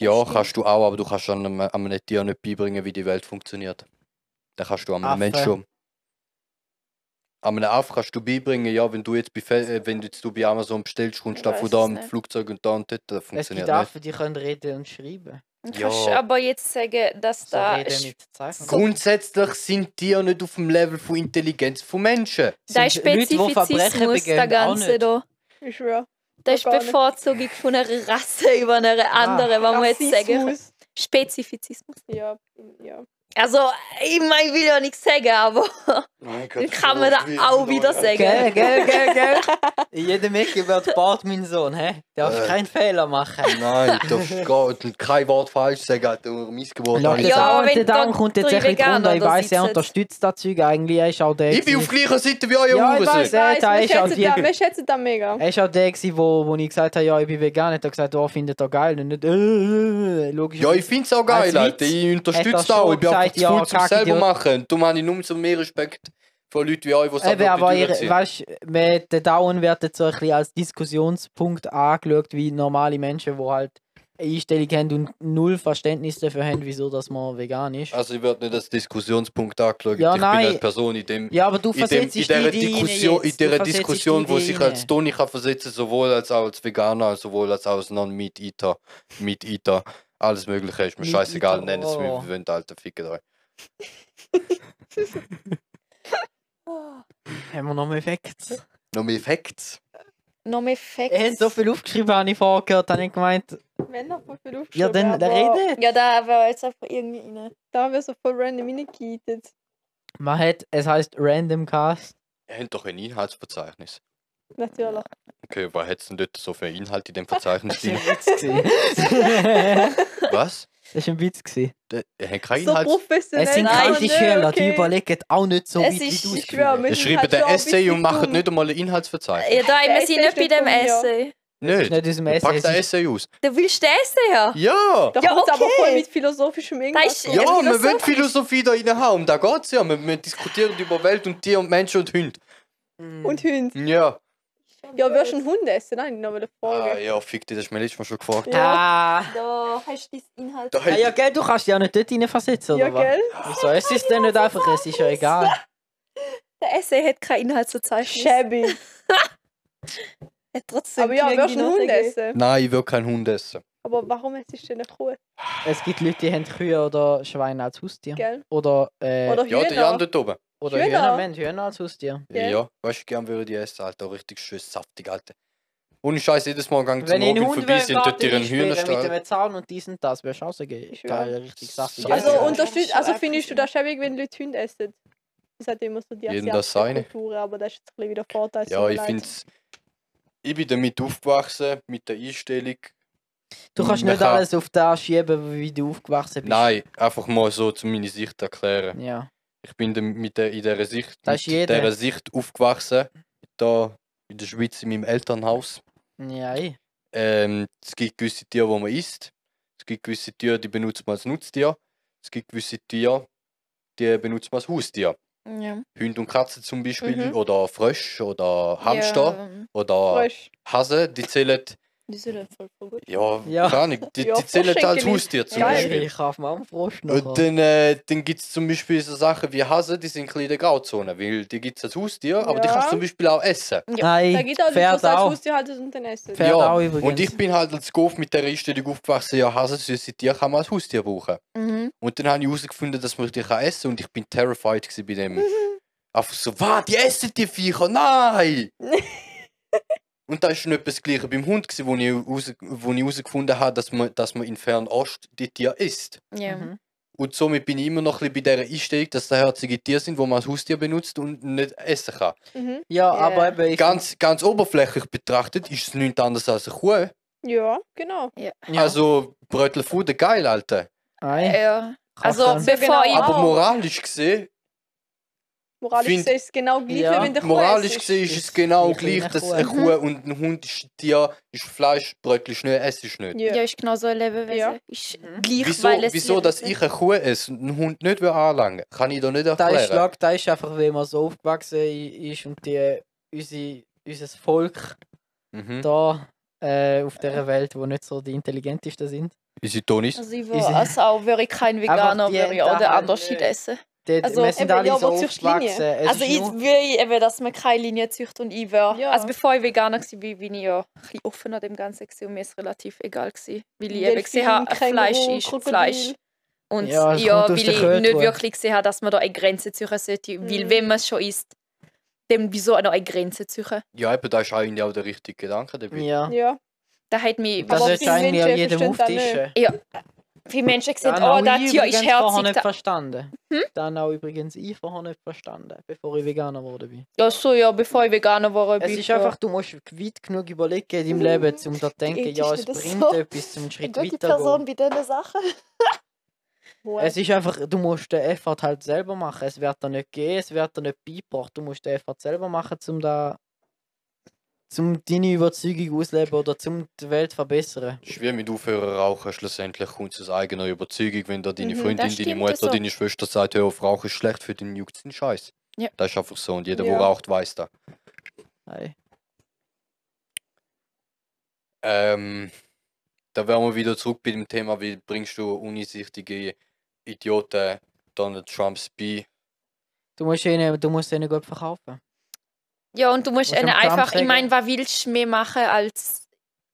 Speaker 2: Ja,
Speaker 3: Stimmt.
Speaker 2: kannst du auch, aber du kannst an einem, an einem Tier nicht beibringen, wie die Welt funktioniert. Da kannst du an einem
Speaker 1: Affe.
Speaker 2: Menschen schon. An einem Aff kannst du beibringen, ja, wenn du jetzt bei, Fe- äh, wenn du jetzt du bei Amazon bestellst, kommst du da
Speaker 3: Ich
Speaker 2: von
Speaker 3: weiß
Speaker 2: da
Speaker 3: es
Speaker 2: mit
Speaker 3: nicht.
Speaker 2: Flugzeug und da und dort, das
Speaker 1: Es
Speaker 2: funktioniert
Speaker 1: gibt
Speaker 2: nicht.
Speaker 1: Affen, die können reden und schreiben.
Speaker 3: Du
Speaker 2: Ja.
Speaker 3: kannst aber jetzt sagen, dass
Speaker 1: So
Speaker 3: da
Speaker 1: reden
Speaker 3: sch-
Speaker 1: mit Zeichen.
Speaker 3: so-
Speaker 2: Grundsätzlich sind Tiere nicht auf dem Level von Intelligenz von Menschen.
Speaker 3: der
Speaker 1: Sind Leute, die Verbrechen
Speaker 3: Spezifizismus,
Speaker 1: begehen,
Speaker 3: der
Speaker 1: auch
Speaker 3: ganze
Speaker 1: nicht.
Speaker 3: da.
Speaker 4: Ich schwöre.
Speaker 3: Das ist
Speaker 4: Gar nicht. Ah,
Speaker 3: Bevorzugung von einer Rasse über eine andere, was man jetzt sagen kann.
Speaker 4: Rassismus.
Speaker 3: Spezifizismus.
Speaker 4: Ja, ja.
Speaker 3: Also, ich mein, ich will ja nichts sagen, aber dann kann man da auch wieder sagen.
Speaker 1: Gell, gell, gell, gell. In jedem Ecke wird Bart mein Sohn, hä? Darfst
Speaker 2: Äh.
Speaker 1: keinen Fehler machen.
Speaker 2: Nein, du darfst gar- kein Wort falsch sagen, Alter, missgeburt.
Speaker 1: Schau,
Speaker 3: Ja,
Speaker 1: das auch,
Speaker 3: wenn
Speaker 1: der Daumen
Speaker 3: da
Speaker 1: kommt jetzt ein
Speaker 3: drei
Speaker 1: bisschen drunter. Ich
Speaker 3: Veganer da
Speaker 1: weiss, er
Speaker 3: sitzen.
Speaker 1: unterstützt das Zeug eigentlich. Er ist auch der.
Speaker 2: Ich bin auf
Speaker 1: gewesen-
Speaker 2: gleicher Seite wie euer
Speaker 1: Ja, ich
Speaker 2: Hurensohn.
Speaker 1: weiß, äh,
Speaker 4: Weiss,
Speaker 1: da
Speaker 4: wir,
Speaker 1: ist auch
Speaker 4: schätzen
Speaker 1: die.
Speaker 4: da, wir schätzen das mega.
Speaker 1: Er war auch der, gewesen, wo, wo ich gesagt habe, ja, ich bin vegan. Hat er gesagt, oh, findet er geil. Und nicht, äh, logisch.
Speaker 2: Ja, ich finde es auch
Speaker 1: Als
Speaker 2: geil, Leute.
Speaker 1: Witz
Speaker 2: Ich unterstütze
Speaker 1: hat
Speaker 2: das
Speaker 1: er
Speaker 2: auch.
Speaker 1: schon
Speaker 2: Ich bin einfach
Speaker 1: gesagt,
Speaker 2: zu
Speaker 1: ja,
Speaker 2: faul zum
Speaker 1: Kacke,
Speaker 2: selber
Speaker 1: Idiot.
Speaker 2: machen. Darum habe ich nur umso mehr Respekt von Leuten wie euch, die es
Speaker 1: Eben, aber ihr,
Speaker 2: durchziehen.
Speaker 1: weißt, man, der Down wird jetzt so ein bisschen als Diskussionspunkt angeschaut, wie normale Menschen, die halt eine Einstellung haben und null Verständnis dafür haben, wieso dass man vegan ist.
Speaker 2: Also, ich werde nicht als Diskussionspunkt angeschaut.
Speaker 1: Ja,
Speaker 2: ich
Speaker 1: nein.
Speaker 2: bin eine Person in dem.
Speaker 1: ja, aber du
Speaker 2: In, dem, in
Speaker 1: versetzt dich
Speaker 2: dieser
Speaker 1: die rein
Speaker 2: Diskussion, in
Speaker 1: jetzt. Du
Speaker 2: dieser
Speaker 1: versetzt dich
Speaker 2: Diskussion
Speaker 1: die
Speaker 2: wo
Speaker 1: rein.
Speaker 2: sich halt- als Toni kann versetzen, sowohl als auch als Veganer, als sowohl als auch als Non-Meat-Eater, Meat-Eater, alles Mögliche ist mir
Speaker 1: Meat-Eater,
Speaker 2: scheißegal, nennen es mir,
Speaker 1: oh.
Speaker 2: wie wenn der alte Ficker da.
Speaker 1: Haben wir noch mehr Facts?
Speaker 2: Noch mehr Facts.
Speaker 3: Noch mehr Facts.
Speaker 1: Ich habe so viel aufgeschrieben, habe ich vorher gehört, habe ich gemeint,
Speaker 4: Wenn er voll viel aufgeschrieben
Speaker 1: ja, dann
Speaker 4: aber
Speaker 1: redet.
Speaker 3: Ja, da war jetzt einfach irgendwie rein.
Speaker 4: Da haben wir so voll random reingeheitet.
Speaker 1: Man hat, es heißt Random Cast.
Speaker 2: Ihr habt doch ein Inhaltsverzeichnis.
Speaker 4: Natürlich.
Speaker 2: Okay, was hättest du denn dort so für Inhalte in dem Verzeichnis?
Speaker 1: Das war ein
Speaker 2: drin?
Speaker 1: Witz. gewesen.
Speaker 2: Was?
Speaker 1: das war ein Witz. gewesen.
Speaker 2: Der- Ihr habt kein
Speaker 4: So
Speaker 2: Inhalts...
Speaker 4: professionell.
Speaker 1: Es sind
Speaker 3: Nein,
Speaker 1: kranke Schüler, die
Speaker 4: okay.
Speaker 1: überlegen auch nicht so
Speaker 3: Es
Speaker 1: weit,
Speaker 3: ist-
Speaker 1: wie du es
Speaker 4: Ich schwöre,
Speaker 1: fühlst.
Speaker 4: wir
Speaker 2: Ihr
Speaker 4: sind halt
Speaker 2: schreibt ein
Speaker 4: schon ein
Speaker 2: Essay und
Speaker 4: bisschen
Speaker 2: macht
Speaker 4: dumm.
Speaker 2: nicht einmal ein Inhaltsverzeichnis.
Speaker 3: Ja, da immer
Speaker 4: Essay
Speaker 3: sind nicht bei
Speaker 4: steht
Speaker 3: dem
Speaker 4: dumm, ja.
Speaker 3: Essay.
Speaker 2: Nicht.
Speaker 1: Nicht aus dem
Speaker 2: Ihr
Speaker 1: Essay.
Speaker 2: packt
Speaker 1: es
Speaker 2: ein
Speaker 1: ist-
Speaker 2: Essay aus.
Speaker 3: Du willst den Essay ja?
Speaker 2: Ja!
Speaker 4: Da
Speaker 3: Ja,
Speaker 4: kommt aber
Speaker 3: okay.
Speaker 4: voll mit philosophischem irgendwas.
Speaker 3: ist-
Speaker 4: um.
Speaker 2: Ja, wir
Speaker 3: Philosophie.
Speaker 2: wollen Philosophie da reinhauen. Um da geht es ja. Wir, wir diskutieren über Welt und Tier und Mensch und Hund.
Speaker 4: Mm. Und Hunde.
Speaker 2: Ja.
Speaker 4: Ja,
Speaker 3: äh,
Speaker 4: wirst du einen Hund essen? Nein, ich noch eine
Speaker 2: Ah,
Speaker 4: Frage.
Speaker 2: ja, fick dich, das ist mir letztes Mal schon gefragt.
Speaker 4: Ja.
Speaker 1: Ah.
Speaker 3: Da hast du dein Inhalt.
Speaker 2: Da
Speaker 1: Ah, ja,
Speaker 2: hätte
Speaker 1: gell, du kannst dich ja nicht dort rein versetzen, oder
Speaker 4: Ja, gell?
Speaker 1: was? Wieso? Es ist denn nicht einfach, es ist ja egal.
Speaker 3: Der Essay hat kein Inhaltsverzeichnis.
Speaker 4: Shabby.
Speaker 3: Hat trotzdem
Speaker 4: Aber ja,
Speaker 3: genügend
Speaker 4: wirst du einen
Speaker 3: Noten
Speaker 4: Hund
Speaker 3: gegeben.
Speaker 4: essen?
Speaker 2: Nein, ich will keinen Hund essen.
Speaker 4: Aber warum essest du denn eine Kuh?
Speaker 1: Es gibt Leute, die haben Kühe oder Schweine als Haustier.
Speaker 4: Gell?
Speaker 1: Oder, äh,
Speaker 4: Oder
Speaker 2: Ja,
Speaker 4: Hühner?
Speaker 2: der Jan dort oben.
Speaker 1: oder
Speaker 4: Hühner.
Speaker 1: Hühner, wir haben Hühner als Haustier.
Speaker 4: Gell?
Speaker 2: Ja, weißt du, gern würde ich die essen, Alter. Richtig schön saftig, Alter. Ohne Scheiß, jedes Mal gang zum
Speaker 1: Wenn ich einen
Speaker 2: Morgen
Speaker 1: Hund
Speaker 2: vorbei
Speaker 1: will,
Speaker 2: sind, dort ihren
Speaker 1: mit
Speaker 2: Hühnerstall.
Speaker 1: einem Zaun und dies und das, wirst du rausgehen.
Speaker 4: Ich schwöre.
Speaker 1: Geil, richtig saftig.
Speaker 2: Ja,
Speaker 4: also
Speaker 2: ja.
Speaker 4: unterstützt,
Speaker 3: Ja,
Speaker 4: also
Speaker 3: ja.
Speaker 4: findest du das schäbig, wenn Leute Hunde essen? Das hat immer so die
Speaker 2: Jeden das
Speaker 4: asiatische
Speaker 2: seine.
Speaker 4: Kultur, aber das ist jetzt ein bisschen wieder Vorteil. es tut
Speaker 2: Ja,
Speaker 4: mir
Speaker 2: ich
Speaker 4: leid.
Speaker 2: find's. Ich bin damit aufgewachsen, mit der Einstellung.
Speaker 1: Du kannst
Speaker 2: Man
Speaker 1: nicht
Speaker 2: Hm, kann-
Speaker 1: alles auf das schieben, wie du aufgewachsen bist.
Speaker 2: Nein, einfach mal so zu meiner Sicht erklären.
Speaker 1: Ja.
Speaker 2: Ich bin dem- mit der, in dieser Sicht,
Speaker 1: Das ist
Speaker 2: mit
Speaker 1: jeder.
Speaker 2: dieser Sicht aufgewachsen. Da in der Schweiz, in meinem Elternhaus.
Speaker 1: Ja, ey.
Speaker 2: Ähm, es gibt gewisse Tiere, die man isst. Es gibt gewisse Tiere, die benutzt man als Nutztier. Es gibt gewisse Tiere, die benutzt man als Haustier.
Speaker 3: Ja.
Speaker 2: Hunde und Katzen zum Beispiel
Speaker 3: Mhm.
Speaker 2: oder Frösche oder Hamster oder
Speaker 4: Frisch.
Speaker 2: Hase, die zählen,
Speaker 3: Die sind ja voll voll gut.
Speaker 2: ja,
Speaker 1: Ja.
Speaker 2: keine Ahnung, die,
Speaker 4: Ja,
Speaker 2: die zählen als
Speaker 4: Froschenkel.
Speaker 2: Haustier zum
Speaker 4: Geil.
Speaker 2: Beispiel.
Speaker 1: Ich kaufe mir auch einen Frosch noch.
Speaker 2: Und dann, äh, dann gibt es zum Beispiel so Sachen wie Hase, die sind ein bisschen in der Grauzone, weil die gibt es als Haustier, aber die
Speaker 4: Ja.
Speaker 2: kannst du zum Beispiel auch essen.
Speaker 4: Da
Speaker 1: Nein,
Speaker 4: gibt es auch Leute, die
Speaker 1: Pferd
Speaker 4: sagen,
Speaker 1: auch.
Speaker 4: musst du halt das unten essen.
Speaker 1: Pferd
Speaker 2: Ja,
Speaker 1: auch übrigens.
Speaker 2: Und ich bin halt als Goof mit der Einstellung aufgewachsen, ja, Hase, süße Tier kann man als Haustier brauchen.
Speaker 3: Mhm.
Speaker 2: Und dann habe ich herausgefunden, dass man die kann essen und ich bin terrified gewesen bei dem. Einfach so, was, die essen die Viecher? Nein! und da ist schon etwas Gleiches beim Hund, gewesen, wo ich heraus- wo ich herausgefunden habe, dass man, dass man in Fernost die Tiere isst.
Speaker 3: Ja.
Speaker 1: Mhm.
Speaker 2: Und somit bin ich immer noch ein bisschen bei dieser Einstellung, dass das herzige Tiere sind, wo man als Haustier benutzt und nicht essen kann.
Speaker 4: Mhm.
Speaker 1: Ja,
Speaker 3: Ja.
Speaker 1: aber eben, ich
Speaker 2: Ganz, ganz oberflächlich betrachtet ist es nichts anderes als eine Kuh.
Speaker 4: Ja, genau.
Speaker 1: Ja.
Speaker 2: Also, Brötelfude, geil, Alter.
Speaker 1: Ei,
Speaker 3: Ja.
Speaker 1: kannst
Speaker 3: äh, Also,
Speaker 1: du-
Speaker 3: bevor
Speaker 4: genau.
Speaker 3: ich.
Speaker 2: Aber
Speaker 4: Wow.
Speaker 2: moralisch gesehen
Speaker 4: Moralisch
Speaker 2: Find-
Speaker 4: gesehen ist es genau gleich,
Speaker 1: Ja.
Speaker 4: wie wenn der Kuh
Speaker 2: Moralisch
Speaker 4: isst.
Speaker 2: gesehen ist es
Speaker 1: Ist
Speaker 2: genau
Speaker 1: eine
Speaker 2: gleich,
Speaker 1: kleine
Speaker 2: dass
Speaker 1: Kuh.
Speaker 2: eine Kuh und ein Hund ist ein Tier, ist Fleisch, Brötchen ist nicht, es ist nicht.
Speaker 4: Ja.
Speaker 3: Ja, ist genau so ein Lebewesen.
Speaker 4: Ja.
Speaker 3: Ist
Speaker 1: Mhm.
Speaker 3: gleich,
Speaker 2: wieso,
Speaker 3: weil es
Speaker 2: wieso dass ich eine Kuh esse und einen Hund nicht will anlangen kann ich da nicht
Speaker 1: da ist
Speaker 2: erklären.
Speaker 1: Schlag, da ist einfach, weil man so aufgewachsen i- ist und die, unsere, unser Volk
Speaker 2: Mhm.
Speaker 1: da äh, auf dieser Welt, wo nicht so die intelligentesten sind,
Speaker 2: Ist sie Tonis?
Speaker 3: Also, ich
Speaker 1: Ist-
Speaker 3: war also auch wäre ich kein Veganer,
Speaker 1: die
Speaker 3: wäre ich
Speaker 1: haben
Speaker 3: auch
Speaker 1: da
Speaker 3: den
Speaker 1: halt
Speaker 3: anderen Shit
Speaker 1: nicht-
Speaker 3: essen.
Speaker 1: die,
Speaker 3: Also,
Speaker 1: wir sind
Speaker 4: eben,
Speaker 1: alle
Speaker 4: ja,
Speaker 1: so
Speaker 4: wo züchtst du
Speaker 1: aufgewachsen.
Speaker 4: Linien?
Speaker 1: Es
Speaker 3: also,
Speaker 1: ist
Speaker 3: ich
Speaker 1: nur-
Speaker 3: will eben, dass man keine Linie züchtet und ich wäre.
Speaker 4: Ja.
Speaker 3: Also, bevor ich Veganer war, war, bin ich ja ein bisschen offener dem Ganzen gewesen und mir ist relativ egal gewesen. Weil ich eben
Speaker 4: Delfin,
Speaker 3: gesehen habe,
Speaker 4: Känguru,
Speaker 3: Fleisch ist
Speaker 4: Krokodil.
Speaker 3: Fleisch. Und
Speaker 1: Ja,
Speaker 3: ja,
Speaker 1: es kommt aus
Speaker 3: weil
Speaker 1: der
Speaker 3: ich
Speaker 1: Kultur.
Speaker 3: nicht wirklich gesehen habe, dass man da eine Grenze züchen sollte. Weil,
Speaker 4: Mhm.
Speaker 3: wenn man es schon isst, dann wieso auch noch eine Grenze züchen?
Speaker 2: Ja, eben, da ist eigentlich auch der richtige Gedanke dabei.
Speaker 1: ja.
Speaker 4: Ja.
Speaker 3: Da hat mich.
Speaker 1: Das
Speaker 4: Aber
Speaker 1: ist
Speaker 4: viele
Speaker 1: eigentlich
Speaker 4: Menschen
Speaker 1: jedem
Speaker 4: verstehen das
Speaker 1: auftischen.
Speaker 3: Viele Menschen sehen,
Speaker 1: Dann habe
Speaker 3: oh, das
Speaker 1: ich
Speaker 3: Tier ist
Speaker 1: übrigens vorher
Speaker 3: herzig.
Speaker 1: nicht
Speaker 3: da-
Speaker 1: verstanden.
Speaker 3: Hm?
Speaker 1: Dann auch übrigens ich vorher nicht verstanden, bevor ich Veganer wurde bin.
Speaker 3: Ja, so, ja, bevor ich Veganer war,
Speaker 1: Es
Speaker 3: bin ich
Speaker 1: ist
Speaker 3: ja-
Speaker 1: einfach, du musst weit genug überlegen in deinem Leben, um da zu denken,
Speaker 3: Ethik
Speaker 1: ja, es
Speaker 3: ist nicht
Speaker 1: bringt
Speaker 3: so
Speaker 1: etwas zum Schritt
Speaker 3: gute
Speaker 1: weitergehen.
Speaker 3: Person bei diesen Sachen.
Speaker 4: Wow.
Speaker 1: Es ist einfach, du musst den Effort halt selber machen. Es wird dir nicht gehen, es wird dir nicht beigebracht. Du musst den Effort selber machen, um da zum deine Überzeugung ausleben oder zum die Welt verbessern.
Speaker 2: Ist wie mit aufhören rauchen, schlussendlich kommt es aus eigener Überzeugung, wenn da deine
Speaker 4: Mhm,
Speaker 2: Freundin,
Speaker 3: das
Speaker 2: deine
Speaker 3: stimmt,
Speaker 2: Mutter,
Speaker 3: das so.
Speaker 2: deine Schwester sagt, hör auf, rauchen ist schlecht für den juckt den Scheiß.
Speaker 3: Ja.
Speaker 2: Das ist einfach so und jeder,
Speaker 4: Ja.
Speaker 2: der raucht, weiß das.
Speaker 1: Nein.
Speaker 2: Ähm, da wären wir wieder zurück bei dem Thema, wie bringst du uneinsichtige Idioten Donald Trumps bei?
Speaker 1: Du musst ihnen, du musst ihnen gut verkaufen.
Speaker 3: Ja, und du musst
Speaker 1: Muss
Speaker 3: ihnen
Speaker 1: am Kamm
Speaker 3: einfach, ich
Speaker 1: sägen.
Speaker 3: meine, was willst du mehr machen, als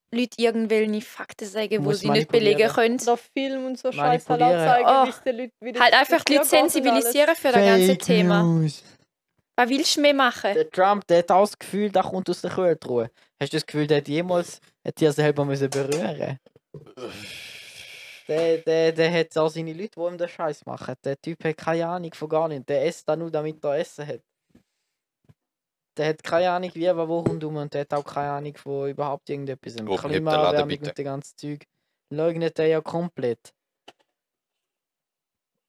Speaker 3: Leute irgendwelche Fakten sagen, wo
Speaker 1: Muss
Speaker 3: sie nicht
Speaker 1: manipulieren.
Speaker 3: belegen können?
Speaker 4: Oder Film und so Scheiße halt
Speaker 1: Manipulieren.
Speaker 4: anzeigen,
Speaker 3: Ah.
Speaker 4: wie es den Leuten wieder
Speaker 3: Halt einfach die Leute sensibilisieren für das ganze Thema.
Speaker 1: News.
Speaker 3: Was willst du mehr machen?
Speaker 1: Der Trump, der hat auch das Gefühl, der kommt aus der Kühltruhe. Hast du das Gefühl, der hat jemals hat die selber müssen berühren Der, der, der hat auch seine Leute, die ihm den Scheiß machen. Der Typ hat keine Ahnung von gar nichts. Der isst da nur, damit er Essen hat. Der hat keine Ahnung, wie aber wo rundum und der hat auch keine Ahnung von überhaupt irgendetwas. Und
Speaker 2: Oben hebt der Laden, bitte.
Speaker 1: und dem ganzen Zeug leugnet er ja komplett.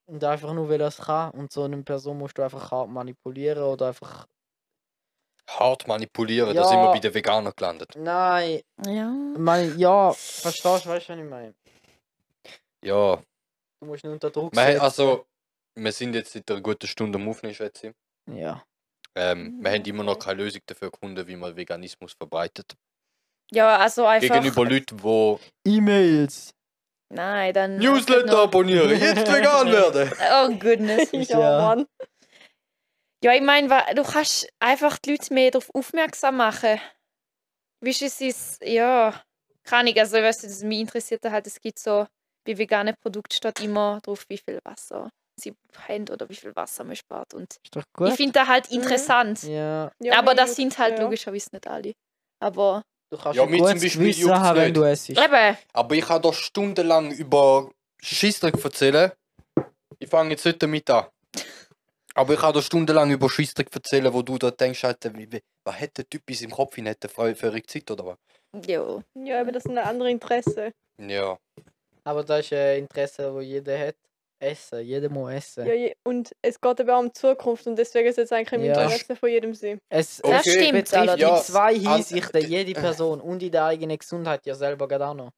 Speaker 1: Und einfach nur, weil er es kann. Und so eine Person musst du einfach hart manipulieren oder einfach.
Speaker 2: Hart manipulieren, da sind
Speaker 1: Ja.
Speaker 2: wir bei den Veganern gelandet.
Speaker 1: Nein,
Speaker 3: Ja.
Speaker 1: mein, ja, verstehst du, weißt du, was ich meine?
Speaker 2: Ja,
Speaker 1: Du musst ihn unter Druck
Speaker 2: wir, haben-
Speaker 1: setzen.
Speaker 2: also, wir sind jetzt seit einer guten Stunde am Aufnehmen, schätze ich.
Speaker 1: Ja.
Speaker 2: Ähm, wir haben immer noch
Speaker 3: Okay.
Speaker 2: keine Lösung dafür gefunden, wie man Veganismus verbreitet.
Speaker 3: Ja, also einfach.
Speaker 2: Gegenüber Leuten, die
Speaker 1: E-Mails.
Speaker 3: Nein, dann.
Speaker 2: Newsletter abonnieren, jetzt vegan werden.
Speaker 3: Oh, goodness.
Speaker 1: Ja.
Speaker 4: Mann.
Speaker 3: Ja, ich meine, du kannst einfach die Leute mehr darauf aufmerksam machen. Weißt du, es ist, ja, kann ich. Also, weißt du, das mich interessiert halt, es gibt so, bei veganen Produkten steht immer drauf, wie viel Wasser sie haben oder wie viel Wasser man spart. Und
Speaker 1: Ist doch gut.
Speaker 3: ich finde das halt
Speaker 4: Mhm.
Speaker 3: interessant.
Speaker 1: ja.
Speaker 4: Ja,
Speaker 3: Aber
Speaker 4: mega
Speaker 3: das
Speaker 4: gut.
Speaker 3: sind halt
Speaker 4: Ja.
Speaker 3: logischerweise nicht alle. Aber,
Speaker 1: Du kannst
Speaker 2: Ja,
Speaker 1: ein
Speaker 2: mich zum
Speaker 1: gutes
Speaker 2: Beispiel
Speaker 1: Gewissen
Speaker 2: juckt's
Speaker 1: haben, wenn
Speaker 2: nicht.
Speaker 1: du es isst.
Speaker 3: eben,
Speaker 2: Aber ich kann doch stundenlang über Schissdreck erzählen. Ich fange jetzt heute damit an. Aber ich kann doch stundenlang über Schissdreck erzählen, wo du da denkst, Alter, wie, wie, was hat der Typ in seinem Kopf, ihn hätte für für Zeit oder was?
Speaker 3: ja.
Speaker 4: Ja, aber das sind andere Interessen.
Speaker 2: Ja.
Speaker 1: Aber das ist ein Interesse, das jeder hat. Essen, jeder muss essen.
Speaker 4: Ja, je- und es geht eben auch um die Zukunft und deswegen ist es eigentlich im
Speaker 1: Ja.
Speaker 4: Interesse von jedem sein.
Speaker 1: Es
Speaker 2: Okay.
Speaker 3: Das stimmt
Speaker 1: betrifft
Speaker 2: Ja, also, äh,
Speaker 1: in zwei
Speaker 2: an-
Speaker 1: Hinsichten jede Person und in der eigenen Gesundheit ja selber gerade auch noch.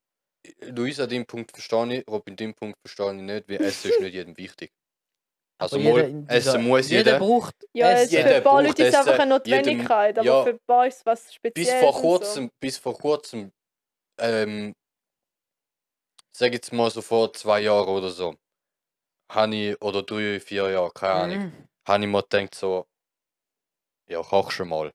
Speaker 2: Luisa, den Punkt verstehe ich, Robin, den Punkt verstehe ich nicht, weil Essen ist nicht jedem wichtig. Also,
Speaker 1: Aber jeder
Speaker 2: mal,
Speaker 1: in dieser-
Speaker 2: Essen muss
Speaker 1: Jeder
Speaker 2: jeder.
Speaker 1: braucht
Speaker 4: Ja, es,
Speaker 1: Essen.
Speaker 4: für
Speaker 2: Jeder
Speaker 4: ein paar
Speaker 2: braucht
Speaker 4: Leute ist es einfach
Speaker 2: Essen.
Speaker 4: eine Notwendigkeit,
Speaker 2: Jedem-
Speaker 4: aber
Speaker 2: ja.
Speaker 4: für ein paar ist es was
Speaker 2: bis
Speaker 4: Spezielles.
Speaker 2: vor
Speaker 4: und
Speaker 2: kurzem, bis vor kurzem, ähm, sag jetzt mal so vor zwei Jahren oder so, habe ich, oder drei, vier Jahre, keine Ahnung,
Speaker 1: Mhm.
Speaker 2: habe ich mir gedacht so, ja, koch schon mal.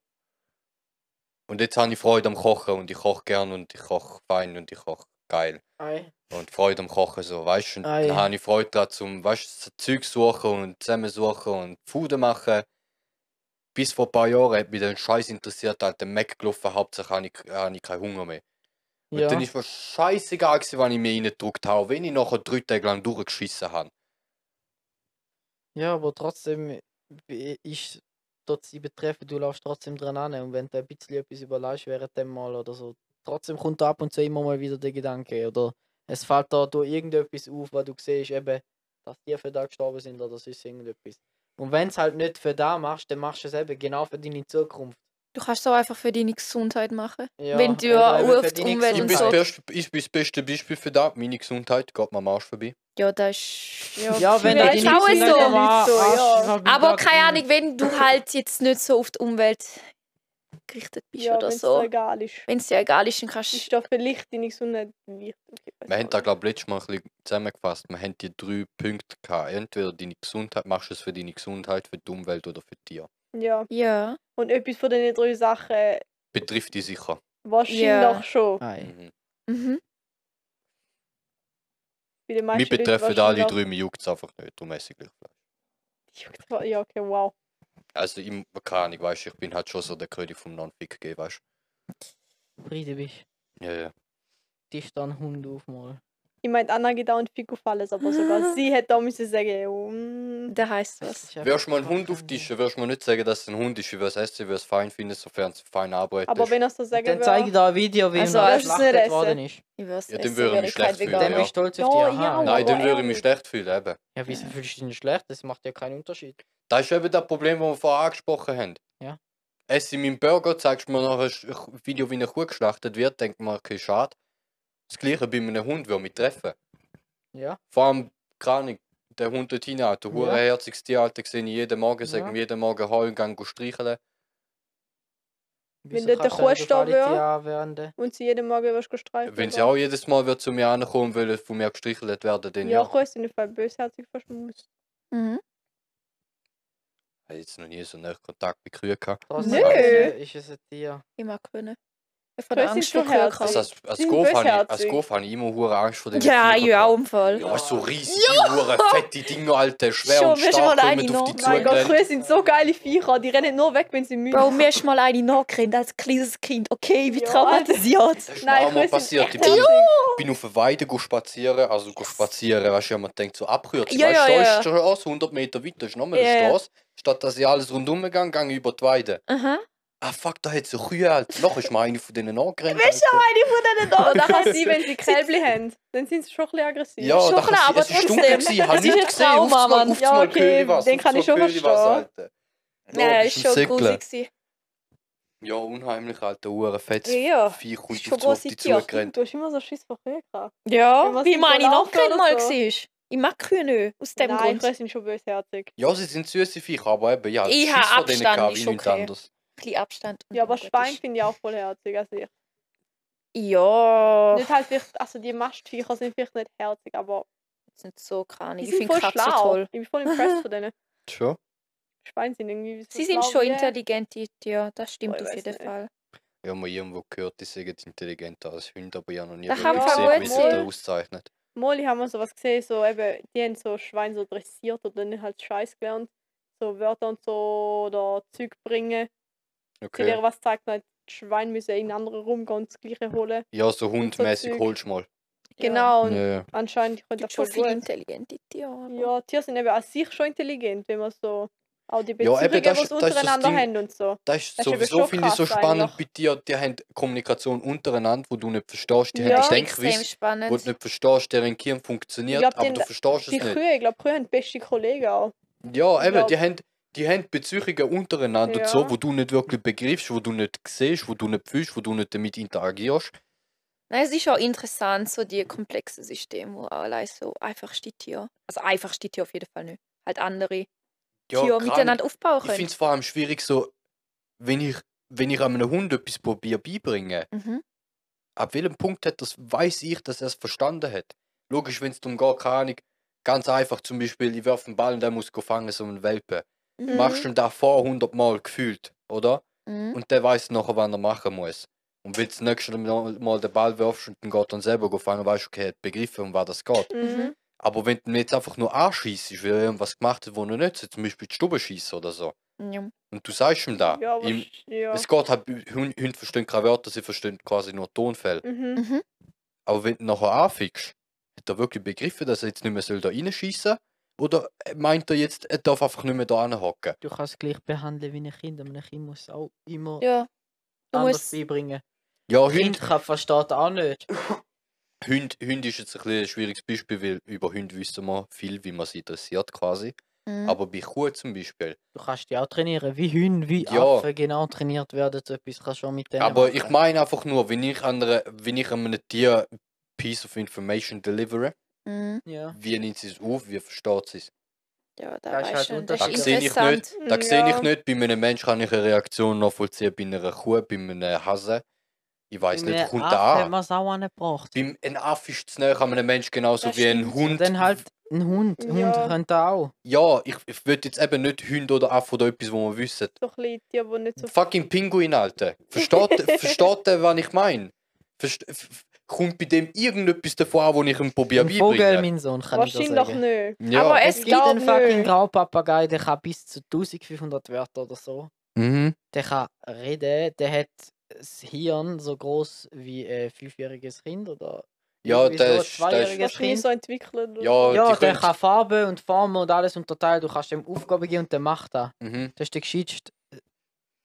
Speaker 2: Und jetzt habe ich Freude am Kochen und ich koche gern und ich koche fein und ich koche geil.
Speaker 1: Ei.
Speaker 2: Und Freude am Kochen, so, weißt du? Und
Speaker 1: Ah,
Speaker 2: dann
Speaker 1: ja.
Speaker 2: habe ich Freude daran, zum, weißt du, so Zeug suchen und zusammensuchen und Food machen. Bis vor ein paar Jahren hat mich den Scheiß interessiert, halt den Mac gelaufen, Hauptsache habe ich, habe ich keinen Hunger mehr. Und
Speaker 1: Ja.
Speaker 2: dann ist mir scheißegal, gewesen, wann ich mir reingedrückt habe, wenn ich nachher drei Tage lang durchgeschissen habe.
Speaker 1: ja, aber trotzdem äh, ist dort sie betreffen, du laufst trotzdem dran an und wenn du ein bisschen etwas überleist während dem Mal oder so, trotzdem kommt da ab und zu immer mal wieder der Gedanke oder es fällt da durch irgendetwas auf, was du siehst, eben, dass die für da gestorben sind oder sonst irgendetwas. Und wenn es halt nicht für da machst, dann machst du es eben genau für deine Zukunft.
Speaker 3: Du kannst auch einfach für deine Gesundheit machen.
Speaker 1: Ja,
Speaker 3: Wenn du
Speaker 1: oder
Speaker 3: ja
Speaker 1: eben für
Speaker 3: auf die
Speaker 1: deine
Speaker 3: Umwelt
Speaker 2: Ich bin,
Speaker 3: und
Speaker 1: Gesundheit.
Speaker 2: das
Speaker 3: so.
Speaker 2: beste, ich bin das beste Beispiel für das. Meine Gesundheit geht mir am Arsch vorbei.
Speaker 3: Ja, das ist. Ja,
Speaker 1: Ja, wenn
Speaker 3: Ja,
Speaker 1: du
Speaker 3: ist
Speaker 1: deine
Speaker 3: auch so.
Speaker 1: Gesundheit Ah, am Arsch-
Speaker 4: So,
Speaker 1: Arsch
Speaker 4: ja.
Speaker 1: verbindest,
Speaker 3: Aber keine
Speaker 1: dann-
Speaker 3: Ahnung, wenn du halt jetzt nicht so auf die Umwelt gerichtet bist
Speaker 4: ja,
Speaker 3: oder
Speaker 4: wenn's
Speaker 3: so.
Speaker 4: dir egal ist.
Speaker 3: Wenn es dir egal ist, dann kannst
Speaker 4: Ist da
Speaker 3: du.
Speaker 4: vielleicht deine Gesundheit wichtig? Ich weiss
Speaker 2: Wir haben
Speaker 4: auch
Speaker 2: da, glaube ich, letztes Mal ein bisschen zusammengefasst. Wir haben die drei Punkte gehabt. Entweder deine Gesundheit, machst du es für deine Gesundheit, für die Umwelt oder für dich.
Speaker 4: nicht. Ja,
Speaker 3: Ja.
Speaker 4: und etwas von diesen drei Sachen
Speaker 2: Betrifft dich sicher.
Speaker 4: wahrscheinlich
Speaker 3: Ja.
Speaker 4: schon.
Speaker 1: Nein.
Speaker 2: Mhm.
Speaker 3: Mhm.
Speaker 4: Bei den
Speaker 2: Mich
Speaker 4: meisten Leuten
Speaker 2: betreffen alle
Speaker 4: wahrscheinlich
Speaker 2: drei, mir juckt es einfach nicht. Darum esse ich gleich Fleisch.
Speaker 4: auch- Ja, okay, wow.
Speaker 2: Also, ich, keine Ahnung, weißt du, ich bin halt schon so der König vom Non-Fick gegeben, weißt
Speaker 1: Friede bist,
Speaker 2: du? Ja, ja.
Speaker 1: dich dann Hund aufmal.
Speaker 4: Ich meine, Anna geht auch und Fick auf alles, aber sogar sie hätte auch müssen sagen, oh, mm,
Speaker 3: Da heißt was.
Speaker 2: Wirst du mal einen Hund auftischen, wirst du mir nicht sagen, dass es ein Hund ist. Ich würde es essen, ich würde es fein finden, sofern es fein arbeitet.
Speaker 4: aber wenn er so sagen
Speaker 1: Dann zeige ich dir ein Video, wie
Speaker 3: Also,
Speaker 1: er
Speaker 4: das ist nicht
Speaker 1: geschlachtet
Speaker 4: essen.
Speaker 1: worden ist.
Speaker 3: Ich halt weiß
Speaker 2: Ja, dann würde ich mich schlecht fühlen,
Speaker 1: Dann
Speaker 2: ja.
Speaker 1: bist du stolz auf
Speaker 4: Ja,
Speaker 1: dich.
Speaker 4: ja,
Speaker 1: Aha.
Speaker 4: aber-
Speaker 2: Nein, dann würde ich
Speaker 4: ehrlich.
Speaker 2: mich schlecht fühlen. Eben.
Speaker 1: Ja, wieso fühlst du dich denn schlecht? Das macht ja keinen Unterschied.
Speaker 2: Das ist eben das Problem, das wir vorher angesprochen haben.
Speaker 1: Ja.
Speaker 2: Esse ich meinen Burger, zeigst du mir noch ein Sch- Video, wie eine Kuh geschlachtet wird, denkt man, okay, schade. Das gleiche bei einem Hund würde mich treffen.
Speaker 1: Ja.
Speaker 2: Vor allem, keine Ahnung, der Hund dort hinein, der
Speaker 1: Ja.
Speaker 2: ja. herziges Tier, Alter, sehe ich jeden Morgen, sage
Speaker 1: Ja.
Speaker 2: ihm jeden Morgen, heulen, gang streicheln.
Speaker 1: Wieso kannst du
Speaker 4: dort eine Kuh
Speaker 1: nicht auf alle
Speaker 4: stehen würde?
Speaker 1: Tiere werden?
Speaker 4: und sie jeden Morgen wirst gestreift.
Speaker 2: Wenn sie auch jedes Mal wird zu mir ankommen will, von mir gestrichelt werden, dann
Speaker 4: Ja,
Speaker 2: ja.
Speaker 4: Kuh ist in dem Fall bösherzig fast muss.
Speaker 3: Mhm.
Speaker 2: Ich habe jetzt noch nie so einen Kontakt mit Kühen gehabt.
Speaker 1: Trotzdem
Speaker 4: Nö.
Speaker 1: Ist es- ist es ein Tier?
Speaker 3: Ich mag können.
Speaker 4: Von
Speaker 3: Von
Speaker 4: der Größe
Speaker 3: der
Speaker 4: Angst ist
Speaker 3: Angst
Speaker 4: vor
Speaker 3: vor
Speaker 4: schon Kühe herzig.
Speaker 2: Also, als, als
Speaker 4: sind
Speaker 2: Golf habe ich, als
Speaker 4: bösherzig.
Speaker 2: Golf habe ich immer hure Angst vor den
Speaker 3: Ja,
Speaker 2: Viecher
Speaker 3: ja,
Speaker 2: gehabt.
Speaker 3: im Fall.
Speaker 2: Ja, weißt du, so riesige, hure fette Dinger, Alter, schwer
Speaker 3: Schon
Speaker 2: und
Speaker 3: bist du mal
Speaker 2: stark,
Speaker 3: eine
Speaker 2: kommen auf die
Speaker 3: noch.
Speaker 2: zu
Speaker 4: Mein
Speaker 2: und
Speaker 4: Gott,
Speaker 2: dann-
Speaker 4: Kühe sind so geile Viecher, die rennen nur weg, wenn sie müde
Speaker 3: Bro, um
Speaker 4: sind.
Speaker 3: mir ist mal eine nachgerannt als kleines Kind. Okay, ich bin
Speaker 4: Ja.
Speaker 3: traumatisiert.
Speaker 2: Das ist
Speaker 4: Nein,
Speaker 2: mir auch mal
Speaker 4: Kühe sind
Speaker 2: passiert.
Speaker 4: echt
Speaker 2: Ich bin,
Speaker 4: herzig.
Speaker 2: bin auf der Weide go spazieren, also go spazieren, weißt du, ja, man denkt so abrührt.
Speaker 3: Ja,
Speaker 2: weißt,
Speaker 3: ja,
Speaker 2: da
Speaker 3: ja.
Speaker 2: ist die Straße 100 Meter weiter, ist nochmal
Speaker 3: Ja,
Speaker 2: eine
Speaker 3: ja.
Speaker 2: Straße. Statt dass ich alles rundum gegangen, gehe ich über die Weide.
Speaker 3: Aha.
Speaker 2: ah fuck, da hat es eine Kühe, Alter. Noch ist mal eine von denen angerannt.
Speaker 3: Weißt du,
Speaker 2: Alter.
Speaker 3: eine von denen da.
Speaker 4: Aber da kann
Speaker 3: Das
Speaker 4: sie, wenn sie Kälbli haben, dann sind sie schon ein bisschen aggressiv.
Speaker 2: Ja,
Speaker 3: schon
Speaker 2: da kann
Speaker 3: klar,
Speaker 2: sie-
Speaker 3: aber
Speaker 2: es ist dunkel
Speaker 3: trotzdem.
Speaker 2: gewesen, ich habe
Speaker 3: Das ist
Speaker 2: nichts gesehen.
Speaker 3: ein Trauma,
Speaker 2: Aufs Mal,
Speaker 3: Mann.
Speaker 2: aufs
Speaker 3: Ja,
Speaker 2: Mal
Speaker 3: okay,
Speaker 2: Köhli was,
Speaker 3: den
Speaker 2: aufs
Speaker 3: kann ich
Speaker 2: Mal
Speaker 3: schon
Speaker 2: Köhli was,
Speaker 3: verstehen.
Speaker 2: Alter. Ja, das
Speaker 3: Nein, ist
Speaker 2: ein
Speaker 3: schon
Speaker 2: Säckle.
Speaker 3: gruselig.
Speaker 2: Ja, unheimlich, Alter, Uhren, fettes
Speaker 3: Ja, ja.
Speaker 2: Vieh kommt
Speaker 3: Schon
Speaker 2: auf
Speaker 3: grosse
Speaker 2: die
Speaker 3: Tiere.
Speaker 2: zugerannt.
Speaker 4: Du hast immer so Schiss vor Kühen gehabt. Wenn
Speaker 3: Ja,
Speaker 4: was
Speaker 3: wie
Speaker 4: mit
Speaker 3: meine
Speaker 4: Verlauf
Speaker 3: Nachbarin
Speaker 4: oder
Speaker 3: mal
Speaker 4: so.
Speaker 3: war. Ich mag Kühe nicht, aus dem
Speaker 4: Nein,
Speaker 3: Grund.
Speaker 4: Kühe sind schon bösherzig.
Speaker 2: Ja, sie sind süße Viecher, aber eben, ja,
Speaker 3: Ich
Speaker 2: Schiss
Speaker 3: hab
Speaker 2: vor denen
Speaker 3: Abstand,
Speaker 2: gehabt,
Speaker 3: ist
Speaker 2: wie nichts
Speaker 3: okay.
Speaker 2: anderes.
Speaker 3: Ein bisschen Abstand. und
Speaker 4: Ja, aber
Speaker 3: gut
Speaker 4: Schwein
Speaker 3: ist.
Speaker 4: finde ich auch vollherzig. Also ich.
Speaker 3: Ja.
Speaker 4: Nicht halt vielleicht, also die Mastviecher sind vielleicht nicht herzig, aber
Speaker 3: Jetzt nicht so kranig.
Speaker 4: die
Speaker 3: Ich
Speaker 4: sind
Speaker 3: finde
Speaker 4: voll
Speaker 3: Katzen
Speaker 4: schlau.
Speaker 3: toll.
Speaker 4: Ich bin voll impressed von denen.
Speaker 2: Schon?
Speaker 4: Schweine sind irgendwie so
Speaker 3: Sie sind
Speaker 4: schlau
Speaker 3: schon
Speaker 4: wie-
Speaker 3: intelligente Tiere, das stimmt
Speaker 4: Oh, ich
Speaker 3: auf
Speaker 4: weiß
Speaker 3: jeden
Speaker 4: nicht.
Speaker 3: Fall.
Speaker 2: Ich habe mal irgendwo gehört, die sind intelligenter als Hunde, aber ich habe noch nie
Speaker 3: Da
Speaker 2: wirklich
Speaker 4: haben wir
Speaker 2: gesehen, wie
Speaker 4: wohl-
Speaker 2: sie da auszeichnet.
Speaker 4: Molly haben wir sowas gesehen, so eben, die haben so Schweine so dressiert und dann halt Scheiß gelernt. So Wörter und so oder Zeug bringen. Sie
Speaker 2: Okay.
Speaker 4: dir was zeigt, halt Schwein müssen in einen anderen rumgehen und das gleiche holen.
Speaker 2: Ja, so hundmäßig
Speaker 4: Zeug.
Speaker 2: holst du mal. Ja,
Speaker 4: Genau, und
Speaker 2: ja.
Speaker 4: anscheinend die
Speaker 3: Es
Speaker 4: können
Speaker 3: gibt
Speaker 4: das
Speaker 3: schon
Speaker 4: voll
Speaker 3: viele
Speaker 4: gut.
Speaker 3: intelligente Tiere. aber-
Speaker 4: Ja, Tiere sind eben an sich schon intelligent, wenn man so auch die
Speaker 2: Ja,
Speaker 4: Beziehungen,
Speaker 2: eben,
Speaker 4: die
Speaker 2: das
Speaker 4: sie
Speaker 2: ist- das ist das
Speaker 4: untereinander
Speaker 2: Ding.
Speaker 4: haben und so.
Speaker 2: Das ist
Speaker 4: Das ist eben
Speaker 2: sowieso,
Speaker 4: schon
Speaker 2: finde ich, so
Speaker 4: krass
Speaker 2: spannend bei
Speaker 4: eigentlich.
Speaker 2: dir. Die haben Kommunikation untereinander, wo du nicht verstehst. Die
Speaker 4: Ja.
Speaker 2: haben
Speaker 3: Das ist
Speaker 2: ein
Speaker 3: extrem
Speaker 2: Denkwissen,
Speaker 3: spannend.
Speaker 2: wo ne- du nicht verstehst, deren Gehirn funktioniert,
Speaker 4: Ich glaub,
Speaker 2: aber
Speaker 4: die-
Speaker 2: du verstehst es
Speaker 4: Die
Speaker 2: nicht.
Speaker 4: Kühe, ich glaube, Kühe haben beste Kollegen auch.
Speaker 2: Ja,
Speaker 4: Ich
Speaker 2: eben,
Speaker 4: glaub-
Speaker 2: die haben, die haben Beziehungen untereinander und so,
Speaker 4: Ja.
Speaker 2: wo du nicht wirklich begreifst, wo du nicht siehst, wo du nicht fühlst, wo du nicht damit interagierst.
Speaker 3: Nein, es ist auch interessant, so die komplexen Systeme, wo allein so einfachste Tiere, also einfachste Tiere auf jeden Fall nicht, halt andere
Speaker 2: Ja,
Speaker 3: Tiere
Speaker 2: keine Ahnung.
Speaker 3: miteinander aufbauen
Speaker 2: Ich finde
Speaker 3: können.
Speaker 2: es vor allem schwierig, so, wenn ich, wenn ich einem Hund etwas probiere beibringen,
Speaker 3: Mhm.
Speaker 2: ab welchem Punkt hat das, weiß ich, dass er es verstanden hat. Logisch, wenn es darum geht, keine Ahnung, ganz einfach zum Beispiel, ich werfe einen Ball und der muss go fangen, so einen Welpen.
Speaker 3: Mhm.
Speaker 2: Machst du ihm da vor 100 Mal gefühlt, oder?
Speaker 3: Mhm.
Speaker 2: Und der weiß nachher, wann er machen muss. Und wenn du das nächste Mal den Ball wirfst und den geht dann selber go fangen, weißt du, okay, er hat begriffen, um was das geht.
Speaker 4: Mhm.
Speaker 2: Aber wenn du ihn jetzt einfach nur anschießt, weil er irgendwas gemacht hat, wo er nicht soll, zum Beispiel die Stube schießt oder so,
Speaker 3: Ja.
Speaker 2: und du sagst ihm da,
Speaker 4: Ja, aber
Speaker 2: ihm,
Speaker 4: sch- ja.
Speaker 2: es geht halt, Hunde, Hunde verstehen keine Wörter, sie verstehen quasi nur Tonfälle.
Speaker 4: Mhm.
Speaker 3: Mhm.
Speaker 2: Aber wenn du nachher anfickst, hat er wirklich begriffen, dass er jetzt nicht mehr soll da reinschießen soll? Oder äh, meint er jetzt, er darf einfach nicht mehr da hocken?
Speaker 1: Du kannst es gleich behandeln wie ein Kind, aber ein Kind muss es auch immer
Speaker 3: ja. Du
Speaker 1: anders
Speaker 3: musst,
Speaker 1: beibringen.
Speaker 2: Ja,
Speaker 1: Ein Kind
Speaker 2: Hund,
Speaker 1: kann versteht auch nicht.
Speaker 2: Hund, Hund ist jetzt ein, bisschen ein schwieriges Beispiel, weil über Hunde wissen wir viel, wie man sie interessiert quasi.
Speaker 3: mhm.
Speaker 2: Aber bei Kuh zum Beispiel.
Speaker 1: Du kannst die auch trainieren, wie Hunde, wie
Speaker 2: Ja.
Speaker 1: Affen genau trainiert werden. So etwas kannst du auch mit denen
Speaker 2: Aber
Speaker 1: machen.
Speaker 2: ich meine einfach nur, wenn ich, an einer, wenn ich einem Tier Piece of Information delivere,
Speaker 3: Mhm.
Speaker 1: Ja.
Speaker 2: wie nimmt sie es auf, wie versteht sie es?
Speaker 3: ja, da
Speaker 1: Das ist
Speaker 3: weißt
Speaker 1: halt
Speaker 3: du, das
Speaker 2: Da
Speaker 3: ist
Speaker 2: sehe ich
Speaker 3: interessant.
Speaker 2: Da sehe ich
Speaker 4: Ja.
Speaker 2: nicht, bei einem Menschen kann ich eine Reaktion nachvollziehen, bei einer Kuh, bei einem Hase. Ich weiß nicht, kommt da
Speaker 1: Affen hat
Speaker 2: an.
Speaker 1: man es auch angebracht.
Speaker 2: Beim, ein Affe ist zu näher an einem Menschen genauso
Speaker 3: Das
Speaker 2: wie ein
Speaker 3: stimmt.
Speaker 2: Hund.
Speaker 1: Dann halt ein Hund. Ein
Speaker 4: Ja.
Speaker 1: Hund könnte auch.
Speaker 2: Ja, ich, ich würde jetzt eben nicht Hund oder Affe oder etwas, wo man wissen.
Speaker 4: So kleine Tiere, die nicht so
Speaker 2: Fucking Pinguin, Alter. Versteht, versteht der, was ich meine? Verst f- f- kommt bei dem irgendetwas davon an, wo ich ihm probiere
Speaker 1: Ein Vogel,
Speaker 2: beibringen?
Speaker 1: mein Sohn, kann ich dir
Speaker 4: Wahrscheinlich
Speaker 1: sagen.
Speaker 4: nicht.
Speaker 2: Ja.
Speaker 3: Aber es
Speaker 1: Es gibt
Speaker 4: glaub
Speaker 1: einen fucking
Speaker 4: nicht.
Speaker 1: Graupapagei, der kann bis zu 1500 Wörter oder so.
Speaker 2: mhm.
Speaker 1: Der kann reden, der hat das Hirn so groß wie ein fünfjähriges Kind oder
Speaker 2: ja,
Speaker 1: irgendwie so ein
Speaker 2: das ist. Das ist
Speaker 1: zweijähriger-
Speaker 4: Wahrscheinlich
Speaker 1: Kind.
Speaker 4: so entwickelt. oder
Speaker 2: Ja,
Speaker 4: so.
Speaker 2: Oh, die
Speaker 1: Ja, der
Speaker 2: können-
Speaker 1: kann Farben und Formen und alles unterteilen. Du kannst ihm Aufgaben geben und der macht das.
Speaker 2: mhm.
Speaker 1: Das ist der gescheiteste äh,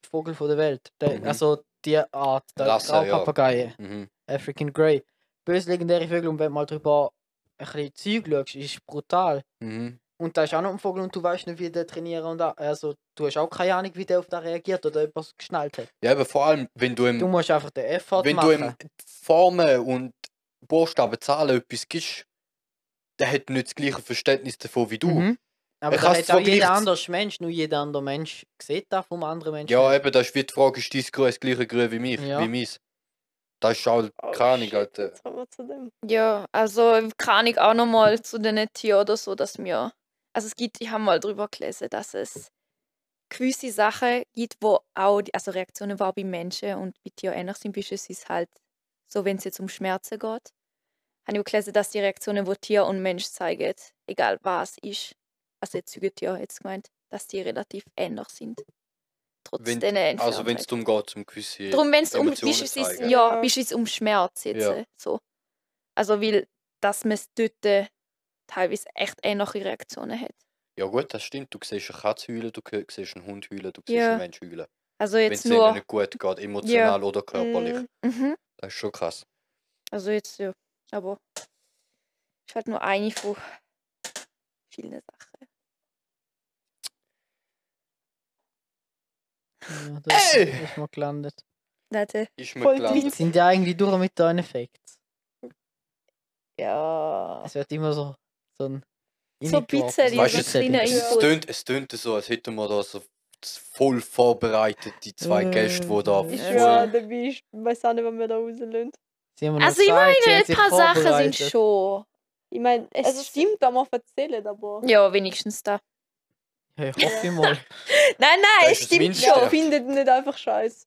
Speaker 1: Vogel von der Welt. Der,
Speaker 2: Mhm.
Speaker 1: Also die Art, der
Speaker 2: Rasse, ja.
Speaker 1: Graupapageien.
Speaker 2: Mhm.
Speaker 1: African Grey. Böse legendäre Vögel und wenn du mal drüber ein bisschen Zeug schaust, ist brutal.
Speaker 2: Mhm.
Speaker 1: Und da ist auch noch ein Vogel und du weißt nicht, wie der trainieren und da, also du hast auch keine Ahnung, wie der auf da reagiert oder etwas geschnallt hat.
Speaker 2: Ja, aber vor allem, wenn du ihm
Speaker 1: Du musst einfach den Effort
Speaker 2: Hm. wenn du
Speaker 1: machen.
Speaker 2: ihm Formen und Buchstaben, Zahlen etwas gibst, der hat nicht das gleiche Verständnis davon wie du.
Speaker 1: Mhm. Aber
Speaker 2: Er
Speaker 1: da
Speaker 2: kann's
Speaker 1: hat auch
Speaker 2: vergleichen.
Speaker 1: jeder andere Mensch, nur jeder andere Mensch sieht das vom anderen Menschen.
Speaker 2: Ja, äh,
Speaker 1: nicht.
Speaker 2: eben, das ist wie die Frage, ist dein Grün das gleiche Grün wie mich,
Speaker 1: Ja.
Speaker 2: wie meins? Das ist halt
Speaker 4: Oh,
Speaker 2: keine Ahnung,
Speaker 4: shit,
Speaker 2: Alter.
Speaker 4: Jetzt kommen wir zu dem.
Speaker 3: Ja, also kann ich auch nochmal zu den Tieren oder so, dass mir. Also es gibt, ich habe mal drüber gelesen, dass es gewisse Sachen gibt, wo auch, die- also Reaktionen, wo auch bei Menschen und bei Tieren ähnlich sind, beispielsweise halt so, wenn es jetzt um Schmerzen geht. Habe ich auch gelesen, dass die Reaktionen, wo Tier und Mensch zeigen, egal was ist, also jetzt Säugetier jetzt gemeint, dass die relativ ähnlich sind. Trotz
Speaker 2: Wenn-
Speaker 3: den
Speaker 2: Also, wenn es darum geht, zum gewisse.
Speaker 3: Darum, wenn es um
Speaker 2: Emotionen
Speaker 3: beispielsweise,
Speaker 2: zeigen.
Speaker 3: ja,
Speaker 4: Ja.
Speaker 3: beispielsweise um Schmerz jetzt.
Speaker 2: Ja.
Speaker 3: äh, So. Also weil, dass man es dort äh, teilweise echt ähnliche Reaktionen hat.
Speaker 2: Ja, gut, das stimmt. Du siehst eine Katze heulen, du hö- siehst einen Hund heulen, du siehst
Speaker 3: Ja.
Speaker 2: einen Mensch heulen.
Speaker 3: Also
Speaker 2: wenn es
Speaker 3: jetzt
Speaker 2: ihnen
Speaker 3: nur.
Speaker 2: nicht gut geht, emotional oder körperlich.
Speaker 4: Mhm.
Speaker 3: Mhm.
Speaker 2: Das ist schon krass.
Speaker 3: Also jetzt ja. Aber ich halt nur eine von vielen Sachen.
Speaker 1: Ja, das
Speaker 2: Ey!
Speaker 1: ist mal gelandet.
Speaker 3: Warte.
Speaker 2: Ist mir
Speaker 3: Voll
Speaker 2: klar.
Speaker 3: wild.
Speaker 1: Sind ja eigentlich durch mit deinen Facts.
Speaker 3: Ja.
Speaker 1: Es wird immer so, so ein.
Speaker 3: So ein
Speaker 1: reingeworfen, so
Speaker 3: bisschen
Speaker 2: Weißt du,
Speaker 1: ein
Speaker 3: es- kleine
Speaker 1: Setting.
Speaker 2: Es
Speaker 3: Infos.
Speaker 2: tönt, es tönt so, als hätten wir da so voll vorbereitet die zwei Gäste, die da
Speaker 1: Äh, Ich
Speaker 4: Ich
Speaker 2: voll-
Speaker 4: schwöre, der Bi, ich weiß auch nicht, was wir da rauslösen.
Speaker 1: Sie haben noch
Speaker 3: Also ich
Speaker 1: gesagt,
Speaker 3: meine,
Speaker 1: sie hat
Speaker 3: ein
Speaker 1: sich
Speaker 3: paar Sachen sind
Speaker 1: vorbereitet.
Speaker 3: schon.
Speaker 4: Ich meine, es
Speaker 3: Also es-
Speaker 4: stimmt, wenn man erzählt, aber.
Speaker 3: Ja, wenigstens da.
Speaker 1: Ja, ich hoffe mal.
Speaker 3: Nein,
Speaker 2: Das
Speaker 3: nein, es
Speaker 2: ist das
Speaker 3: stimmt
Speaker 2: Mindeste.
Speaker 3: schon.
Speaker 2: Ja.
Speaker 4: Findet nicht einfach Scheiß.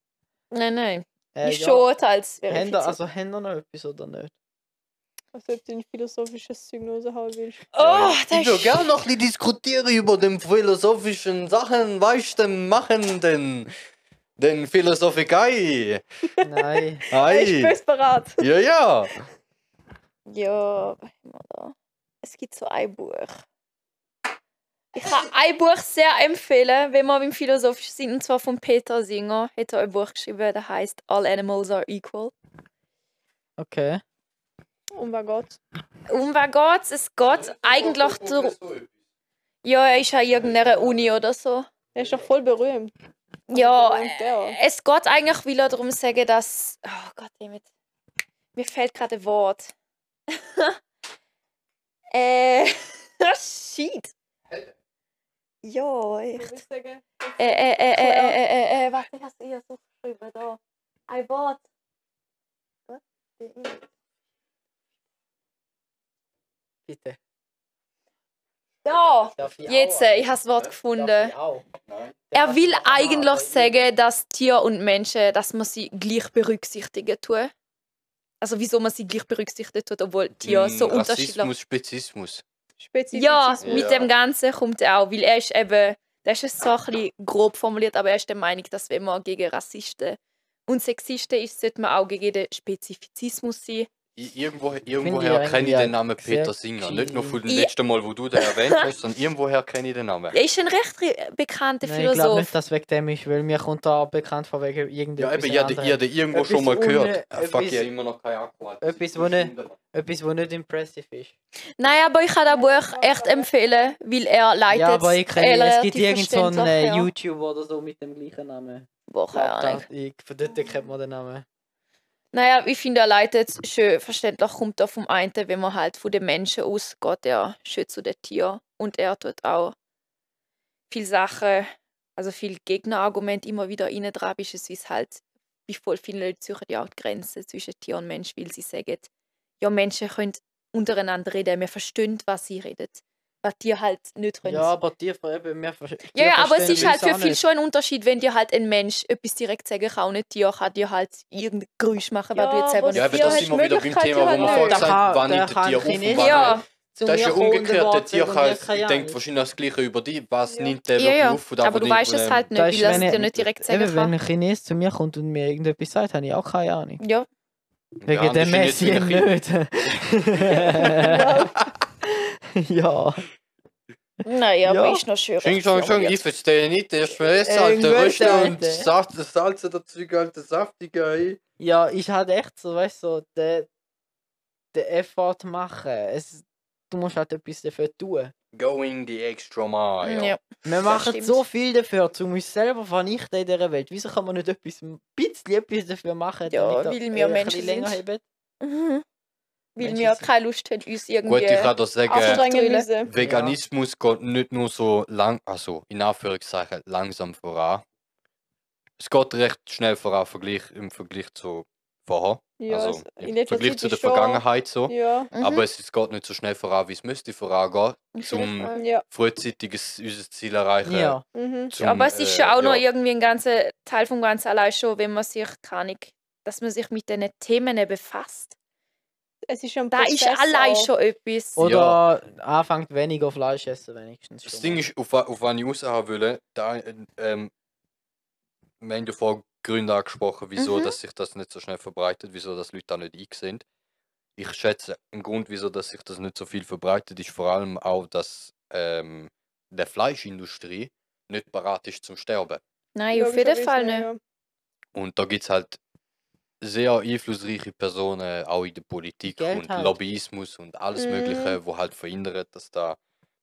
Speaker 3: Nein, nein.
Speaker 1: Äh,
Speaker 3: ist
Speaker 1: ja.
Speaker 3: schon als
Speaker 1: Haben da-
Speaker 3: verifiziert.
Speaker 1: also haben da noch etwas oder nicht?
Speaker 4: Als ob du ein philosophisches Zeug raushauen willst.
Speaker 3: Oh, das
Speaker 2: ich will
Speaker 3: ist
Speaker 2: gerne noch nicht diskutieren über den philosophischen Sachen, weißt du, den Machenden, den Philosophikei.
Speaker 1: Nein.
Speaker 4: Ich bin
Speaker 2: Ei.
Speaker 4: bereit.
Speaker 2: Ja, ja.
Speaker 3: Ja, was haben wir da? Es gibt so ein Buch. Ich kann ein Buch sehr empfehlen, wenn man im Philosophischen sind, und zwar von Peter Singer. Hat er ein Buch geschrieben, das heißt All Animals Are Equal.
Speaker 1: Okay.
Speaker 4: Oh mein Gott.
Speaker 3: Um was geht's? Es geht eigentlich darum. Ja, er ist an irgendeiner Uni oder so.
Speaker 4: Er ist doch voll berühmt. Also,
Speaker 3: Ja,
Speaker 4: Berühmt, ja.
Speaker 3: es geht eigentlich wieder darum zu sagen, dass. Oh Gott, damit. Mir fällt gerade ein Wort. äh. Shit. Ja, ich.
Speaker 4: Soll ich sagen?
Speaker 3: Äh, äh, äh, äh,
Speaker 4: Klar.
Speaker 3: äh, äh, äh, äh, warte, ich hab's eher so geschrieben, da. Ein Wort.
Speaker 4: Äh?
Speaker 3: Was?
Speaker 1: Bitte.
Speaker 3: Da!
Speaker 1: Darf ich
Speaker 3: Jetzt, äh, ich hab's Wort gefunden. Er will eigentlich sagen, dass Tier und Menschen, dass man sie gleich berücksichtigen tun. Also wieso man sie gleich berücksichtigen tut, obwohl Tier so
Speaker 1: Hm,
Speaker 3: unterschiedlich
Speaker 2: Hm, Rassismus, Spezismus.
Speaker 4: Spezifizismus.
Speaker 3: Ja, mit
Speaker 2: Ja.
Speaker 3: dem Ganzen kommt er auch, weil er ist eben, das ist zwar ein bisschen grob formuliert, aber er ist der Meinung, dass wenn man gegen Rassisten und Sexisten ist, sollte man auch gegen den Spezifizismus sein.
Speaker 2: I- Irgendwo,
Speaker 1: ja
Speaker 2: irgendwoher kenne
Speaker 1: irgendwie
Speaker 2: ich den Namen
Speaker 1: sehr
Speaker 2: Peter Singer. Nicht nur von dem
Speaker 3: Ja.
Speaker 2: letzten Mal, wo du den erwähnt hast, sondern irgendwoher kenne ich den Namen.
Speaker 3: Er ist ein recht re- bekannter
Speaker 1: Nein, ich glaube
Speaker 3: Philosoph.
Speaker 1: nicht, dass wegen dem ist, weil mir kommt da auch bekannt vor wegen
Speaker 2: Ja,
Speaker 1: irgendetwas
Speaker 2: eben, ich habe
Speaker 1: anderem.
Speaker 2: den irgendwo schon mal
Speaker 1: Etwas
Speaker 2: gehört.
Speaker 1: ohne-
Speaker 2: Ah, Fuck, ich
Speaker 1: etwas-
Speaker 2: habe immer noch keine Akku.
Speaker 1: etwas, wo nicht- Etwas, was nicht impressive ist.
Speaker 3: Nein, aber ich kann das Buch echt empfehlen, weil er leitet
Speaker 1: ja, aber ich kenne, es gibt
Speaker 3: relativ
Speaker 1: irgend so einen
Speaker 3: verständlich,
Speaker 1: äh,
Speaker 3: ja.
Speaker 1: YouTuber oder so mit dem gleichen Namen.
Speaker 3: Boah, keine Ahnung.
Speaker 1: Da- ich, von dort kennt man den Namen.
Speaker 3: Naja, ich finde, er leitet schön verständlich, kommt da vom einen, wenn man halt von den Menschen ausgeht, er schön zu den Tieren. Und er tut auch viel Sachen, also viel Gegnerargument immer wieder rein dran, beispielsweise halt, wie voll viele Leute suchen ja auch die Grenze zwischen Tier und Mensch, weil sie sagen, ja, Menschen können untereinander reden, wir verstehen, was sie reden. Was Tier halt nicht können.
Speaker 1: Ja, aber die ver- eben, mehr ver-
Speaker 3: Ja,
Speaker 1: die
Speaker 3: ja, aber es
Speaker 1: verstehen
Speaker 3: ist halt
Speaker 1: uns
Speaker 3: für
Speaker 1: auch
Speaker 3: viel
Speaker 1: nicht.
Speaker 3: schon ein Unterschied, wenn dir halt ein Mensch etwas direkt sagen kann und ein Tier kann dir halt irgendein Geräusch machen, weil
Speaker 4: Ja,
Speaker 3: du jetzt selber
Speaker 4: aber
Speaker 2: Ja,
Speaker 3: nicht
Speaker 2: aber
Speaker 4: Ja,
Speaker 2: das
Speaker 4: hast
Speaker 2: sind wir wieder beim
Speaker 4: Möglichkeit,
Speaker 2: Thema,
Speaker 4: ja,
Speaker 2: wo man
Speaker 4: nein.
Speaker 2: vorher
Speaker 1: Da
Speaker 2: gesagt
Speaker 1: kann-
Speaker 2: hat, wann
Speaker 1: da
Speaker 2: nicht
Speaker 1: kann
Speaker 2: der Tier auf und
Speaker 1: Chinesen-
Speaker 2: wann
Speaker 3: Ja.
Speaker 2: nicht.
Speaker 1: Zu
Speaker 2: Das ist
Speaker 1: mir
Speaker 2: ja
Speaker 1: kommen und
Speaker 2: umgekehrt. Der
Speaker 1: warten
Speaker 2: Tier
Speaker 1: und
Speaker 2: kann,
Speaker 1: ich kann ja
Speaker 2: denkt
Speaker 1: nicht.
Speaker 2: wahrscheinlich das gleiche über dich. Was
Speaker 4: Ja.
Speaker 2: nimmt der
Speaker 3: Ja,
Speaker 2: wirklich
Speaker 3: ja.
Speaker 2: auf? und
Speaker 3: Aber du
Speaker 2: nimmt
Speaker 3: weißt
Speaker 2: man
Speaker 3: es
Speaker 2: dem?
Speaker 3: halt nicht,
Speaker 1: Da
Speaker 3: weil
Speaker 1: ist,
Speaker 3: er es
Speaker 1: wenn
Speaker 3: dir
Speaker 1: er-
Speaker 3: nicht direkt sagen
Speaker 1: Eben, wenn
Speaker 3: kann.
Speaker 1: ein Chines zu mir kommt und mir irgendetwas sagt, habe ich auch keine Ahnung.
Speaker 3: Ja.
Speaker 1: Wegen
Speaker 2: Ja,
Speaker 1: dem
Speaker 2: anders
Speaker 1: Messi ne?
Speaker 2: sind
Speaker 1: eben
Speaker 2: jetzt wieder
Speaker 1: nicht. ja.
Speaker 3: Naja, aber
Speaker 1: Ja.
Speaker 3: ist noch schön.
Speaker 2: Schön, schön, schön. Ich
Speaker 3: reformiert.
Speaker 2: verstehe nicht. Der Schmerz,
Speaker 1: Irgendwelche
Speaker 2: alter Röster halt und
Speaker 1: Leute.
Speaker 2: Saft, Salze dazu, alter Saftiger. halt, ey.
Speaker 1: ja, ich hatte echt so, weißt du, so, den, den Effort machen. Es, du musst halt etwas dafür tun.
Speaker 2: Going the extra mile.
Speaker 3: Ja.
Speaker 1: Wir machen
Speaker 3: stimmt.
Speaker 1: so viel dafür, um uns selber vernichten in dieser Welt. Wieso kann man nicht etwas, ein bisschen etwas dafür machen,
Speaker 3: Ja,
Speaker 1: damit
Speaker 3: weil wir
Speaker 1: ein bisschen
Speaker 3: Menschen
Speaker 1: länger
Speaker 3: sind.
Speaker 1: haben?
Speaker 3: Mhm. Weil
Speaker 1: Mensch,
Speaker 3: wir
Speaker 1: ist-
Speaker 3: keine Lust haben, uns irgendwie.
Speaker 2: Gut, ich kann dir sagen,
Speaker 4: Anstrengen müssen.
Speaker 2: Veganismus geht nicht nur so lang, also in Anführungszeichen langsam voran. Es geht recht schnell voran vergleich, im Vergleich zu vorher.
Speaker 4: Ja,
Speaker 2: also
Speaker 4: also
Speaker 2: im
Speaker 4: in letzter
Speaker 2: Vergleich
Speaker 4: Zeit
Speaker 2: zu der
Speaker 4: ist schon-
Speaker 2: Vergangenheit so.
Speaker 4: Ja.
Speaker 3: Mhm.
Speaker 2: Aber es, es geht nicht so schnell voran, wie es müsste vorangehen, zum
Speaker 4: Ja.
Speaker 2: frühzeitiges unser Ziel erreichen.
Speaker 1: Ja.
Speaker 4: Mhm.
Speaker 2: Zum,
Speaker 3: aber es ist
Speaker 2: äh,
Speaker 3: schon auch noch
Speaker 2: ja.
Speaker 3: irgendwie ein ganzer Teil vom Ganzen allein schon, wenn man sich kann, ich- dass man sich mit diesen Themen befasst.
Speaker 4: Es ist schon
Speaker 3: Da ist allein schon etwas.
Speaker 1: Oder anfängt weniger Fleisch essen, wenigstens.
Speaker 2: Das
Speaker 1: schon
Speaker 2: Ding
Speaker 1: mal.
Speaker 2: ist, auf, wa- auf was ich raushauen will, da, äh, ähm, wir haben ja vorhin Gründe angesprochen, wieso
Speaker 3: Mhm.
Speaker 2: dass sich das nicht so schnell verbreitet, wieso dass Leute da nicht einsehen. Ich schätze, ein Grund, wieso dass sich das nicht so viel verbreitet, ist vor allem auch, dass ähm, der Fleischindustrie nicht parat ist zum Sterben.
Speaker 3: Nein, auf jeden Fall nicht.
Speaker 2: Und da gibt es halt sehr einflussreiche Personen, auch in der Politik
Speaker 1: Geld
Speaker 2: und
Speaker 1: halt.
Speaker 2: Lobbyismus und alles
Speaker 4: Mhm.
Speaker 2: Mögliche, wo halt verhindert, dass da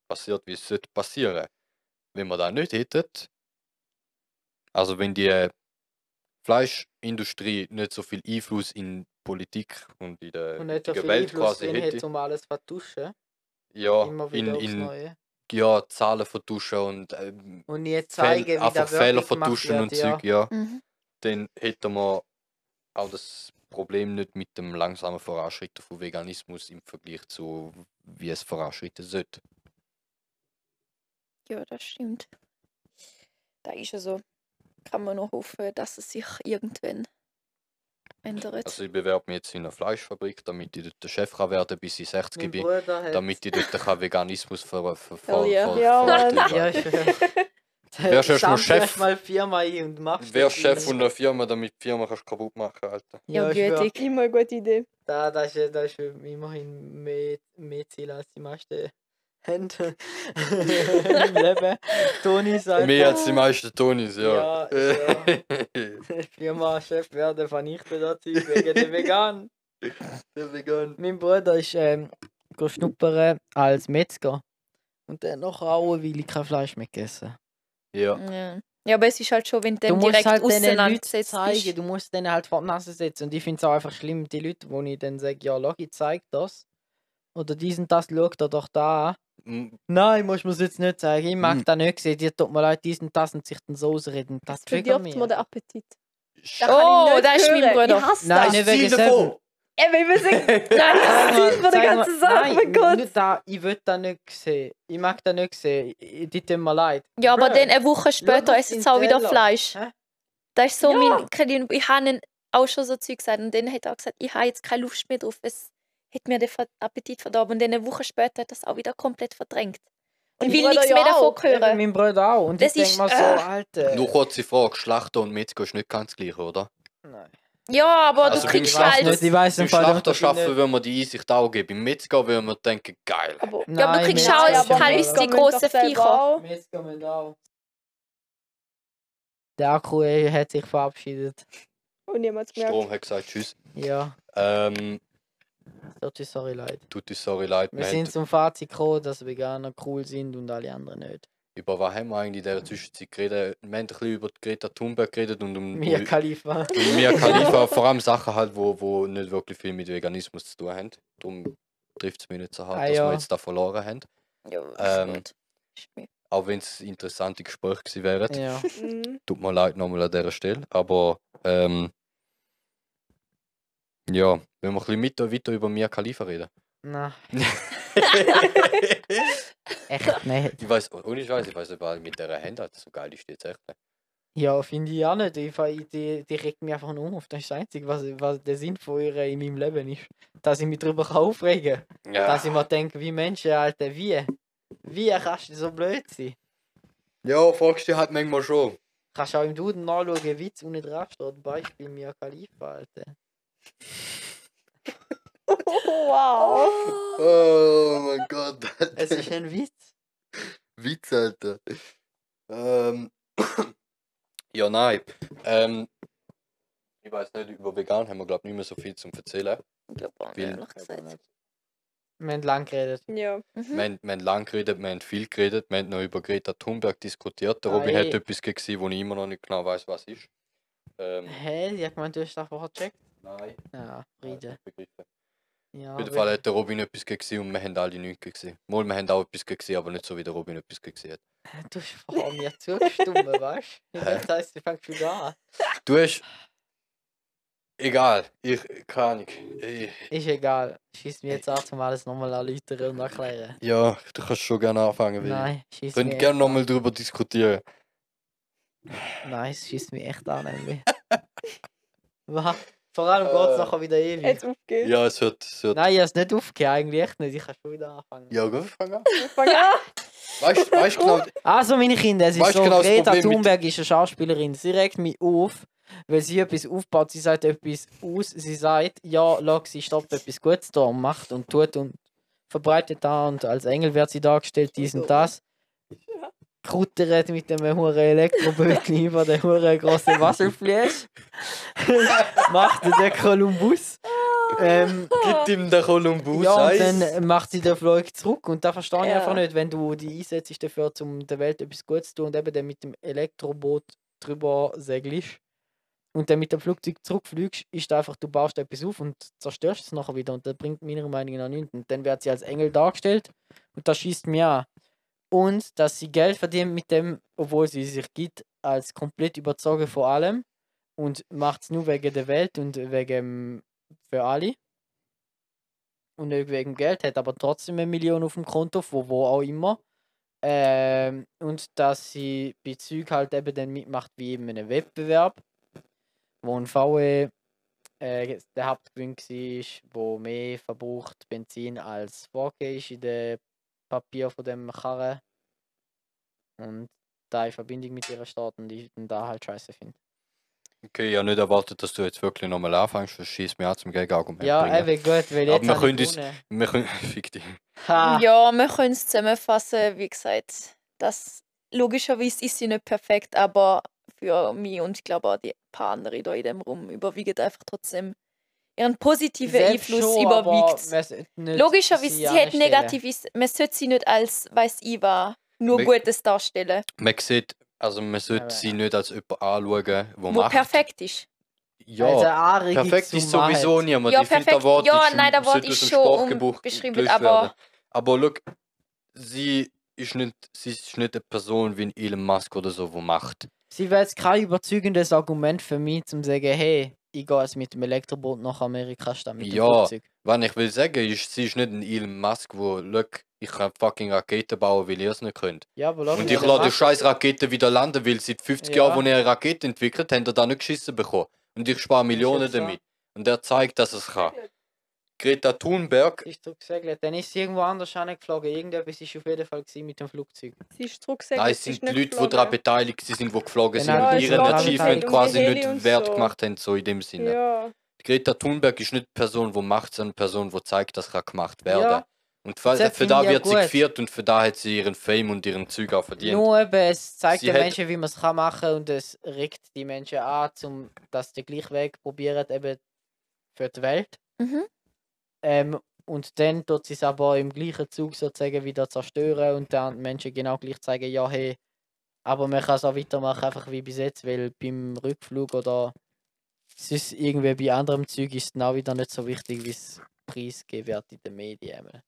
Speaker 2: passiert, wie es sollte passieren. Wenn wir da nicht hätten, also wenn die Fleischindustrie nicht so viel Einfluss in Politik und in der
Speaker 1: Und nicht so
Speaker 2: heutigen
Speaker 1: viel
Speaker 2: Welt
Speaker 1: Einfluss
Speaker 2: quasi
Speaker 1: drin
Speaker 2: hätte,
Speaker 1: hätte, um alles zu vertuschen.
Speaker 2: ja,
Speaker 1: Immer
Speaker 2: in,
Speaker 1: wieder aufs
Speaker 2: in
Speaker 1: Neue.
Speaker 2: ja, Zahlen vertuschen und ähm,
Speaker 1: Und nie
Speaker 2: Fehl-
Speaker 1: zeigen, wie
Speaker 2: einfach
Speaker 1: das
Speaker 2: Fehler
Speaker 1: wirklich gemacht
Speaker 2: vertuschen
Speaker 1: wird,
Speaker 2: und
Speaker 1: ja.
Speaker 2: Zeug, ja.
Speaker 3: Mhm.
Speaker 2: dann hätten wir auch das Problem nicht mit dem langsamen Voranschritten von Veganismus im Vergleich zu, wie es voranschritten sollte.
Speaker 3: Ja, das stimmt. Da ist ja so. Kann man nur hoffen, dass es sich irgendwann ändert.
Speaker 2: Also ich bewerbe mich jetzt in einer Fleischfabrik, damit ich dort der Chef kann werden bis ich 60
Speaker 1: Mein
Speaker 2: bin,
Speaker 1: Bruder hat...
Speaker 2: damit ich dort kann Veganismus ver ver ver
Speaker 3: Hell yeah.
Speaker 2: ver
Speaker 4: Ja,
Speaker 2: ver
Speaker 4: Mann.
Speaker 1: Ja,
Speaker 2: ver
Speaker 1: ich Wer
Speaker 2: Wärst du erst mal Chef?
Speaker 1: mal Firma ein und machst
Speaker 2: Wer
Speaker 1: das
Speaker 2: Chef
Speaker 1: Ding.
Speaker 2: von der Firma, damit die Firma kannst du kaputt machen Alter.
Speaker 3: ja,
Speaker 1: ich schwör.
Speaker 3: gütig.
Speaker 4: Immer eine gute Idee.
Speaker 1: Da, da, ist, ja- da ist ja immerhin mehr, mehr Ziel als die meisten Hände im Leben. Toni sagt.
Speaker 2: Mehr als die meisten Tonis, ja.
Speaker 1: Ja, Firma Chef werden vernichtet das Zeug wegen der Vegan.
Speaker 2: Der Vegan.
Speaker 1: Mein Bruder ist ähm, go schnuppern als Metzger. Und dann noch auch, weil ich kein Fleisch mehr gegessen
Speaker 2: Ja,
Speaker 3: Ja. ja, aber es ist halt schon, wenn du
Speaker 1: Du
Speaker 3: dem
Speaker 1: musst
Speaker 3: direkt
Speaker 1: halt denen Leuten
Speaker 3: auseinandersetzt.
Speaker 1: zeigen,
Speaker 3: bist.
Speaker 1: du musst denen halt vor die Nase setzen. Und ich finde es auch einfach schlimm, die Leute, wo ich dann sage, ja, schau, ich zeig das. Oder diesen, das, schau dir doch da an.
Speaker 2: M-
Speaker 1: Nein, muss man es jetzt nicht sagen. Ich mag
Speaker 2: Mm.
Speaker 1: das nicht sehen. Dir tut mir leid, diesen, das und sich dann so ausreden. Das
Speaker 4: Das
Speaker 1: triggert
Speaker 4: verdirbt mir
Speaker 1: mich.
Speaker 4: den Appetit.
Speaker 2: Sch-
Speaker 4: Da kann ich
Speaker 3: Oh,
Speaker 4: nicht
Speaker 3: da ist mein
Speaker 4: hören.
Speaker 3: Bruder.
Speaker 4: Ich hasse
Speaker 1: Nein,
Speaker 4: das.
Speaker 1: nicht wegen
Speaker 2: Ziel
Speaker 1: Seven.
Speaker 4: Eben, ich will sagen,
Speaker 3: Nein,
Speaker 1: Zeig
Speaker 3: das
Speaker 1: mal-
Speaker 3: sieht man die
Speaker 1: zeig mal-
Speaker 3: ganze Sache, mein
Speaker 1: Nein,
Speaker 3: Gott.
Speaker 1: nicht da, ich will das nicht sehen. Ich mag das nicht sehen. Ich- Die tut mir leid.
Speaker 3: Ja, aber äh,
Speaker 1: Bruh.
Speaker 3: dann eine Woche
Speaker 1: doch
Speaker 3: später essen sie auch
Speaker 1: den
Speaker 3: wieder
Speaker 1: Teller.
Speaker 3: Fleisch.
Speaker 1: Hä?
Speaker 3: Das ist so
Speaker 4: Ja.
Speaker 3: mein Kredit. Ich habe ihn auch schon so Zeug gesagt und dann hat er auch gesagt, ich habe jetzt keine Lust mehr drauf. Es hat mir den Ver- Appetit verdorben. Und dann eine Woche später hat das auch wieder komplett verdrängt. Und
Speaker 4: Mein
Speaker 3: will
Speaker 4: Bruder
Speaker 3: nichts
Speaker 4: ja
Speaker 3: mehr davon
Speaker 4: auch.
Speaker 1: Eben
Speaker 3: hören.
Speaker 1: mein Bruder auch. Und
Speaker 3: Das
Speaker 1: ich denke
Speaker 3: ist-
Speaker 1: mir so,
Speaker 3: Ah.
Speaker 1: Alter.
Speaker 2: Nur kurze Frage, Schlachter und Metzger ist nicht ganz gleich, oder?
Speaker 1: Nein.
Speaker 3: Ja, aber
Speaker 2: Also
Speaker 3: du
Speaker 2: beim
Speaker 3: kriegst
Speaker 2: Schlafen
Speaker 1: Ich
Speaker 3: halt.
Speaker 1: weiß nicht, ich weiß
Speaker 2: Im
Speaker 1: im Fall der
Speaker 2: Schlachter
Speaker 1: Unterschied
Speaker 2: schaffen, wenn wir die Einsicht auch geben. Im Metzger würden wir denken, geil.
Speaker 3: Aber,
Speaker 1: Nein,
Speaker 3: ja, aber du kriegst halt
Speaker 1: mir
Speaker 3: auch
Speaker 1: ist
Speaker 3: als
Speaker 1: das ja
Speaker 3: teilweise
Speaker 1: egal.
Speaker 3: die grossen Viecher.
Speaker 1: nicht. Metzger müssen auch. Der Akku ey, hat sich verabschiedet.
Speaker 4: Und niemand merkt.
Speaker 2: Strom hat gesagt, tschüss.
Speaker 1: Ja,
Speaker 2: Ähm,
Speaker 1: es tut uns sorry leid.
Speaker 2: tut uns sorry leid,
Speaker 1: Wir
Speaker 2: wir
Speaker 1: sind
Speaker 2: haben,
Speaker 1: zum Fazit gekommen, dass Veganer cool sind und alle anderen nicht.
Speaker 2: über was haben wir eigentlich in dieser Zwischenzeit geredet? Wir haben ein bisschen über Greta Thunberg geredet und um
Speaker 1: Mir Khalifa.
Speaker 2: und Mia Khalifa, vor allem Sachen halt, wo, wo nicht wirklich viel mit Veganismus zu tun haben. Darum trifft es mich nicht so hart,
Speaker 1: Ah,
Speaker 2: dass
Speaker 1: ja.
Speaker 2: wir jetzt da verloren haben.
Speaker 3: Ja,
Speaker 2: Ähm,
Speaker 3: gut. Ist mir-
Speaker 2: Auch wenn es interessante Gespräche gewesen wären.
Speaker 1: Ja.
Speaker 4: Mhm.
Speaker 2: Tut mir leid nochmal an dieser Stelle, aber ähm, ja, wenn wir ein bisschen mit, weiter über Mia Khalifa reden.
Speaker 1: Nein, echt nicht.
Speaker 2: ich weiß, ohne Scheiß, ich weiß nicht, was mit dieser Hand hat, so geil ist die jetzt echt. ne? nicht.
Speaker 1: Ja, finde ich auch nicht. Ich, fa- ich- die, die regt mich einfach nur auf. Das ist das Einzige, was, was der Sinn von ihr in meinem Leben ist. Dass ich mich darüber kann aufregen kann.
Speaker 2: Ja.
Speaker 1: Dass ich mir denke, wie Menschen, Alter, wie? Wie kannst du so blöd sein?
Speaker 2: ja, fragst du halt manchmal schon.
Speaker 1: Kannst auch im Duden nachschauen, wie es unten drauf steht. Beispiel Mia Khalifa, Alter.
Speaker 4: Wow.
Speaker 2: Oh mein Gott,
Speaker 1: Es ist ein Witz.
Speaker 2: Witz, Alter. Ähm. ja, nein. Ähm, ich weiß nicht, über vegan haben wir, glaube ich, nicht mehr so viel zum erzählen.
Speaker 3: Ich glaube auch nicht,
Speaker 2: Viel.
Speaker 3: ehrlich gesagt.
Speaker 1: Wir haben lang geredet.
Speaker 4: Ja.
Speaker 2: Wir
Speaker 3: Mhm.
Speaker 2: haben, wir haben lang geredet, wir haben viel geredet, wir haben noch über Greta Thunberg diskutiert. Der Robin
Speaker 1: Ei.
Speaker 2: hat etwas gesehen, wo ich immer noch nicht genau weiß, was ist. Ähm,
Speaker 1: Hä? Ich hab gemeint, du hast das vorher gecheckt?
Speaker 2: nein,
Speaker 1: Ja,
Speaker 2: ich hab's
Speaker 1: Friede.
Speaker 2: nicht begriffen.
Speaker 1: Ja,
Speaker 2: Auf jeden
Speaker 1: aber-
Speaker 2: Fall hat der Robin etwas gesehen und wir haben alle nichts gesehen. Mal, wir haben auch etwas gesehen, aber nicht so, wie der Robin etwas gesehen hat.
Speaker 1: Du hast vor mir zugestimmt, weißt du?
Speaker 2: Hä?
Speaker 1: Das heisst, ich fängst schon an.
Speaker 2: Du hast. Egal, ich. Keine Ahnung. Ich-
Speaker 1: Ist egal. Schieß mir jetzt an, um alles nochmal erläutern und erklären.
Speaker 2: Ja, du kannst schon gerne anfangen. Willi.
Speaker 1: Nein, schieß
Speaker 2: Wir können
Speaker 1: mich.
Speaker 2: gerne nochmal drüber diskutieren.
Speaker 1: Nein, es schießt mich echt an, nämlich. Was? Vor allem geht es
Speaker 2: Äh,
Speaker 1: nachher wieder ewig.
Speaker 4: Jetzt aufgeht.
Speaker 2: Ja, es wird. Es wird
Speaker 1: Nein, ich hab's nicht aufgehört, eigentlich echt nicht. Ich kann schon wieder anfangen.
Speaker 2: Ja, gut, fang an.
Speaker 4: Fang an.
Speaker 2: Weißt du, genau.
Speaker 1: Also, meine Kinder, es ist
Speaker 2: Weißt du
Speaker 1: so,
Speaker 2: genau das
Speaker 1: Greta
Speaker 2: Problem mit-
Speaker 1: Thunberg ist eine Schauspielerin. Sie regt mich auf, weil sie etwas aufbaut, sie sagt etwas aus, sie sagt, ja, schau, sie stoppt etwas Gutes da und macht und tut und verbreitet da und als Engel wird sie dargestellt, dies und das. ruttert mit dem huren Elektrobötchen über den huren grossen Wasserfläche. macht den Kolumbus. Ähm,
Speaker 2: Gib ihm den Kolumbus
Speaker 1: ja, und
Speaker 2: Eis.
Speaker 1: dann äh, macht sie den Flug zurück. Und da verstehe ich
Speaker 3: Ja.
Speaker 1: einfach nicht, wenn du die einsetzt dafür, um der Welt etwas Gutes zu tun und eben dann mit dem Elektroboot drüber segelst und dann mit dem Flugzeug zurückfliegst, ist einfach, du baust etwas auf und zerstörst es nachher wieder. Und das bringt meiner Meinung nach nichts. Und dann wird sie als Engel dargestellt und das schießt mir an. Und dass sie Geld verdient mit dem, obwohl sie sich gibt, als komplett überzogen vor allem und macht es nur wegen der Welt und wegen ähm, für alle und nicht wegen Geld, hat aber trotzdem eine Million auf dem Konto, von wo auch immer. Ähm, und dass sie bei Zeug halt eben dann mitmacht wie in einem Wettbewerb, wo ein VW äh, der Hauptgewinn war, wo mehr verbraucht Benzin als vorgegeben ist in dem Papier von dem Karren. Und da in Verbindung mit ihrer Stadt und ich den da halt scheiße finde.
Speaker 2: Okay, ja, nicht erwartet, dass du jetzt wirklich nochmal anfängst. Das schießt mir auch zum Gegenargument.
Speaker 1: Ja,
Speaker 2: bringen.
Speaker 1: eben gut, weil
Speaker 2: Aber
Speaker 1: jetzt habe
Speaker 2: wir
Speaker 1: ich
Speaker 2: können uns-
Speaker 1: gewonnen.
Speaker 2: Wir können. Fick dich.
Speaker 1: Ha.
Speaker 3: Ja, wir können es zusammenfassen, wie gesagt. Das, logischerweise ist sie nicht perfekt, aber für mich und ich glaube auch die paar anderen hier in dem Raum überwiegt einfach trotzdem ihren positiven
Speaker 1: Selbst
Speaker 3: Einfluss
Speaker 1: schon, aber
Speaker 3: überwiegt.
Speaker 1: man sollte nicht
Speaker 3: Logischerweise, sie, hat
Speaker 1: anstellen.
Speaker 3: negatives, man sollte sie nicht als, weiß ich war, nur
Speaker 2: Mich-
Speaker 3: Gutes darstellen,
Speaker 2: Man sieht, also man sollte
Speaker 1: Aber-
Speaker 2: sie nicht als jemand anschauen, wo,
Speaker 3: wo
Speaker 2: macht.
Speaker 3: perfekt ist.
Speaker 2: Ja,
Speaker 1: also Ari
Speaker 2: perfekt ist sowieso niemand.
Speaker 3: Ja,
Speaker 2: ich finde, der
Speaker 3: perfekt.
Speaker 2: Wort
Speaker 3: Ja,
Speaker 2: ist,
Speaker 3: nein, der Wort
Speaker 2: sollte
Speaker 3: ist
Speaker 2: aus dem
Speaker 3: schon
Speaker 2: Sprachgebrauch
Speaker 3: unbeschrieben,
Speaker 2: gelöst
Speaker 3: aber-
Speaker 2: werden. Aber look, sie ist nicht, sie ist nicht eine Person wie ein Elon Musk oder so, wo macht.
Speaker 1: Sie wäre jetzt kein überzeugendes Argument für mich, zum sagen, hey, ich gehe jetzt mit dem Elektroboot nach Amerika statt mit dem
Speaker 2: Ja.
Speaker 1: Flugzeug.
Speaker 2: Was ich will sagen, ist, sie ist nicht ein Elon Musk, wo, look, ich kann fucking Raketen bauen, weil ihr es nicht könnt.
Speaker 1: Ja, aber
Speaker 2: Und ich lasse die scheiß Rakete wieder landen, weil seit 50
Speaker 1: Ja.
Speaker 2: Jahren, wo er eine Rakete entwickelt, hat er da nicht geschissen bekommen. Und ich spare Millionen
Speaker 1: jetzt so.
Speaker 2: damit. Und er zeigt, dass es kann. Greta Thunberg,
Speaker 1: Sie ist zurückgesegelt. Dann ist sie irgendwo anders hingeflogen. Irgendetwas ist auf jeden Fall gewesen mit dem Flugzeug.
Speaker 4: Sie ist zurückgesegelt.
Speaker 2: nein, es
Speaker 4: sie ist
Speaker 2: sind
Speaker 4: nicht
Speaker 2: Leute, die
Speaker 4: geflogen.
Speaker 2: daran beteiligt sind, die geflogen
Speaker 1: Genau,
Speaker 2: sind und
Speaker 1: das
Speaker 2: ihren
Speaker 1: ist
Speaker 2: Achievement
Speaker 1: beteiligt.
Speaker 2: quasi
Speaker 4: Und
Speaker 2: nicht
Speaker 4: so.
Speaker 2: wert gemacht haben, so in dem Sinne.
Speaker 4: Ja.
Speaker 2: Greta Thunberg ist nicht die Person, die macht, sondern die Person, die zeigt, dass kann gemacht werden
Speaker 1: Ja.
Speaker 2: Und für,
Speaker 1: Das
Speaker 2: für
Speaker 1: finde
Speaker 2: da
Speaker 1: ich ja
Speaker 2: wird sie
Speaker 1: gut.
Speaker 2: geführt und für da hat sie ihren Fame und ihren Zeug auch verdient.
Speaker 1: Nur eben, es zeigt
Speaker 2: Sie
Speaker 1: den
Speaker 2: hat-
Speaker 1: Menschen, wie man es kann machen und es regt die Menschen an, zum, dass sie den gleichen Weg probieren, eben für die Welt.
Speaker 3: Mhm.
Speaker 1: Ähm, und dann tut sie es aber im gleichen Zug sozusagen wieder zerstören und dann die Menschen genau gleich zeigen, ja, hey, aber man kann es auch weitermachen, einfach wie bis jetzt, weil beim Rückflug oder sonst irgendwie bei anderem Zug ist es dann auch wieder nicht so wichtig, wie es preisgegeben wird in den Medien. einmal.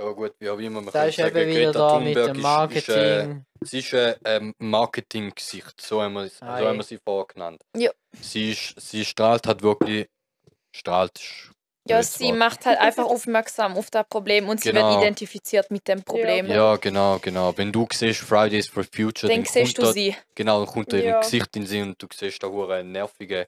Speaker 2: Ja gut, wie auch immer man
Speaker 1: Das
Speaker 2: könnte
Speaker 1: ist eben wieder da mit dem Marketing.
Speaker 2: Ist, ist, äh, sie ist ein ähm, Marketing-Gesicht, so haben wir, so
Speaker 1: Ei.
Speaker 2: haben wir sie vorher genannt.
Speaker 3: Ja.
Speaker 2: Sie, ist, sie strahlt halt wirklich, strahlt ist
Speaker 3: Ja,
Speaker 2: blödes
Speaker 3: sie
Speaker 2: Wort.
Speaker 3: macht halt einfach aufmerksam auf das Problem und sie
Speaker 2: Genau.
Speaker 3: wird identifiziert mit dem Problem.
Speaker 2: Ja, genau, genau. Wenn du siehst Fridays for Future,
Speaker 3: Dann siehst
Speaker 2: kommt
Speaker 3: du
Speaker 2: da-
Speaker 3: sie.
Speaker 2: Genau, dann kommt da
Speaker 4: Ja.
Speaker 2: ihr Gesicht in den Sinn und du siehst da hure nervige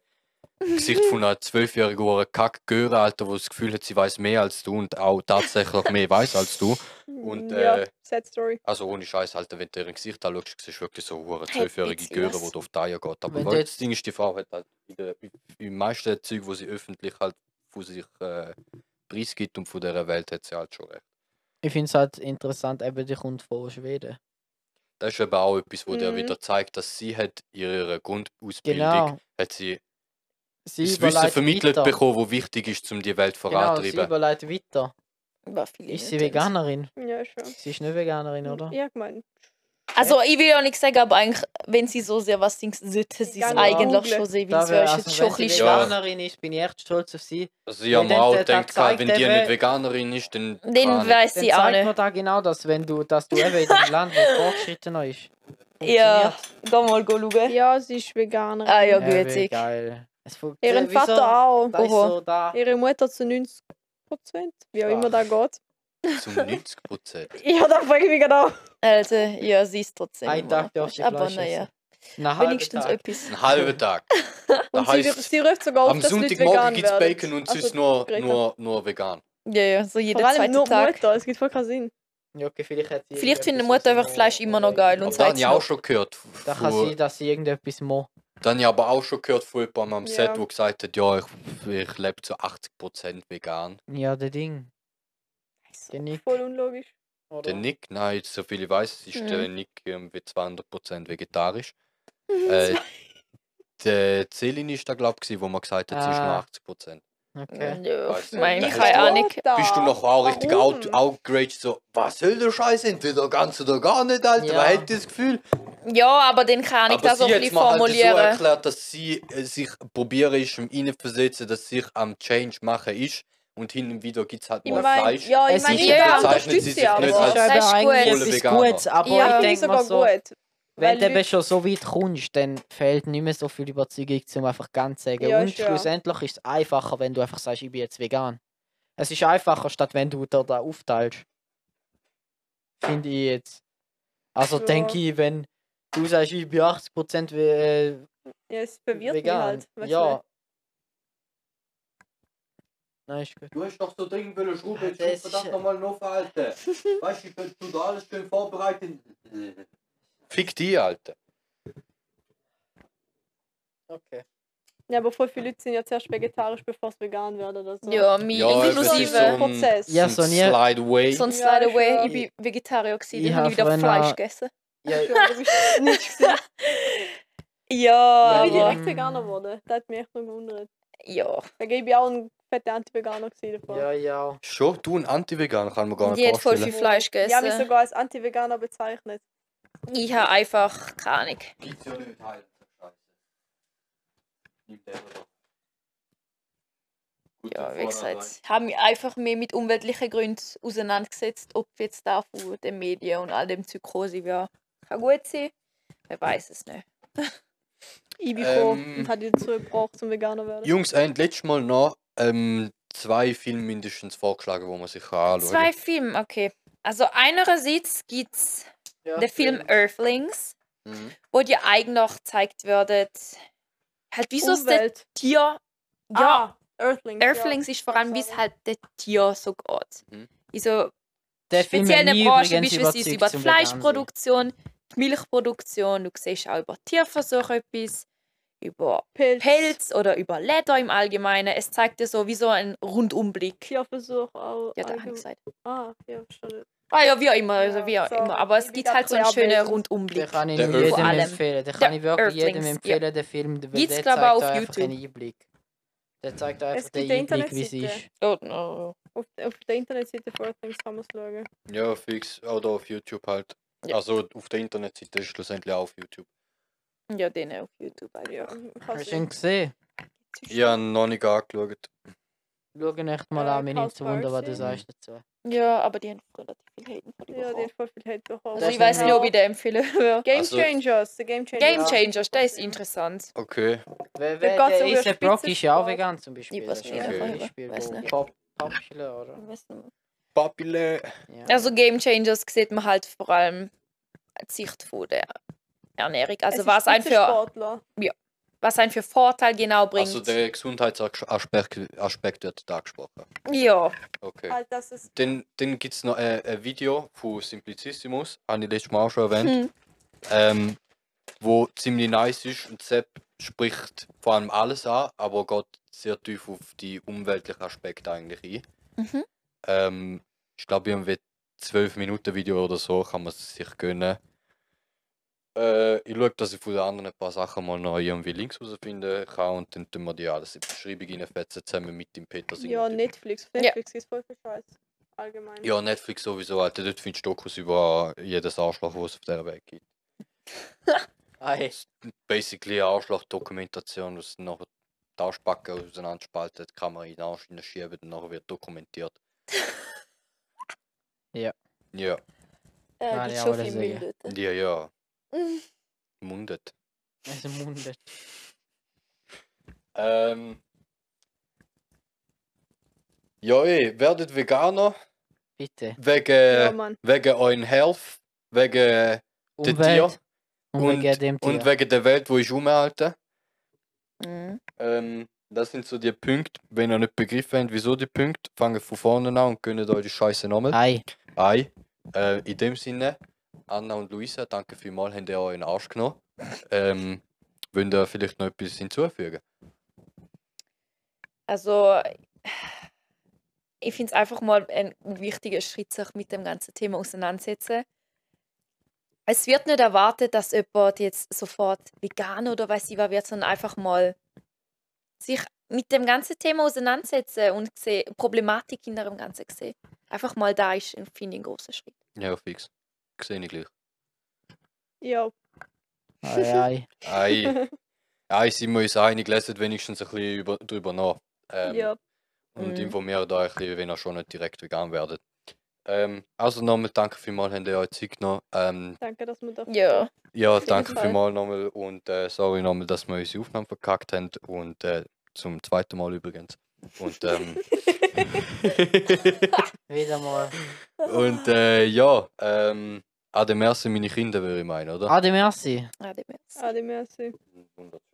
Speaker 2: Gesicht von einer zwölfjährigen hure Kackgöre, Alter, die das Gefühl hat, sie weiß mehr als du und auch tatsächlich mehr weiß als du. Und,
Speaker 4: ja,
Speaker 2: äh,
Speaker 4: sad story.
Speaker 2: Also ohne Scheiß, Alter, wenn du ihr Gesicht anschaust, siehst du wirklich so hure
Speaker 3: Hey,
Speaker 2: zwölfjährige
Speaker 3: bisschen
Speaker 2: Göre,
Speaker 3: was.
Speaker 2: wo du auf die Eier geht. Aber
Speaker 1: Wenn
Speaker 2: weil
Speaker 1: du
Speaker 2: das Ding ist, die Frau hat halt in der- in- in meisten Zeug, wo sie öffentlich halt von sich äh, preisgibt und von dieser Welt hat sie halt schon recht.
Speaker 1: Ich finde es halt interessant, eben die kommt von Schweden.
Speaker 2: Das ist eben auch etwas, wo dir
Speaker 4: Mhm.
Speaker 2: wieder zeigt, dass sie hat in ihrer Grundausbildung
Speaker 1: Genau.
Speaker 2: hat sie
Speaker 1: Sie
Speaker 2: das Wissen
Speaker 1: überleitet
Speaker 2: vermittelt
Speaker 1: weiter.
Speaker 2: bekommen, wo wichtig ist, um die Welt
Speaker 1: Genau, sie
Speaker 2: voranzutreiben.
Speaker 1: überleitet weiter.
Speaker 3: War viele
Speaker 1: Ist sie
Speaker 3: nicht denken.
Speaker 1: Veganerin?
Speaker 4: Ja, schon.
Speaker 1: Sie ist nicht Veganerin, oder?
Speaker 4: Ja, ich meine.
Speaker 3: Also ich will ja nichts sagen, aber eigentlich, wenn sie so sehr was singt, sollte sie es
Speaker 4: Ja,
Speaker 3: eigentlich
Speaker 4: googeln.
Speaker 3: schon sehen, weil
Speaker 1: Da
Speaker 3: es wäre
Speaker 1: wär,
Speaker 3: jetzt
Speaker 1: also,
Speaker 3: schon
Speaker 1: wenn
Speaker 3: ein
Speaker 1: sie
Speaker 3: bisschen
Speaker 2: Ja.
Speaker 3: schwach.
Speaker 1: Veganerin ist, bin ich echt stolz auf sie.
Speaker 2: Also sie haben
Speaker 1: Weil
Speaker 2: auch
Speaker 1: dann- dann
Speaker 2: gedacht, gehabt, wenn
Speaker 1: zeigt
Speaker 2: die
Speaker 1: eben-
Speaker 2: nicht Veganerin ist, dann
Speaker 3: Den weiß
Speaker 1: Dann
Speaker 3: sie auch
Speaker 1: zeigt mir
Speaker 3: nicht.
Speaker 1: da genau das, wenn du, dass du eben in einem Land, wo vorgeschrittener ist.
Speaker 3: Ja,
Speaker 1: funktioniert.
Speaker 3: geh mal schauen.
Speaker 4: Ja, sie ist Veganerin.
Speaker 3: Ah ja,
Speaker 1: Ja, wie
Speaker 3: gütig.
Speaker 1: geil. Es funkt-
Speaker 4: Ihren
Speaker 1: äh, wieso-
Speaker 4: Vater auch.
Speaker 1: Da ist
Speaker 3: Oho.
Speaker 1: so da.
Speaker 4: Ihre Mutter zu 90 Prozent. Wie auch
Speaker 1: Schwach.
Speaker 4: immer da geht.
Speaker 2: zum 90 Prozent.
Speaker 4: Ja, da frage ich mich genau.
Speaker 3: Also, ja, sie ist trotzdem.
Speaker 1: Ein
Speaker 3: immer
Speaker 1: Tag darfst
Speaker 3: falsch.
Speaker 1: du
Speaker 3: Aber
Speaker 1: Fleisch
Speaker 3: naja,
Speaker 1: essen. Einen halben
Speaker 3: wenigstens
Speaker 1: Tag.
Speaker 3: etwas.
Speaker 2: Einen halben Tag.
Speaker 4: Und
Speaker 2: Da
Speaker 4: sie,
Speaker 2: heisst's,
Speaker 4: sie ruft sogar auf,
Speaker 2: Am
Speaker 4: dass Leute
Speaker 2: Sonntagmorgen
Speaker 4: vegan
Speaker 2: gibt es
Speaker 4: werden.
Speaker 2: Bacon und
Speaker 4: Also,
Speaker 2: sonst nur,
Speaker 4: Greta.
Speaker 2: nur, nur vegan.
Speaker 3: Ja, ja, so jeden
Speaker 4: Vor allem
Speaker 3: zweiten
Speaker 4: nur
Speaker 3: Tag.
Speaker 4: Mutter. Es gibt voll keinen Sinn.
Speaker 1: Ja, okay, vielleicht hat sie
Speaker 3: Vielleicht findet
Speaker 1: irgendetwas, was
Speaker 3: Mutter einfach
Speaker 1: sie
Speaker 3: Fleisch immer noch geil
Speaker 2: Aber
Speaker 3: und
Speaker 2: das habe
Speaker 3: zweitens
Speaker 2: ich auch
Speaker 3: noch.
Speaker 2: schon gehört. f-
Speaker 1: Da kann
Speaker 2: von-
Speaker 1: sein, dass sie irgendetwas muss.
Speaker 2: Dann habe ich aber auch schon gehört von jemandem am
Speaker 4: Ja.
Speaker 2: Set, der gesagt hat, ja, ich, ich lebe zu 80% vegan.
Speaker 1: Ja, der Ding. Genick.
Speaker 2: Hm.
Speaker 4: Voll unlogisch.
Speaker 1: Oder?
Speaker 2: Der Nick, nein, so viel ich weiß, ist der Nick ähm, wie 200% vegetarisch. Äh, der Celine ist da, glaube ich, wo man gesagt hat, sie
Speaker 1: Ah.
Speaker 2: ist nur 80%.
Speaker 1: Okay.
Speaker 3: Ja,
Speaker 2: Weißt du,
Speaker 3: mein,
Speaker 2: da
Speaker 3: keine
Speaker 2: hast du-
Speaker 3: Ahnung.
Speaker 2: Bist du noch auch richtig
Speaker 4: Warum?
Speaker 2: out, outgraged, so, was soll der Scheiß, entweder ganz oder gar nicht, Alter,
Speaker 1: Ja.
Speaker 2: man hätte das Gefühl.
Speaker 3: Ja, aber dann kann ich
Speaker 2: Aber
Speaker 3: das
Speaker 2: sie
Speaker 3: auch ein
Speaker 2: hat es
Speaker 3: bisschen
Speaker 2: mir halt so
Speaker 3: formulieren.
Speaker 2: erklärt, dass sie äh, sich probiere, ist, im Innenversetzen, dass sich am Change machen ist und hin und wieder gibt es halt
Speaker 4: Ich
Speaker 2: mal
Speaker 4: mein,
Speaker 2: Fleisch.
Speaker 4: ja, ich
Speaker 1: Es
Speaker 4: meine,
Speaker 1: ist-
Speaker 4: jeder
Speaker 2: bezeichnet sie
Speaker 4: unterstützt
Speaker 2: sich
Speaker 4: sie, aber
Speaker 1: Es
Speaker 2: nicht
Speaker 1: ist
Speaker 2: als-
Speaker 1: aber
Speaker 3: Das ist
Speaker 1: eigentlich
Speaker 3: gut.
Speaker 1: etwas
Speaker 2: Veganer.
Speaker 1: Gutes, aber
Speaker 3: Ja.
Speaker 4: ja.
Speaker 1: ich
Speaker 4: finde ich
Speaker 1: denke mal
Speaker 4: sogar
Speaker 1: so,
Speaker 4: gut.
Speaker 1: wenn
Speaker 4: weil
Speaker 1: du
Speaker 4: Leute-
Speaker 1: eben schon so weit kommst, dann fehlt nicht mehr so viel Überzeugung, um einfach ganz zu sagen.
Speaker 4: Ja,
Speaker 1: Und
Speaker 4: ist ja.
Speaker 1: schlussendlich ist es einfacher, wenn du einfach sagst, ich bin jetzt vegan. Es ist einfacher, statt wenn du dir da aufteilst. Finde ich jetzt. Also
Speaker 4: Ja.
Speaker 1: denke ich, wenn du sagst, ich bin 80% we äh,
Speaker 4: Ja, es verwirrt
Speaker 1: vegan.
Speaker 4: mich halt.
Speaker 1: ja. Nein, ist gut.
Speaker 2: Du hast doch so dringend wollen Schrauben,
Speaker 1: jetzt Das schraub
Speaker 3: äh,
Speaker 1: verdammt ist-
Speaker 2: nochmal noch verhalten. weißt du, ich könnte da alles schön vorbereiten. Fick die, Alter.
Speaker 1: Okay.
Speaker 4: ja, aber voll viele Leute sind ja zuerst vegetarisch, bevor es vegan werden oder so.
Speaker 3: Ja, mir
Speaker 2: Ja, aber es ist so
Speaker 3: inklusive.
Speaker 2: ein
Speaker 4: Prozess.
Speaker 1: Ja, so nie-
Speaker 2: Slide away.
Speaker 3: Sonst,
Speaker 4: Ja,
Speaker 3: by the
Speaker 4: ist
Speaker 3: way,
Speaker 4: ja-
Speaker 3: ich bin Vegetarier gewesen,
Speaker 1: Ich
Speaker 3: dann habe ich
Speaker 1: hab
Speaker 3: wieder
Speaker 1: vorhin
Speaker 3: Fleisch
Speaker 1: auch-
Speaker 3: gegessen.
Speaker 1: Ja,
Speaker 4: Ja, du bist nicht gewesen.
Speaker 3: Ja,
Speaker 4: Ich bin
Speaker 3: aber...
Speaker 1: aber-
Speaker 4: direkt Veganer geworden. Das hat mich echt noch gewundert.
Speaker 3: Ja,
Speaker 4: Da gebe ich auch ein fetter Anti-Veganer gewesen davon.
Speaker 1: ja, ja.
Speaker 2: Schon, du ein Anti-Veganer, kann man gar
Speaker 3: die
Speaker 2: nicht
Speaker 3: hat voll
Speaker 2: vorstellen.
Speaker 3: viel Fleisch
Speaker 4: Ich habe mich
Speaker 3: gegessen.
Speaker 4: sogar als Anti-Veganer bezeichnet.
Speaker 3: Ich habe einfach keine Ahnung.
Speaker 2: Gibt's ja nicht, Heil. Scheiße. Nimm den oder? Gut,
Speaker 3: Ja,
Speaker 2: dann
Speaker 3: wie
Speaker 2: vorne
Speaker 3: gesagt,
Speaker 2: rein.
Speaker 3: ich habe mich einfach mehr mit umweltlichen Gründen auseinandergesetzt, ob jetzt da von den Medien und all dem Zeug gekommen sind, ja. Kann gut sein, wer weiß es nicht.
Speaker 4: Ich bin
Speaker 2: Ähm.
Speaker 4: gekommen und habe dich dazu gebracht, zum Veganer zu werden.
Speaker 2: Jungs, ein letztes Mal noch ähm, zwei Filme mindestens vorgeschlagen, wo man sich kann anschauen
Speaker 3: Zwei Filme, okay. Also einerseits gibt es
Speaker 1: ja
Speaker 3: den Film Earthlings,
Speaker 2: Mhm.
Speaker 3: wo dir eigentlich gezeigt wird, halt wieso es der
Speaker 4: Umwelt.
Speaker 3: Tier... Ja,
Speaker 4: Ah, Earthlings.
Speaker 3: Earthlings ist vor allem, wie es
Speaker 4: Sorry.
Speaker 3: halt der Tier so geht.
Speaker 2: Mhm.
Speaker 3: In so
Speaker 1: Der Film hat
Speaker 3: speziellen
Speaker 1: mich
Speaker 3: Branchen,
Speaker 1: übrigens
Speaker 3: beispielsweise über
Speaker 1: überzeugt, zum
Speaker 3: die
Speaker 1: Vegan sein.
Speaker 3: Fleischproduktion, die Milchproduktion, du siehst auch über Tierversuche etwas, über
Speaker 4: Pilz.
Speaker 3: Pelz oder über Leder im Allgemeinen. Es zeigt dir so wie so einen Rundumblick.
Speaker 4: Tierversuch auch.
Speaker 3: Ja, da habe ich
Speaker 4: allgemein.
Speaker 3: gesagt.
Speaker 4: Ah, ja, schon.
Speaker 3: Ah ja, wie auch immer, also
Speaker 4: Ja,
Speaker 3: wie auch
Speaker 4: sorry,
Speaker 3: immer. Aber es
Speaker 4: ich
Speaker 3: gibt
Speaker 4: bin
Speaker 3: halt so
Speaker 4: grad
Speaker 3: einen schönen
Speaker 4: abwesend.
Speaker 1: Den
Speaker 3: Rundumblick.
Speaker 1: kann ich
Speaker 2: Der
Speaker 1: jedem
Speaker 2: Vor
Speaker 3: allem
Speaker 1: empfehlen. Den
Speaker 3: der
Speaker 1: kann ich wirklich jedem
Speaker 3: Earthlings, ja.
Speaker 1: empfehlen, den Film. weil
Speaker 3: Gibt's,
Speaker 1: der
Speaker 3: glaub
Speaker 1: zeigt
Speaker 3: ich, auch auf
Speaker 1: einfach
Speaker 3: YouTube.
Speaker 1: einen Einblick. Der zeigt einfach
Speaker 4: Es
Speaker 1: den
Speaker 4: gibt eine
Speaker 1: Einblick, wie es
Speaker 4: Internetseite.
Speaker 1: ist.
Speaker 3: Oh, no.
Speaker 4: Auf, auf der Internetseite von Earthlings kann man es schauen.
Speaker 2: Ja, fix. Oder auf YouTube halt.
Speaker 3: Ja.
Speaker 2: Also auf der Internetseite ist schlussendlich auch auf YouTube.
Speaker 3: Ja, den auf YouTube. Also.
Speaker 4: Ja,
Speaker 1: Hast du ihn gesehen?
Speaker 2: Ich habe noch nicht angeschaut.
Speaker 1: Schau ihn echt mal
Speaker 4: Äh,
Speaker 1: an, mich
Speaker 4: South
Speaker 1: nimmt zu wundern, was
Speaker 4: Park
Speaker 1: du
Speaker 4: sehen.
Speaker 1: sagst dazu.
Speaker 3: Ja, aber die haben relativ viel Haten von
Speaker 4: Ja, die
Speaker 3: dir
Speaker 4: hat voll viel Hate bekommen.
Speaker 3: Also
Speaker 1: Das
Speaker 3: ich weiß nicht,
Speaker 1: genau.
Speaker 3: ob ich den empfehle. Ja.
Speaker 4: Game
Speaker 2: Also-
Speaker 4: Changers, der Game Changers.
Speaker 3: Game Changers, der ist interessant.
Speaker 2: Okay.
Speaker 1: Weil, weil
Speaker 4: Der geht
Speaker 1: der
Speaker 4: sogar
Speaker 1: Issa Brock ist ja auch
Speaker 4: Spitzensport.
Speaker 1: vegan zum Beispiel.
Speaker 3: Ich weiß
Speaker 1: Das ist
Speaker 2: nicht,
Speaker 1: ja so
Speaker 2: aber
Speaker 1: ein
Speaker 3: ich
Speaker 1: Beispiel,
Speaker 3: weiß
Speaker 1: wo
Speaker 3: nicht.
Speaker 1: Pop, Popschüler, oder?
Speaker 2: Papille.
Speaker 1: Ja.
Speaker 3: Also Game Changers sieht man halt vor allem die Sicht von der Ernährung. Also was ein, für,
Speaker 4: Sportler.
Speaker 3: was ein für Vorteil genau bringt.
Speaker 2: Also der Gesundheitsaspekt Aspekt wird da angesprochen.
Speaker 3: ja,
Speaker 2: Okay.
Speaker 4: Halt, das ist
Speaker 2: Dann, dann gibt es noch äh, ein Video von Simplicissimus, habe ich letztes Mal auch schon erwähnt.
Speaker 3: hm.
Speaker 2: ähm, wo ziemlich nice ist und Sepp spricht vor allem alles an, aber geht sehr tief auf die umweltlichen Aspekte eigentlich ein.
Speaker 3: Mhm.
Speaker 2: Ähm, ich glaube, irgendwie 12 Minuten Video oder so kann man es sich gönnen. Äh, ich schaue, dass ich von den anderen ein paar Sachen mal noch irgendwie Links herausfinden kann und dann tun wir die alles in die Beschreibung reinfetzen, zusammen mit dem Peter
Speaker 4: ja
Speaker 2: Singleton.
Speaker 4: Netflix. Auf Netflix ist voll viel Scheiß. Allgemein.
Speaker 2: Ja, Netflix sowieso, Alter. Dort findest du Dokus über jedes Arschloch, was es auf der Welt gibt.
Speaker 1: Ei.
Speaker 2: basically eine Arschloch-Dokumentation, was noch die Arschbacke auseinanderspaltet, die Kamera in den Arsch hineinschieben und nachher wird dokumentiert.
Speaker 1: Ja.
Speaker 2: Ja,
Speaker 1: Nein,
Speaker 3: äh, gibt
Speaker 1: Ah, ja,
Speaker 3: schon
Speaker 1: aber
Speaker 3: viel
Speaker 1: das sehe ich.
Speaker 3: Müll dort.
Speaker 2: ja, ja.
Speaker 3: Mhm.
Speaker 2: Mundet.
Speaker 1: Also mundet.
Speaker 2: Ähm. Ja, ey, werdet Veganer
Speaker 1: Bitte.
Speaker 2: wegen,
Speaker 4: ja Mann.
Speaker 2: wegen euren Health, wegen den Tieren
Speaker 1: Umwelt.
Speaker 2: und,
Speaker 1: Und wegen dem
Speaker 2: und
Speaker 1: Tier.
Speaker 2: wegen der Welt, wo ich umhalte.
Speaker 3: Mhm.
Speaker 2: Ähm, das sind so die Punkte, wenn ihr nicht begriffen habt, wieso die Punkte, fangen von vorne an und gönnt euch die Scheiße nochmal.
Speaker 1: Ei.
Speaker 2: Hi. Äh, in dem Sinne, Anna und Luisa, danke vielmals, habt ihr euren Arsch genommen. Ähm, wollt ihr vielleicht noch etwas hinzufügen?
Speaker 3: Also ich finde es einfach mal ein wichtiger Schritt, sich mit dem ganzen Thema auseinandersetzen. Es wird nicht erwartet, dass jemand jetzt sofort vegan oder weiß ich was wird, sondern einfach mal sich mit dem ganzen Thema auseinandersetzen und sehen, Problematik hinter dem Ganzen sehen. Einfach mal da ist, finde ich, ein großer Schritt.
Speaker 2: Ja, fix. Sehe ich gleich.
Speaker 4: Ja.
Speaker 1: Ei, ei.
Speaker 2: Ei, ei, sind wir uns einig, leset wenigstens ein bisschen über, drüber nach. Ähm,
Speaker 4: ja.
Speaker 2: Und
Speaker 3: Mhm.
Speaker 2: informiert euch, liebe, wenn ihr schon nicht direkt vegan werdet. Ähm, also nochmal danke vielmals, habt ihr euch Zeit genommen. Ähm,
Speaker 4: Danke, dass wir da.
Speaker 3: Ja.
Speaker 2: ja,
Speaker 4: jeden
Speaker 2: danke
Speaker 4: Fall.
Speaker 2: vielmals nochmal und äh, sorry nochmal, dass wir unsere Aufnahmen verkackt haben und äh, zum zweiten Mal übrigens. Und, ähm,
Speaker 1: Wieder mal.
Speaker 2: und äh, ja, ähm, an dem ersten meine Kinder würde ich meinen, oder?
Speaker 1: Ade merci.
Speaker 3: Ah, die Mäuse.
Speaker 4: Ade, merci.
Speaker 2: Wunderschön.